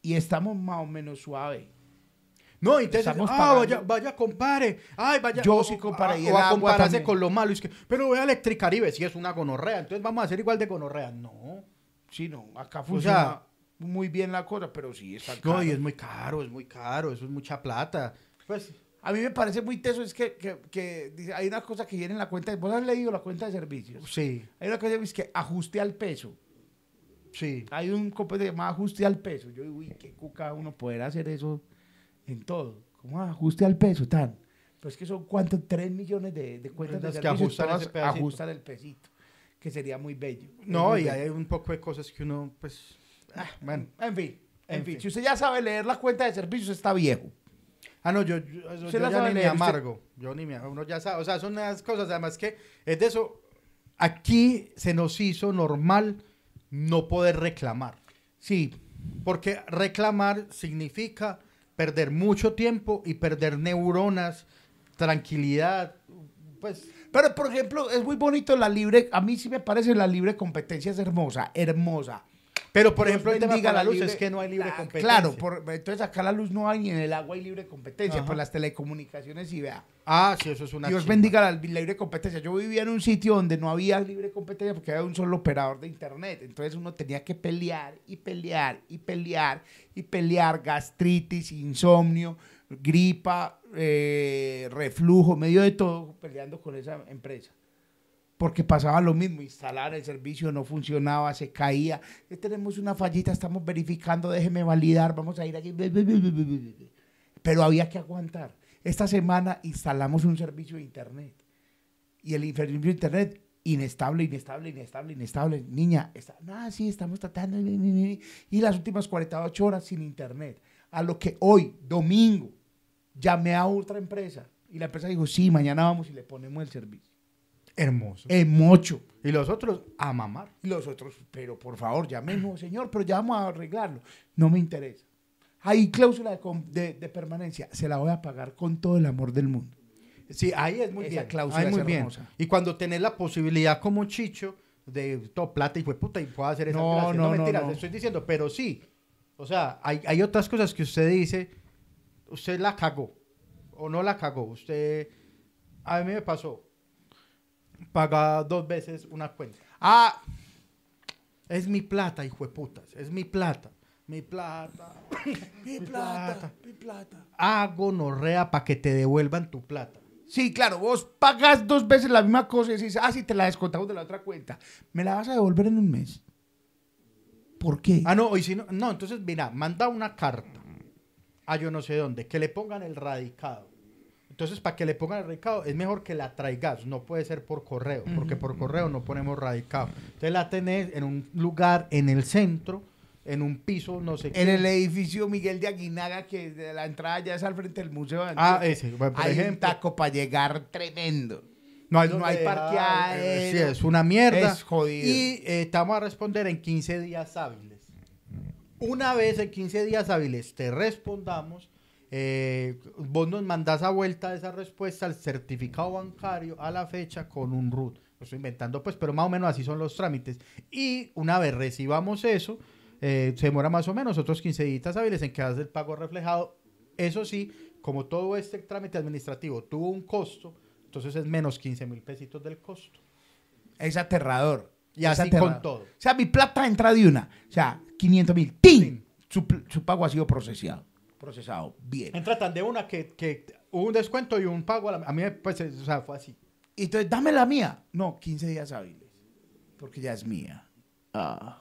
Speaker 2: Y estamos más o menos suave.
Speaker 1: no, entonces,
Speaker 2: estamos
Speaker 1: ah,
Speaker 2: pagando.
Speaker 1: vaya, vaya, compare. Ay, vaya.
Speaker 2: Yo
Speaker 1: o- ah,
Speaker 2: sí comparé, y
Speaker 1: o
Speaker 2: el
Speaker 1: va a
Speaker 2: agua
Speaker 1: compararse
Speaker 2: también.
Speaker 1: con lo malo. Es que, pero vea Electricaribe, si es una gonorrea, entonces vamos a ser igual de gonorrea. No.
Speaker 2: Sí, no, acá
Speaker 1: sea,
Speaker 2: funciona muy bien la cosa, pero sí está
Speaker 1: No,
Speaker 2: caro.
Speaker 1: y es muy caro, es muy caro, eso es mucha plata. Pues,
Speaker 2: A mí me parece muy teso, es que, que- que dice, hay una cosa que viene en la cuenta, de- vos has leído la cuenta de servicios.
Speaker 1: sí,
Speaker 2: Hay una cosa que dice que ajuste al peso.
Speaker 1: sí.
Speaker 2: Hay un componente llamado ajuste al peso. Yo digo, uy, qué cuca uno poder hacer eso en todo. ¿Cómo ajuste al peso tan? Pues que son cuánto, tres millones de, de cuentas de
Speaker 1: Cuentas que
Speaker 2: servicios,
Speaker 1: ajustan
Speaker 2: todas
Speaker 1: ese pedacito.
Speaker 2: ajustan el pesito, que sería muy bello. Es
Speaker 1: No,
Speaker 2: muy
Speaker 1: y
Speaker 2: bello.
Speaker 1: hay un poco de cosas que uno, pues, ah, bueno.
Speaker 2: En fin, en,
Speaker 1: En
Speaker 2: fin.
Speaker 1: fin.
Speaker 2: Si usted ya sabe leer la cuenta de servicios, está viejo.
Speaker 1: Ah, no, yo, yo, eso-
Speaker 2: Usted
Speaker 1: yo
Speaker 2: la
Speaker 1: ya
Speaker 2: sabe
Speaker 1: ni me
Speaker 2: leer, usted-
Speaker 1: amargo. Yo ni me uno ya sabe. O sea, son unas cosas, además que es de eso. Aquí se nos hizo normal no poder reclamar.
Speaker 2: Sí,
Speaker 1: Porque reclamar significa perder mucho tiempo y perder neuronas, tranquilidad, Pues,
Speaker 2: Pero, por ejemplo, es muy bonito la libre. A mí sí me parece la libre competencia es hermosa, hermosa.
Speaker 1: pero por
Speaker 2: Dios
Speaker 1: ejemplo, el tema
Speaker 2: bendiga
Speaker 1: para la luz
Speaker 2: libre-
Speaker 1: es que no hay libre
Speaker 2: Ah,
Speaker 1: competencia.
Speaker 2: Claro, por- entonces acá la luz no hay ni en el agua hay libre competencia.
Speaker 1: Ajá.
Speaker 2: Pues las telecomunicaciones sí, vea.
Speaker 1: Ah, sí, eso es una.
Speaker 2: Dios
Speaker 1: chimba.
Speaker 2: bendiga la la libre competencia. Yo vivía en un sitio donde no había libre competencia porque había un solo operador de internet. Entonces uno tenía que pelear y pelear y pelear y pelear gastritis, insomnio, gripa, eh, reflujo, medio de todo peleando con esa empresa. Porque pasaba lo mismo, instalar el servicio no funcionaba, se caía. Eh, Tenemos una fallita, estamos verificando, déjeme validar, vamos a ir allí. Pero había que aguantar. Esta semana instalamos un servicio de internet. Y el servicio de internet, inestable, inestable, inestable, inestable. Niña, está, ah, sí, estamos tratando. ni, ni, ni". Y las últimas 48 horas sin internet. A lo que hoy, domingo, llamé a otra empresa. Y la empresa dijo, sí, mañana vamos y le ponemos el servicio.
Speaker 1: Hermoso.
Speaker 2: En mocho.
Speaker 1: Y los otros, a mamar.
Speaker 2: Y los otros, pero por favor, llamemos, señor, pero ya vamos a arreglarlo. No me interesa. Hay cláusula de, com- de- de permanencia. Se la voy a pagar con todo el amor del mundo.
Speaker 1: Sí, ahí es muy
Speaker 2: Esa
Speaker 1: bien.
Speaker 2: cláusula
Speaker 1: ahí
Speaker 2: es
Speaker 1: muy bien.
Speaker 2: hermosa.
Speaker 1: Y cuando tenés la posibilidad como Chicho de todo plata y fue puta y puedo hacer esa
Speaker 2: No,
Speaker 1: clase.
Speaker 2: no, no,
Speaker 1: mentiras,
Speaker 2: no.
Speaker 1: le estoy diciendo, pero sí. O sea, hay, hay otras cosas que usted dice, usted la cagó o no la cagó. Usted, a mí me pasó, paga dos veces una cuenta.
Speaker 2: Ah,
Speaker 1: Es mi plata, hijo de putas. Es mi plata. Mi plata. mi plata. Mi plata. Hago norrea para que te devuelvan tu plata.
Speaker 2: sí, claro, vos pagas dos veces la misma cosa y dices, ah, sí, te la descontamos de la otra cuenta. Me la vas a devolver en un mes. ¿Por qué?
Speaker 1: Ah, no, y si no, no, entonces mira, manda una carta a yo no sé dónde, que le pongan el radicado. Entonces, para que le pongan el radicado, es mejor que la traigas, no puede ser por correo, porque por correo no ponemos radicado. Entonces la tenés en un lugar en el centro, en un piso, no sé
Speaker 2: en
Speaker 1: qué.
Speaker 2: el edificio Miguel de Aguinaga, que de la entrada ya es al frente del museo. de
Speaker 1: Ah,
Speaker 2: Antioquia.
Speaker 1: ese, bueno, por
Speaker 2: hay un
Speaker 1: ejemplo.
Speaker 2: taco para llegar tremendo.
Speaker 1: No hay,
Speaker 2: no
Speaker 1: donde
Speaker 2: hay
Speaker 1: dejar, eh, sí,
Speaker 2: parqueadero.
Speaker 1: es una mierda.
Speaker 2: Es jodido.
Speaker 1: Y eh, te vamos a responder en 15 días hábiles. Una vez en 15 días hábiles te respondamos, eh, vos nos mandás a vuelta esa respuesta al certificado bancario a la fecha con un RUT. Lo estoy inventando, pues, pero más o menos así son los trámites. Y una vez recibamos eso, eh, se demora más o menos otros 15 días hábiles en que haces el pago reflejado. Eso sí, como todo este trámite administrativo tuvo un costo, entonces es menos 15 mil pesitos del costo.
Speaker 2: Es aterrador.
Speaker 1: Y
Speaker 2: Es
Speaker 1: así
Speaker 2: aterrador.
Speaker 1: con todo.
Speaker 2: O sea, mi plata entra de una. O sea, 500 mil. ¡Tin! Su, pl- su pago ha sido procesado. Procesado. Bien.
Speaker 1: Entra tan de una que, que hubo un descuento y un pago. A, la- a mí, pues, es- o sea, fue así.
Speaker 2: Y entonces, dame la mía. No, 15 días hábiles. Porque ya es mía. Ah.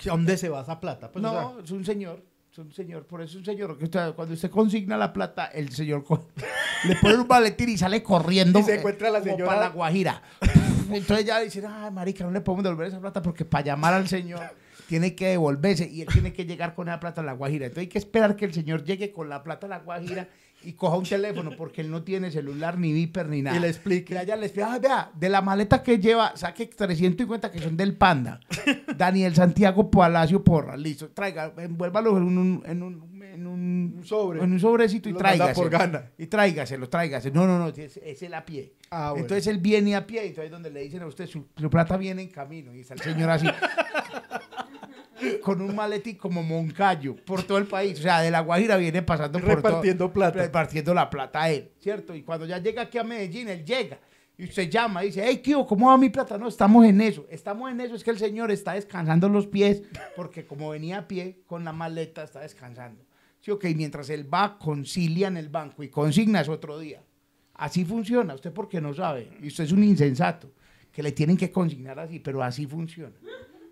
Speaker 1: ¿A dónde se va esa plata? Pues, o sea,
Speaker 2: no, es un señor. Es un señor. Por eso es un señor. que usted- cuando usted consigna la plata, el señor co- <laughs> le pone un maletín y sale corriendo.
Speaker 1: Y se
Speaker 2: eh,
Speaker 1: encuentra la
Speaker 2: como
Speaker 1: señora-
Speaker 2: Para la Guajira. <laughs> Entonces ya dicen, ay, marica, no le podemos devolver esa plata porque para llamar al señor tiene que devolverse y él tiene que llegar con esa plata a la Guajira. Entonces hay que esperar que el señor llegue con la plata a la Guajira y coja un teléfono porque él no tiene celular, ni viper, ni nada.
Speaker 1: Y le
Speaker 2: Que
Speaker 1: explique.
Speaker 2: allá les pida, "Ah, vea, de la maleta que lleva, saque 350 que son del
Speaker 1: <laughs>
Speaker 2: Panda. Daniel Santiago Palacio Porra, listo. Traiga, envuélvalo en un, en un, en un-
Speaker 1: Un sobre.
Speaker 2: en un sobrecito y
Speaker 1: Lo manda
Speaker 2: tráigaselo.
Speaker 1: por gana.
Speaker 2: Y tráigaselo, tráigaselo. No, no, no, es, es el a pie.
Speaker 1: Ah, bueno.
Speaker 2: Entonces él viene a pie y entonces donde le dicen a usted, su, su plata viene en camino. Y está el señor así. con un maletín como Moncayo por todo el país. O sea, de La Guajira viene pasando por todo-
Speaker 1: Repartiendo plata.
Speaker 2: Repartiendo la plata a él, ¿cierto? Y cuando ya llega aquí a Medellín, él llega y usted llama y dice, hey, Kio, ¿cómo va mi plata? No, estamos en eso. Estamos en eso. Es que el señor está descansando los pies porque como venía a pie con la maleta, está descansando. Sí, ok, mientras él va, concilia en el banco y consigna es otro día. Así funciona. Usted porque no sabe. Y usted es un insensato que le tienen que consignar así, pero así funciona.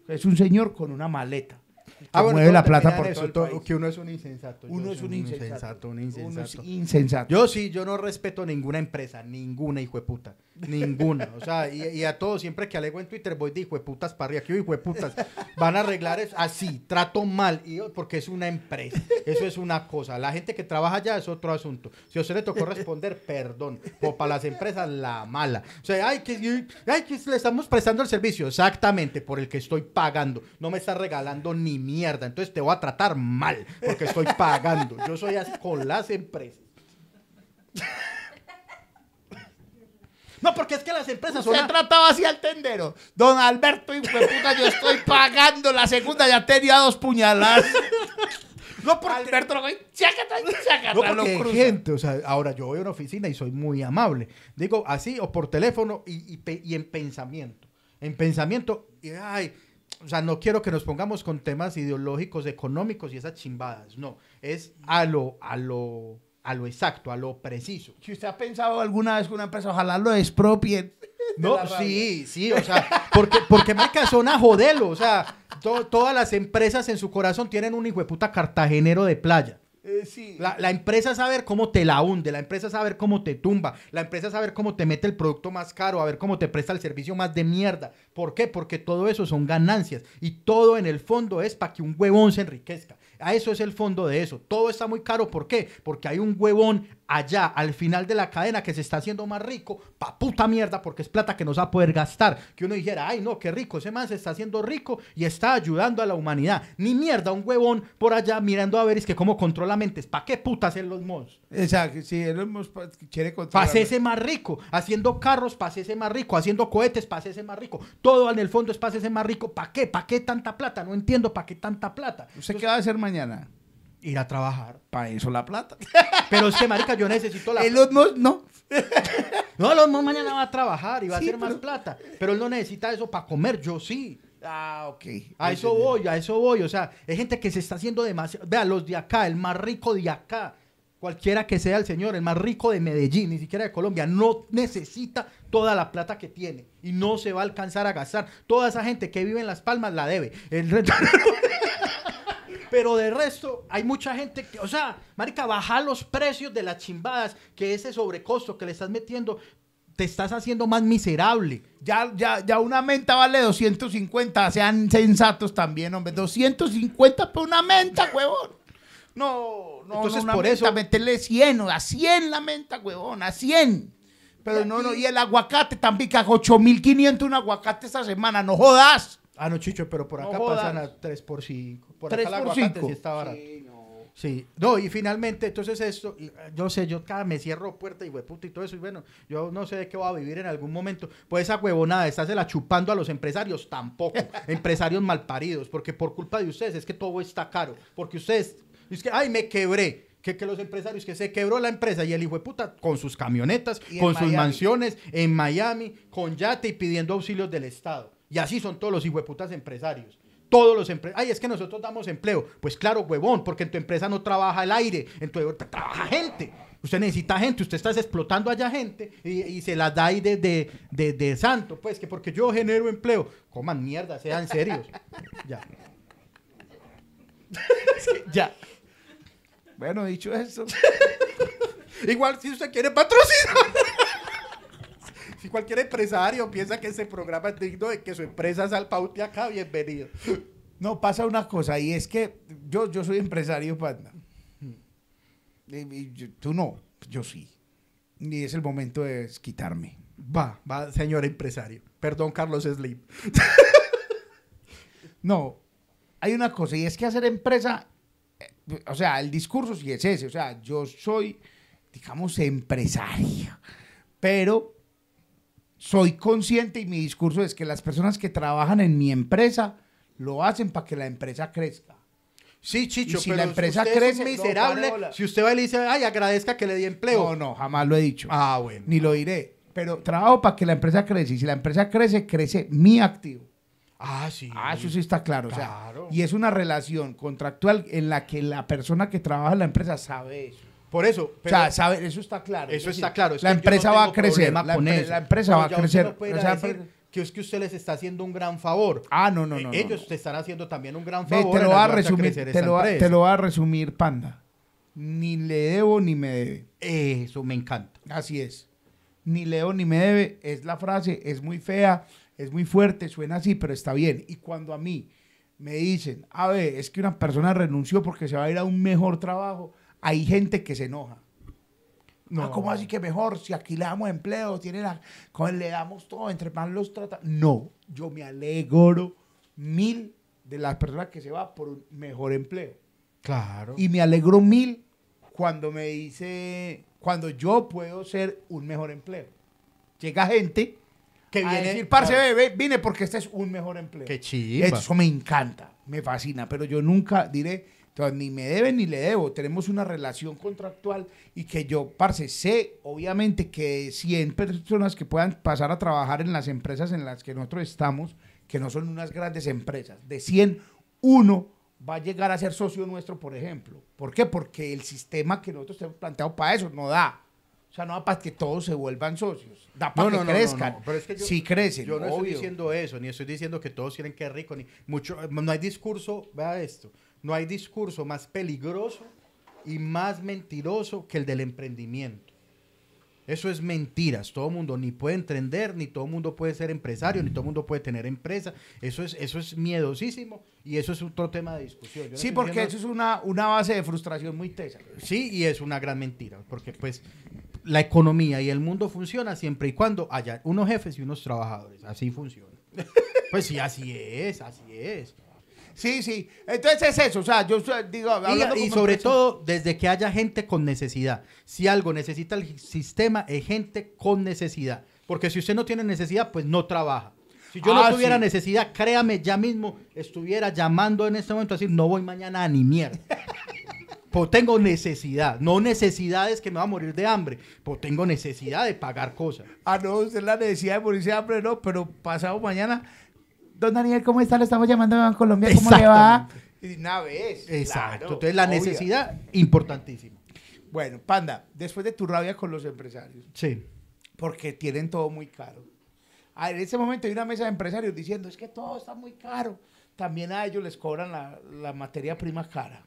Speaker 2: Es un señor con una maleta. que
Speaker 1: Ah, bueno,
Speaker 2: mueve la
Speaker 1: tengo que
Speaker 2: plata
Speaker 1: terminar
Speaker 2: por
Speaker 1: eso,
Speaker 2: todo el
Speaker 1: todo-
Speaker 2: país.
Speaker 1: Que uno es un insensato. yo
Speaker 2: Uno
Speaker 1: soy
Speaker 2: es un insensato.
Speaker 1: insensato, un
Speaker 2: Uno es
Speaker 1: insensato.
Speaker 2: insensato.
Speaker 1: Yo sí, yo no respeto ninguna empresa, ninguna hijo de puta, ninguna. O sea, y, y a todos, siempre que alego en Twitter, voy de hijo de putas para arriba, que hijo de putas van a arreglar es así, trato mal, y, yo- porque es una empresa, eso es una cosa. La gente que trabaja allá es otro asunto. Si a usted le tocó responder, perdón, o para las empresas, la mala. O sea, ay, que, ay, que le estamos prestando el servicio, exactamente, por el que estoy pagando. No me está regalando ni mierda, entonces te voy a tratar mal, porque estoy pagando. Yo soy así con las empresas. No, porque es que las empresas son...
Speaker 2: Se
Speaker 1: a-
Speaker 2: trataba así al tendero. Don Alberto, hijo de puta, yo
Speaker 1: <laughs>
Speaker 2: estoy pagando la segunda, ya tenía dos puñaladas.
Speaker 1: No, porque...
Speaker 2: Alberto lo coge, chácata, chácata,
Speaker 1: No,
Speaker 2: lo
Speaker 1: porque hay
Speaker 2: cruza.
Speaker 1: gente, o sea, ahora yo voy a una oficina y soy muy amable. Digo así, o por teléfono y, y pe- y en pensamiento. En pensamiento, y, ay, o sea, no quiero que nos pongamos con temas ideológicos, económicos y esas chimbadas. No, es a lo, a lo, a lo exacto, a lo preciso.
Speaker 2: Si usted ha pensado alguna vez que una empresa, ojalá lo expropien.
Speaker 1: No, sí, sí, o sea, porque, porque marca son a jodelo, o sea, to- todas las empresas en su corazón tienen un hijo de puta cartagenero de playa.
Speaker 2: sí.
Speaker 1: La, la empresa es saber cómo te la hunde, la empresa es saber cómo te tumba, la empresa es saber cómo te mete el producto más caro, a ver cómo te presta el servicio más de mierda. ¿Por qué? Porque todo eso son ganancias y todo en el fondo es para que un huevón se enriquezca. A eso es el fondo de eso. Todo está muy caro. ¿Por qué? Porque hay un huevón allá, al final de la cadena, que se está haciendo más rico, pa puta mierda, porque es plata que no se va a poder gastar. Que uno dijera, ay no, qué rico, ese man se está haciendo rico y está ayudando a la humanidad. Ni mierda, un huevón por allá mirando a ver es que cómo controla mentes. ¿Para qué putas en los mods?
Speaker 2: Exacto, sí, él hemos- quiere controlar.
Speaker 1: Pasese más rico, haciendo carros, pasese más rico, haciendo cohetes, pasese más rico. Todo en el fondo es pasese más rico. ¿Para qué? ¿Para qué tanta plata? No entiendo, ¿para qué tanta plata?
Speaker 2: ¿Usted qué va a hacer mañana?
Speaker 1: Ir a trabajar.
Speaker 2: Para eso la <laughs> plata.
Speaker 1: Pero es que, marica, yo
Speaker 2: <laughs>
Speaker 1: necesito la
Speaker 2: Elon Musk, no.
Speaker 1: No, los Musk mañana va a trabajar y va a
Speaker 2: Sí,
Speaker 1: hacer más
Speaker 2: pero-
Speaker 1: plata. Pero él no necesita eso para comer, yo sí.
Speaker 2: Ah, ok.
Speaker 1: A eso voy, a eso voy. O sea, es gente que se está haciendo demasiado. Vea, los de acá, el más rico de acá, cualquiera que sea el señor, el más rico de Medellín, ni siquiera de Colombia, no necesita toda la plata que tiene y no se va a alcanzar a gastar. Toda esa gente que vive en Las Palmas la debe. El resto- <laughs> Pero de resto, hay mucha gente que, o sea, marica, baja los precios de las chimbadas, que ese sobrecosto que le estás metiendo, te estás haciendo más miserable.
Speaker 2: Ya, ya, ya una menta vale 250, sean sensatos también, hombre. 250 por una menta, huevón. No, no,
Speaker 1: Entonces,
Speaker 2: no, una
Speaker 1: por
Speaker 2: menta,
Speaker 1: eso-
Speaker 2: meterle 100, o a 100 la menta, huevón, a 100. Pero no, no, y el aguacate también, que hago 8500 un aguacate esta semana, no jodas.
Speaker 1: Ah, no, Chicho, pero por
Speaker 2: No
Speaker 1: acá
Speaker 2: jodas.
Speaker 1: pasan a 3 por 5. Por
Speaker 2: 3
Speaker 1: acá el
Speaker 2: por
Speaker 1: aguacate
Speaker 2: 5.
Speaker 1: sí está barato. Sí, no. y finalmente, entonces esto, y, ah, yo sé, yo cada me cierro puerta y hueputa y todo eso, y bueno, yo no sé de qué voy a vivir en algún momento. Pues esa huevonada, está se la chupando a los empresarios, tampoco. empresarios malparidos, porque por culpa de ustedes es que todo está caro. Porque ustedes, es que, ay, me quebré. Que, que los empresarios, que se quebró la empresa y el hijo de puta con sus camionetas,
Speaker 2: Y en
Speaker 1: con sus
Speaker 2: Miami.
Speaker 1: mansiones mansiones en Miami con yate y pidiendo auxilios del Estado. Y así son todos los hijueputas empresarios. Todos los empresarios. Ay, es que nosotros damos empleo. Pues claro, huevón, porque en tu empresa no trabaja el aire, en tu tra- trabaja gente. Usted necesita gente, usted está explotando allá gente y, y se las da ahí de, de, de- de santo, pues que porque yo genero empleo. Coman mierda, sean serios. <laughs> Ya. Es que ya.
Speaker 2: Bueno, dicho eso,
Speaker 1: <laughs> Igual si usted quiere patrocinar. si cualquier empresario piensa que ese programa es digno de que su empresa salpa usted acá, bienvenido.
Speaker 2: no pasa una cosa, y es que yo, yo soy empresario, panda. Y- y yo- tú no, yo sí. Y es el momento de desquitarme.
Speaker 1: Va, va, señor empresario. Perdón, Carlos Slim.
Speaker 2: No, hay una cosa, y es que hacer empresa, eh, o sea, el discurso sí es ese, o sea, yo soy, digamos, empresario, pero soy consciente y mi discurso es que las personas que trabajan en mi empresa lo hacen para que la empresa crezca.
Speaker 1: Sí, Chicho,
Speaker 2: Y si
Speaker 1: pero
Speaker 2: la empresa
Speaker 1: usted es un
Speaker 2: crece, no,
Speaker 1: miserable,
Speaker 2: pare bola.
Speaker 1: si usted va y le dice, ay, agradezca que le di empleo.
Speaker 2: No, no, jamás lo he dicho,
Speaker 1: Ah, bueno.
Speaker 2: ni lo diré, pero trabajo para que la empresa crezca, y si la empresa crece, crece mi activo.
Speaker 1: Ah, sí.
Speaker 2: Ah, eso sí está claro. o sea,
Speaker 1: Claro.
Speaker 2: y es una relación contractual en la que la persona que trabaja en la empresa sabe eso.
Speaker 1: Por eso.
Speaker 2: o sea, sabe, eso está claro.
Speaker 1: Eso
Speaker 2: Es
Speaker 1: está
Speaker 2: decir,
Speaker 1: claro. es
Speaker 2: la
Speaker 1: que yo
Speaker 2: empresa
Speaker 1: no
Speaker 2: va a
Speaker 1: tengo
Speaker 2: crecer.
Speaker 1: problema
Speaker 2: La,
Speaker 1: con
Speaker 2: empre-
Speaker 1: eso.
Speaker 2: la empresa
Speaker 1: Pero
Speaker 2: va a
Speaker 1: ya usted
Speaker 2: crecer.
Speaker 1: no puede ir
Speaker 2: o
Speaker 1: a
Speaker 2: sea,
Speaker 1: decir que es que usted les está haciendo un gran favor.
Speaker 2: Ah, no, no, no. no,
Speaker 1: Ellos
Speaker 2: no.
Speaker 1: te están haciendo también un gran
Speaker 2: Ve,
Speaker 1: favor.
Speaker 2: te
Speaker 1: en
Speaker 2: lo va a
Speaker 1: ayudarte
Speaker 2: resumir,
Speaker 1: crecer
Speaker 2: te
Speaker 1: esa
Speaker 2: lo va,
Speaker 1: empresa.
Speaker 2: te lo va a resumir, panda. Ni le debo ni me debe.
Speaker 1: Eso me encanta.
Speaker 2: Así es. Ni leo ni me debe. Es la frase, es muy fea, es muy fuerte, suena así, pero está bien. Y cuando a mí me dicen, a ver, es que una persona renunció porque se va a ir a un mejor trabajo, hay gente que se enoja. No. ¿Cómo así que mejor? Si aquí le damos empleo, tiene la, con- le damos todo, entre más los trata. No, yo me alegro mil de las personas que se va por un mejor empleo.
Speaker 1: Claro.
Speaker 2: Y me alegro mil cuando me dice, cuando yo puedo ser un mejor empleo. llega gente
Speaker 1: Que
Speaker 2: a
Speaker 1: viene-
Speaker 2: decir, parce,
Speaker 1: claro.
Speaker 2: ve, ve, vine porque este es un mejor empleo.
Speaker 6: Ah, eh, Qué chimba.
Speaker 2: Eso me encanta, me fascina, pero yo nunca diré, entonces, ni me deben ni le debo, tenemos una relación contractual y que yo, parce, sé obviamente que de 100 personas que puedan pasar a trabajar en las empresas en las que nosotros estamos, que no son unas grandes empresas, de 100, uno va a llegar a ser socio nuestro, por ejemplo. ¿Por qué? Porque el sistema que nosotros tenemos planteado para eso no da. O sea, no da para que todos se vuelvan socios, da para
Speaker 1: No,
Speaker 2: que
Speaker 1: no, no, no,
Speaker 2: crezcan.
Speaker 1: no, pero es que yo-
Speaker 2: sí crecen,
Speaker 1: Yo no estoy
Speaker 2: obvio.
Speaker 1: diciendo eso, ni estoy diciendo que todos quieren que rico, ni mucho. No hay discurso, vea esto, no hay discurso más peligroso y más mentiroso que el del emprendimiento. Eso es mentiras. Todo mundo ni puede emprender, ni todo mundo puede ser empresario, ni todo mundo puede tener empresa. Eso es, eso es miedosísimo y eso es otro tema de discusión. Yo no
Speaker 2: Sí,
Speaker 1: estoy
Speaker 2: porque
Speaker 1: diciendo-
Speaker 2: eso es una, una base de frustración muy tesa.
Speaker 1: Sí, y es una gran mentira, porque pues la economía y el mundo funciona siempre y cuando haya unos jefes y unos trabajadores. Así funciona. <laughs> Pues sí, así es, así es.
Speaker 2: Sí, sí. Entonces es eso. O sea, yo so- digo, hablando
Speaker 1: Y, y
Speaker 2: como
Speaker 1: sobre
Speaker 2: empresa-
Speaker 1: todo, desde que haya gente con necesidad. Si algo necesita el sistema, es gente con necesidad. Porque si usted no tiene necesidad, pues no trabaja. Si yo
Speaker 2: Ah,
Speaker 1: no tuviera
Speaker 2: sí.
Speaker 1: necesidad, créame, ya mismo estuviera llamando en este momento a decir, no voy mañana a
Speaker 2: <laughs>
Speaker 1: ni mierda. Pues tengo necesidad, no necesidades que me va a morir de hambre, pues tengo necesidad de pagar cosas.
Speaker 2: Ah, no, usted la necesidad de morirse de hambre, no, pero pasado mañana. Don Daniel, ¿cómo está? Lo estamos llamando de Banco Colombia, ¿cómo le va? Y una vez.
Speaker 1: Exacto.
Speaker 2: claro,
Speaker 1: Entonces la
Speaker 2: obvio.
Speaker 1: necesidad, importantísima.
Speaker 2: Bueno, Panda, después de tu rabia con los empresarios,
Speaker 1: Sí.
Speaker 2: porque tienen todo muy caro. Ah, en ese momento hay una mesa de empresarios diciendo, es que todo está muy caro. También a ellos les cobran la, la materia prima cara.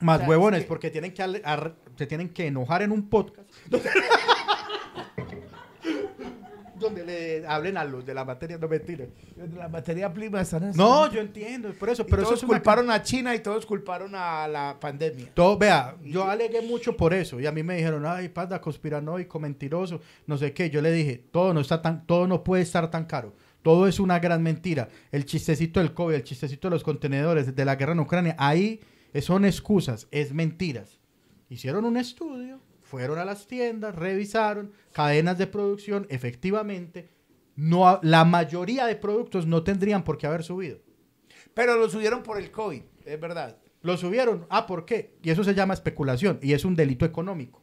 Speaker 1: Más
Speaker 2: O sea,
Speaker 1: huevones,
Speaker 2: es que-
Speaker 1: porque tienen que, ale- ar- se tienen que enojar en un podcast. Donde le hablen a los de la materia, no mentira.
Speaker 2: La materia prima están
Speaker 1: <laughs>
Speaker 2: en-
Speaker 1: No, yo entiendo, es por eso,
Speaker 2: Y
Speaker 1: pero eso
Speaker 2: todos
Speaker 1: es una-
Speaker 2: culparon a China y todos culparon a la pandemia.
Speaker 1: Todo, vea, yo alegué mucho por eso y a mí me dijeron, ay, panda, conspiranoico, mentiroso, no sé qué. Yo le dije, todo no está tan, todo no puede estar tan caro. Todo es una gran mentira. El chistecito del COVID, el chistecito de los contenedores, de la guerra en Ucrania, ahí son excusas, es mentiras. Hicieron un estudio, fueron a las tiendas, revisaron cadenas de producción, efectivamente, no, ha- la mayoría de productos no tendrían por qué haber subido.
Speaker 2: Pero lo subieron por el COVID, es verdad.
Speaker 1: Lo subieron. Ah, ¿por qué? Y eso se llama especulación y es un delito económico.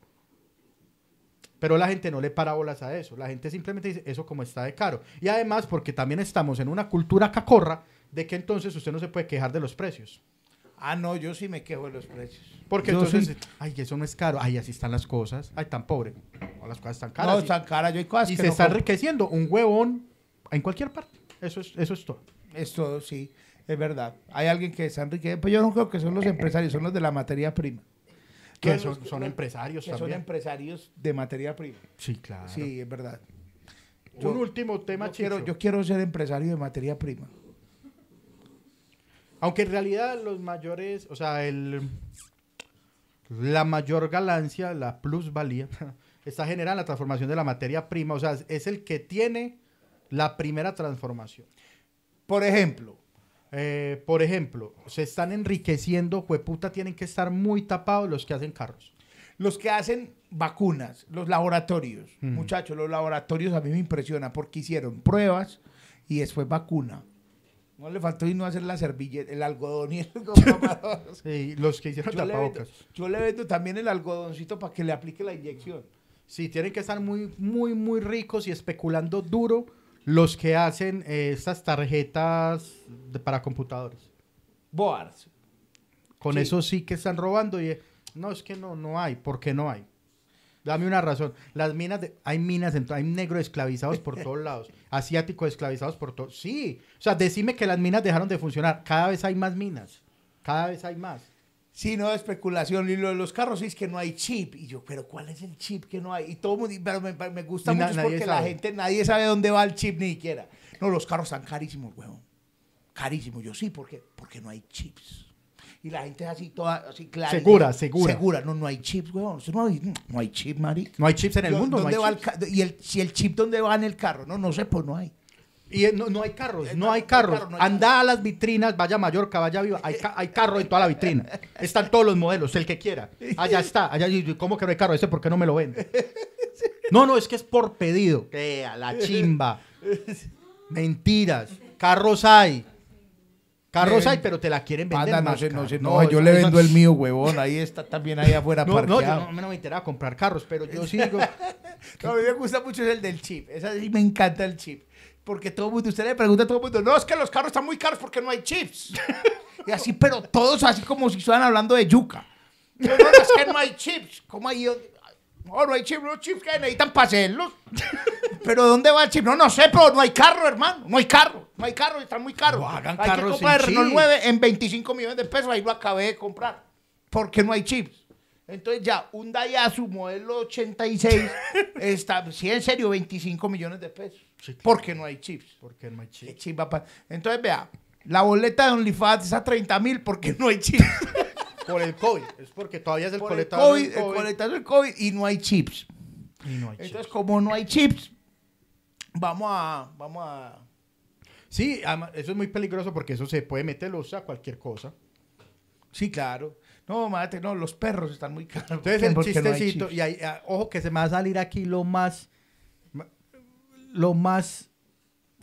Speaker 1: Pero la gente no le para bolas a eso. La gente simplemente dice, eso como está de caro. Y además, porque también estamos en una cultura cacorra de que entonces usted no se puede quejar de los precios.
Speaker 2: Ah, no, yo sí me quejo de los precios.
Speaker 1: Porque
Speaker 2: Yo
Speaker 1: entonces,
Speaker 2: sí-
Speaker 1: ay, eso no es caro. Ay, así están las cosas. Ay, tan pobre. No, las cosas están caras.
Speaker 2: no,
Speaker 1: Y-
Speaker 2: tan cara, yo hay cosas
Speaker 1: y
Speaker 2: que
Speaker 1: se
Speaker 2: no
Speaker 1: está
Speaker 2: compro.
Speaker 1: enriqueciendo un huevón en cualquier parte. Eso es, eso es todo.
Speaker 2: Es todo, sí, es verdad. Hay alguien que está enriqueciendo, pero yo no creo que son los empresarios, son los de la materia prima.
Speaker 1: Que
Speaker 2: Los-
Speaker 1: son, son
Speaker 2: los-
Speaker 1: empresarios
Speaker 2: que son
Speaker 1: también.
Speaker 2: empresarios de materia prima.
Speaker 1: sí, claro.
Speaker 2: Sí, es verdad.
Speaker 1: un último tema,
Speaker 2: Yo quiero,
Speaker 1: Chicho.
Speaker 2: yo quiero ser empresario de materia prima.
Speaker 1: Aunque en realidad los mayores, o sea, el, la mayor ganancia, la plusvalía, <laughs> está generada en la transformación de la materia prima. O sea, es el que tiene la primera transformación.
Speaker 2: Por ejemplo,
Speaker 1: Eh, por ejemplo, se están enriqueciendo, jueputa, tienen que estar muy tapados los que hacen carros.
Speaker 2: Los que hacen vacunas, los laboratorios. Muchachos, los laboratorios a mí me impresionan porque hicieron pruebas y después vacuna. No le faltó y no hacer la servilleta, el algodón y el <laughs>
Speaker 1: <laughs>
Speaker 2: gomapado.
Speaker 1: Sí, los que hicieron
Speaker 2: yo, le vendo,
Speaker 1: tapabocas.
Speaker 2: yo le vendo también el algodoncito para que le aplique la inyección.
Speaker 1: Sí, tienen que estar muy, muy, muy ricos y especulando duro los que hacen eh, estas tarjetas de- para computadores.
Speaker 2: Boars.
Speaker 1: Con
Speaker 2: Sí.
Speaker 1: eso sí que están robando y eh, no, es que no, no hay. ¿Por qué no hay? Dame una razón. Las minas, de, hay minas, en to- hay negros esclavizados por todos
Speaker 2: <laughs>
Speaker 1: lados, asiáticos esclavizados por todos. Sí, o sea, decime que las minas dejaron de funcionar. Cada vez hay más minas, cada vez hay más.
Speaker 2: Sí, no, especulación. Y lo de los carros sí, es que no hay chip. Y yo, ¿pero cuál es el chip que no hay? Y todo el mundo, pero me, me gusta
Speaker 1: Ni na-
Speaker 2: mucho es
Speaker 1: nadie
Speaker 2: porque la
Speaker 1: sabe.
Speaker 2: gente, nadie sabe dónde va el chip ni siquiera. No, los carros están carísimos, weón. Carísimos, yo sí, ¿por qué? Porque no hay chips. Y la gente es así, toda, así clara.
Speaker 1: Segura, segura.
Speaker 2: Segura, no, no hay chips, weón. No hay, no hay chip, marica.
Speaker 1: No hay chips en el mundo. no
Speaker 2: ¿Dónde
Speaker 1: hay
Speaker 2: va
Speaker 1: chips.
Speaker 2: el ca- y el, si el chip, ¿dónde va en el carro? No, no sé, pues no hay.
Speaker 1: Y eh, no, no hay carros,
Speaker 2: Eh, no,
Speaker 1: no hay
Speaker 2: no hay
Speaker 1: carros.
Speaker 2: carro, no hay
Speaker 1: Anda a las vitrinas, vaya a Mallorca, vaya a Viva. Hay, ca- hay carro en toda
Speaker 2: <laughs>
Speaker 1: la vitrina. Este,
Speaker 2: <laughs>
Speaker 1: Están todos los modelos, el que quiera. Allá está. Allá, y- y ¿Cómo que no hay carro? Ese, ¿por qué no me lo vende? No, no, es que es por pedido. Que a la chimba. Mentiras. Carros hay. Carros hay, pero te la quieren vender.
Speaker 2: Panda, no
Speaker 1: más
Speaker 2: se, no
Speaker 1: cara.
Speaker 2: se, no, yo le
Speaker 1: esa-
Speaker 2: vendo el <laughs> mío, huevón. Ahí está también ahí afuera
Speaker 1: No, no, yo
Speaker 2: parqueado.
Speaker 1: no, a mí no me interesa comprar carros, pero yo sí <laughs> digo.
Speaker 2: No, a mí me gusta mucho es el del chip. Esa sí me encanta el chip. Porque todo el mundo, usted le pregunta a todo el mundo, no, es que los carros están muy caros porque no hay
Speaker 1: <laughs>
Speaker 2: chips. y así, pero todos así como si estuvieran hablando de yuca. No, no, es que no hay chips. ¿Cómo hay? No, no hay chips, los chips que necesitan para
Speaker 1: <laughs>
Speaker 2: hacerlos. pero ¿dónde va el chip? No, no sé, pero no hay carro, hermano. No hay carro. No hay carro, están muy caros.
Speaker 1: No, hagan
Speaker 2: hay que
Speaker 1: carros
Speaker 2: comprar el
Speaker 1: sin
Speaker 2: Renault
Speaker 1: chip.
Speaker 2: 9 en 25 millones de pesos. Ahí lo acabé de comprar. Porque no hay chips. Entonces ya, un Daihatsu modelo 86 está, sí, en serio, 25 millones de pesos. Porque no hay chips.
Speaker 1: Porque no hay chip.
Speaker 2: Qué chimba, pa- Entonces vea, la boleta de OnlyFans es a 30 mil porque no hay chips.
Speaker 1: Por <laughs> el COVID. Es porque todavía es el
Speaker 2: Por el
Speaker 1: coletazo
Speaker 2: COVID,
Speaker 1: del
Speaker 2: el
Speaker 1: COVID.
Speaker 2: coletazo del COVID y no hay chips.
Speaker 1: Y no hay chip.
Speaker 2: Entonces, como no hay chips, vamos a, vamos a
Speaker 1: Sí, ama- eso es muy peligroso porque eso se puede meter o sea, cualquier cosa.
Speaker 2: Sí, claro. No, mate, no, los perros están muy caros.
Speaker 1: Entonces
Speaker 2: ¿Por qué?
Speaker 1: el
Speaker 2: Porque no hay
Speaker 1: chistecito,
Speaker 2: chips.
Speaker 1: y ahí, ah, ojo que se me va a salir aquí lo más, ma- lo más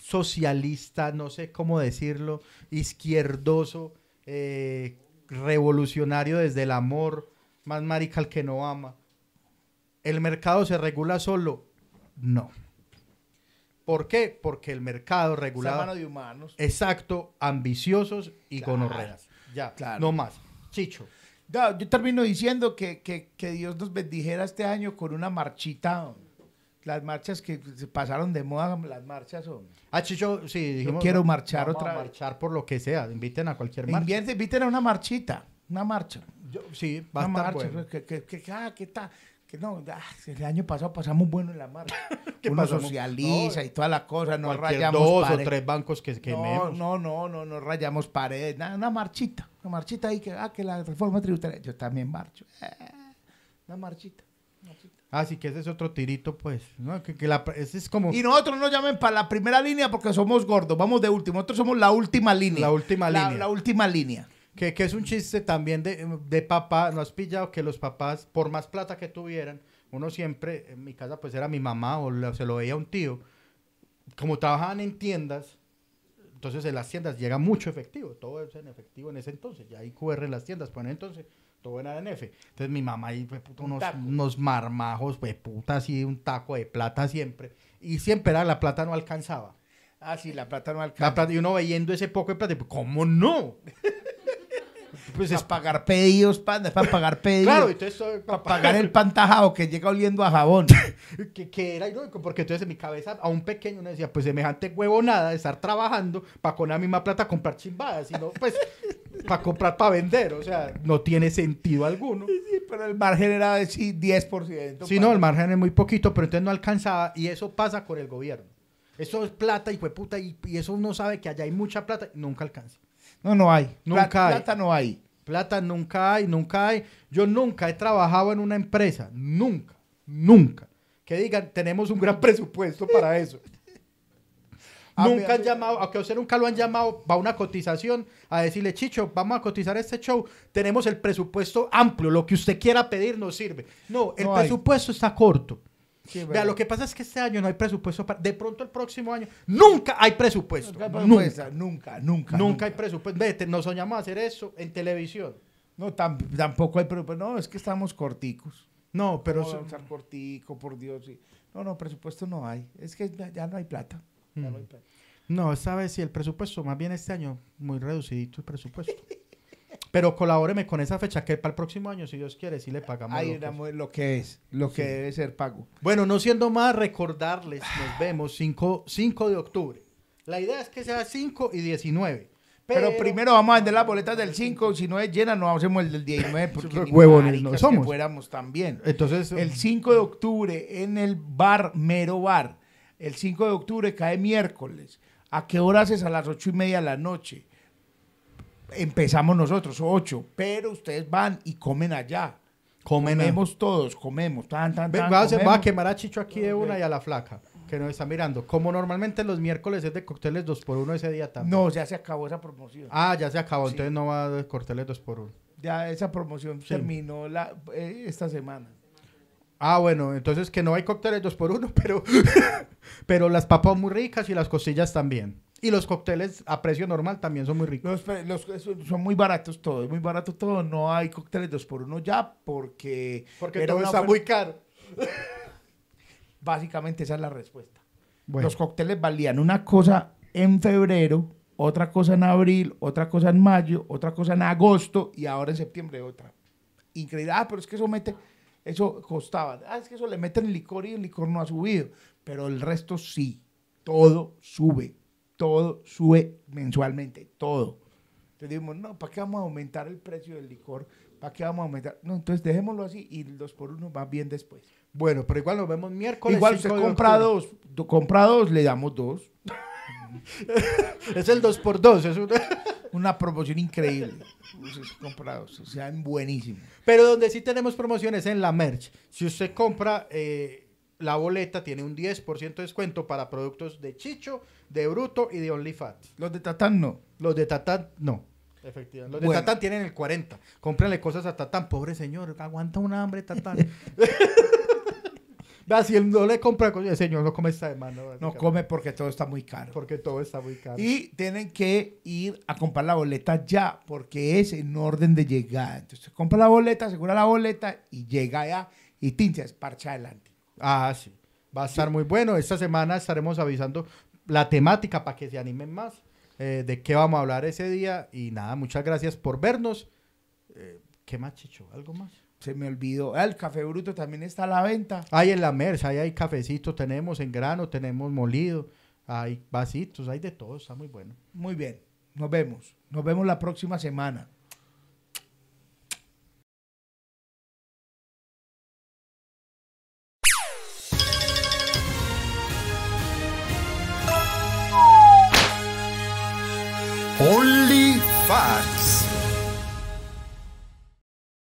Speaker 1: socialista, no sé cómo decirlo, izquierdoso, eh, revolucionario desde el amor, más marical que no ama. ¿El mercado se regula solo? No. ¿Por qué? Porque el
Speaker 2: Esa
Speaker 1: mercado
Speaker 2: mano
Speaker 1: regulado...
Speaker 2: de humanos.
Speaker 1: Exacto, ambiciosos y
Speaker 2: Claro,
Speaker 1: gonorreas. Ya,
Speaker 2: claro.
Speaker 1: no más. Chicho.
Speaker 2: Ya, yo termino diciendo que, que- que Dios nos bendijera este año con una marchita. hombre. Las marchas que se pasaron de moda, las marchas. hombre.
Speaker 1: Ah, Chicho, sí, dijimos.
Speaker 2: quiero
Speaker 1: no,
Speaker 2: marchar
Speaker 1: vamos
Speaker 2: otra
Speaker 1: a
Speaker 2: vez.
Speaker 1: marchar por lo que sea. Inviten a cualquier marcha.
Speaker 2: Invierte, inviten a una marchita, una marcha.
Speaker 1: Yo- sí, va a
Speaker 2: Una
Speaker 1: estar
Speaker 2: marcha.
Speaker 1: bueno.
Speaker 2: Que, que, que- ah, que está- que no, ah, el año pasado pasamos bueno en la marcha.
Speaker 1: <laughs> ¿Qué
Speaker 2: Uno
Speaker 1: pasamos?
Speaker 2: socializa y toda la cosa, no
Speaker 1: Cualquier
Speaker 2: rayamos
Speaker 1: dos o
Speaker 2: pared.
Speaker 1: tres bancos que
Speaker 2: No,
Speaker 1: quememos.
Speaker 2: no, no, no, no rayamos paredes, nada, una marchita, una marchita ahí que, ah, que la reforma tributaria, yo también marcho, eh, una marchita.
Speaker 1: Así Ah, que ese es otro tirito, pues. ¿no? Que, que la- ese es como.
Speaker 2: Y nosotros no llamen para la primera línea porque somos gordos, vamos de último, nosotros somos la última línea.
Speaker 1: La última
Speaker 2: La-
Speaker 1: línea.
Speaker 2: La última línea.
Speaker 1: Que, que es un chiste también de, de papá. ¿No has pillado que los papás, por más plata que tuvieran, uno siempre, en mi casa, pues era mi mamá o la- se lo veía a un tío. Como trabajaban en tiendas, entonces en las tiendas llega mucho efectivo. Todo es en efectivo en ese entonces. Ya hay QR en las tiendas, pues en entonces todo era en F. Entonces mi mamá ahí, fue puta,
Speaker 2: Un
Speaker 1: unos,
Speaker 2: taco.
Speaker 1: unos marmajos, pues puta, así, un taco de plata siempre. Y siempre era la plata no alcanzaba.
Speaker 2: Ah, sí, la plata no
Speaker 1: La
Speaker 2: alcanza.
Speaker 1: plata, y uno viendo ese poco de plata, y, pues, ¿cómo no? <laughs> pues es
Speaker 2: para pagar pedidos, panda, es para
Speaker 1: <laughs>
Speaker 2: pagar pedidos.
Speaker 1: Claro, entonces eh,
Speaker 2: para
Speaker 1: papá,
Speaker 2: pagar el pantajado que llega oliendo a
Speaker 1: <laughs>
Speaker 2: jabón.
Speaker 1: que, que era irónico, porque entonces en mi cabeza a un pequeño uno decía, pues semejante huevonada de estar trabajando para con la misma plata comprar chimbadas, sino pues para comprar para vender, o sea, no tiene sentido alguno.
Speaker 2: Sí, pero el margen era de sí, 10%.
Speaker 1: Sí, no, el margen es muy poquito, pero entonces no alcanzaba y eso pasa con el gobierno. Eso es plata y puta y, y eso uno sabe que allá hay mucha plata y nunca alcanza.
Speaker 2: No, no hay.
Speaker 1: Nunca
Speaker 2: Pla-
Speaker 1: hay.
Speaker 2: Plata no hay.
Speaker 1: Plata nunca hay, nunca hay. Yo nunca he trabajado en una empresa, nunca, nunca. Que digan, tenemos un gran <laughs> presupuesto para eso.
Speaker 2: <laughs> A mí-
Speaker 1: nunca
Speaker 2: a
Speaker 1: han
Speaker 2: mí-
Speaker 1: llamado, aunque a usted nunca lo han llamado, va a una cotización a decirle, Chicho, vamos a cotizar este show, tenemos el presupuesto amplio, lo que usted quiera pedir nos sirve. No, el
Speaker 2: No hay.
Speaker 1: presupuesto está corto. Vea, lo que pasa es que este año no hay presupuesto para, de pronto el próximo año, nunca hay presupuesto.
Speaker 2: Nunca,
Speaker 1: Nunca,
Speaker 2: nunca, nunca, nunca,
Speaker 1: nunca, hay presupuesto. Vete, nos soñamos a hacer eso en televisión.
Speaker 2: No, tam- tampoco hay, pero, pero no, es que estamos corticos.
Speaker 1: No, pero...
Speaker 2: No,
Speaker 1: eso-
Speaker 2: vamos a estar cortico, por Dios. sí. No, no, presupuesto no hay. Es que ya, ya no hay plata.
Speaker 1: Mm.
Speaker 2: Ya no hay plata.
Speaker 1: No, esta vez sí, el presupuesto, más bien este año, muy reducidito el presupuesto. Pero colabóreme con esa fecha que para el próximo año, si Dios quiere, sí le pagamos.
Speaker 2: Ahí
Speaker 1: lo que
Speaker 2: era
Speaker 1: es.
Speaker 2: mu- lo que es, lo que debe ser pago.
Speaker 1: Bueno, no siendo más, recordarles, nos vemos 5, 5 de octubre. La idea es que sea 5 y 19.
Speaker 2: Pero, primero vamos a vender las boletas del 5. Si no es llena, no hacemos el del 19. Porque ni
Speaker 1: Huevones no
Speaker 2: maricas que
Speaker 1: somos.
Speaker 2: fuéramos también.
Speaker 1: Entonces,
Speaker 2: El 5 de octubre en el bar Mero Bar. El 5 de octubre cae miércoles. ¿A qué horas es? A las 8 y media de la noche. Empezamos nosotros, 8. Pero ustedes van y comen allá.
Speaker 1: comen.
Speaker 2: Comemos todos, comemos. Tan, tan,
Speaker 1: Ve-
Speaker 2: tan,
Speaker 1: va, a hacer- va a
Speaker 2: comemos.
Speaker 1: quemar a Chicho aquí de una y a la flaca, que nos está mirando. Como normalmente los miércoles es de cócteles 2x1 ese día también.
Speaker 2: No, ya se acabó esa promoción.
Speaker 1: Ah, ya se acabó, entonces no va a haber cócteles 2x1.
Speaker 2: Ya esa promoción terminó la, eh, esta semana.
Speaker 1: Ah, bueno, entonces que no hay cócteles dos por uno, <laughs> pero, pero las papas muy ricas y las costillas también. Y los cócteles a precio normal también son muy ricos.
Speaker 2: Los, pre- los- eso- son muy baratos todo, es muy barato todo. No hay cócteles dos por uno ya porque...
Speaker 1: Porque
Speaker 2: era
Speaker 1: todo
Speaker 2: una
Speaker 1: está
Speaker 2: oferta-
Speaker 1: muy caro.
Speaker 2: Básicamente esa es la respuesta.
Speaker 1: Bueno,
Speaker 2: Los cócteles valían una cosa en febrero, otra cosa en abril, otra cosa en mayo, otra cosa en agosto y ahora en septiembre otra. Increíble. Ah, pero es que eso mete, eso costaba. Ah, es que eso le meten licor y el licor no ha subido. Pero el resto sí. Todo sube. Todo sube mensualmente. Todo. Entonces dijimos, no, ¿para qué vamos a aumentar el precio del licor? ¿Para qué vamos a aumentar? No, entonces dejémoslo así y los por uno va bien después.
Speaker 1: bueno, pero igual nos vemos miércoles.
Speaker 2: Igual
Speaker 1: 5
Speaker 2: usted
Speaker 1: de
Speaker 2: compra
Speaker 1: octubre.
Speaker 2: dos, do- compra dos, le damos dos.
Speaker 1: Es el 2 por 2 es un- <laughs>
Speaker 2: Una promoción increíble. Ustedes compra dos, o sea, buenísimo.
Speaker 1: Pero donde sí tenemos promociones en la merch. Si usted compra eh, la boleta, tiene un 10% de descuento para productos de Chicho, de Bruto y de OnlyFat.
Speaker 2: Los de Tatán no.
Speaker 1: Los de Tatán, no. Efectivamente. Los de
Speaker 2: Bueno.
Speaker 1: Tatán tienen el 40. Cómprenle cosas a Tatán. Pobre señor, aguanta un
Speaker 2: <laughs>
Speaker 1: hambre, Tatán. Vea, si él no le compra cosas, el señor no come esta de mano.
Speaker 2: No
Speaker 1: básicamente,
Speaker 2: come porque todo está muy caro.
Speaker 1: Porque todo está muy caro.
Speaker 2: Y tienen que ir a comprar la boleta ya, porque es en orden de llegada. Entonces, compra la boleta, asegura la boleta y llega allá y tinchas, parcha adelante.
Speaker 1: Ah, sí. Va a estar muy bueno. Esta semana estaremos avisando la temática para que se animen más eh, de qué vamos a hablar ese día. Y nada, muchas gracias por vernos. Eh, ¿Qué más, Chicho? ¿Algo más?
Speaker 2: Se me olvidó. Ah, el café bruto también está a la venta.
Speaker 1: Hay en la merza, ahí hay cafecito, tenemos en grano, tenemos molido, hay vasitos, hay de todo, está muy bueno.
Speaker 2: Muy bien. Nos vemos. Nos vemos la próxima semana.
Speaker 3: Only Facts.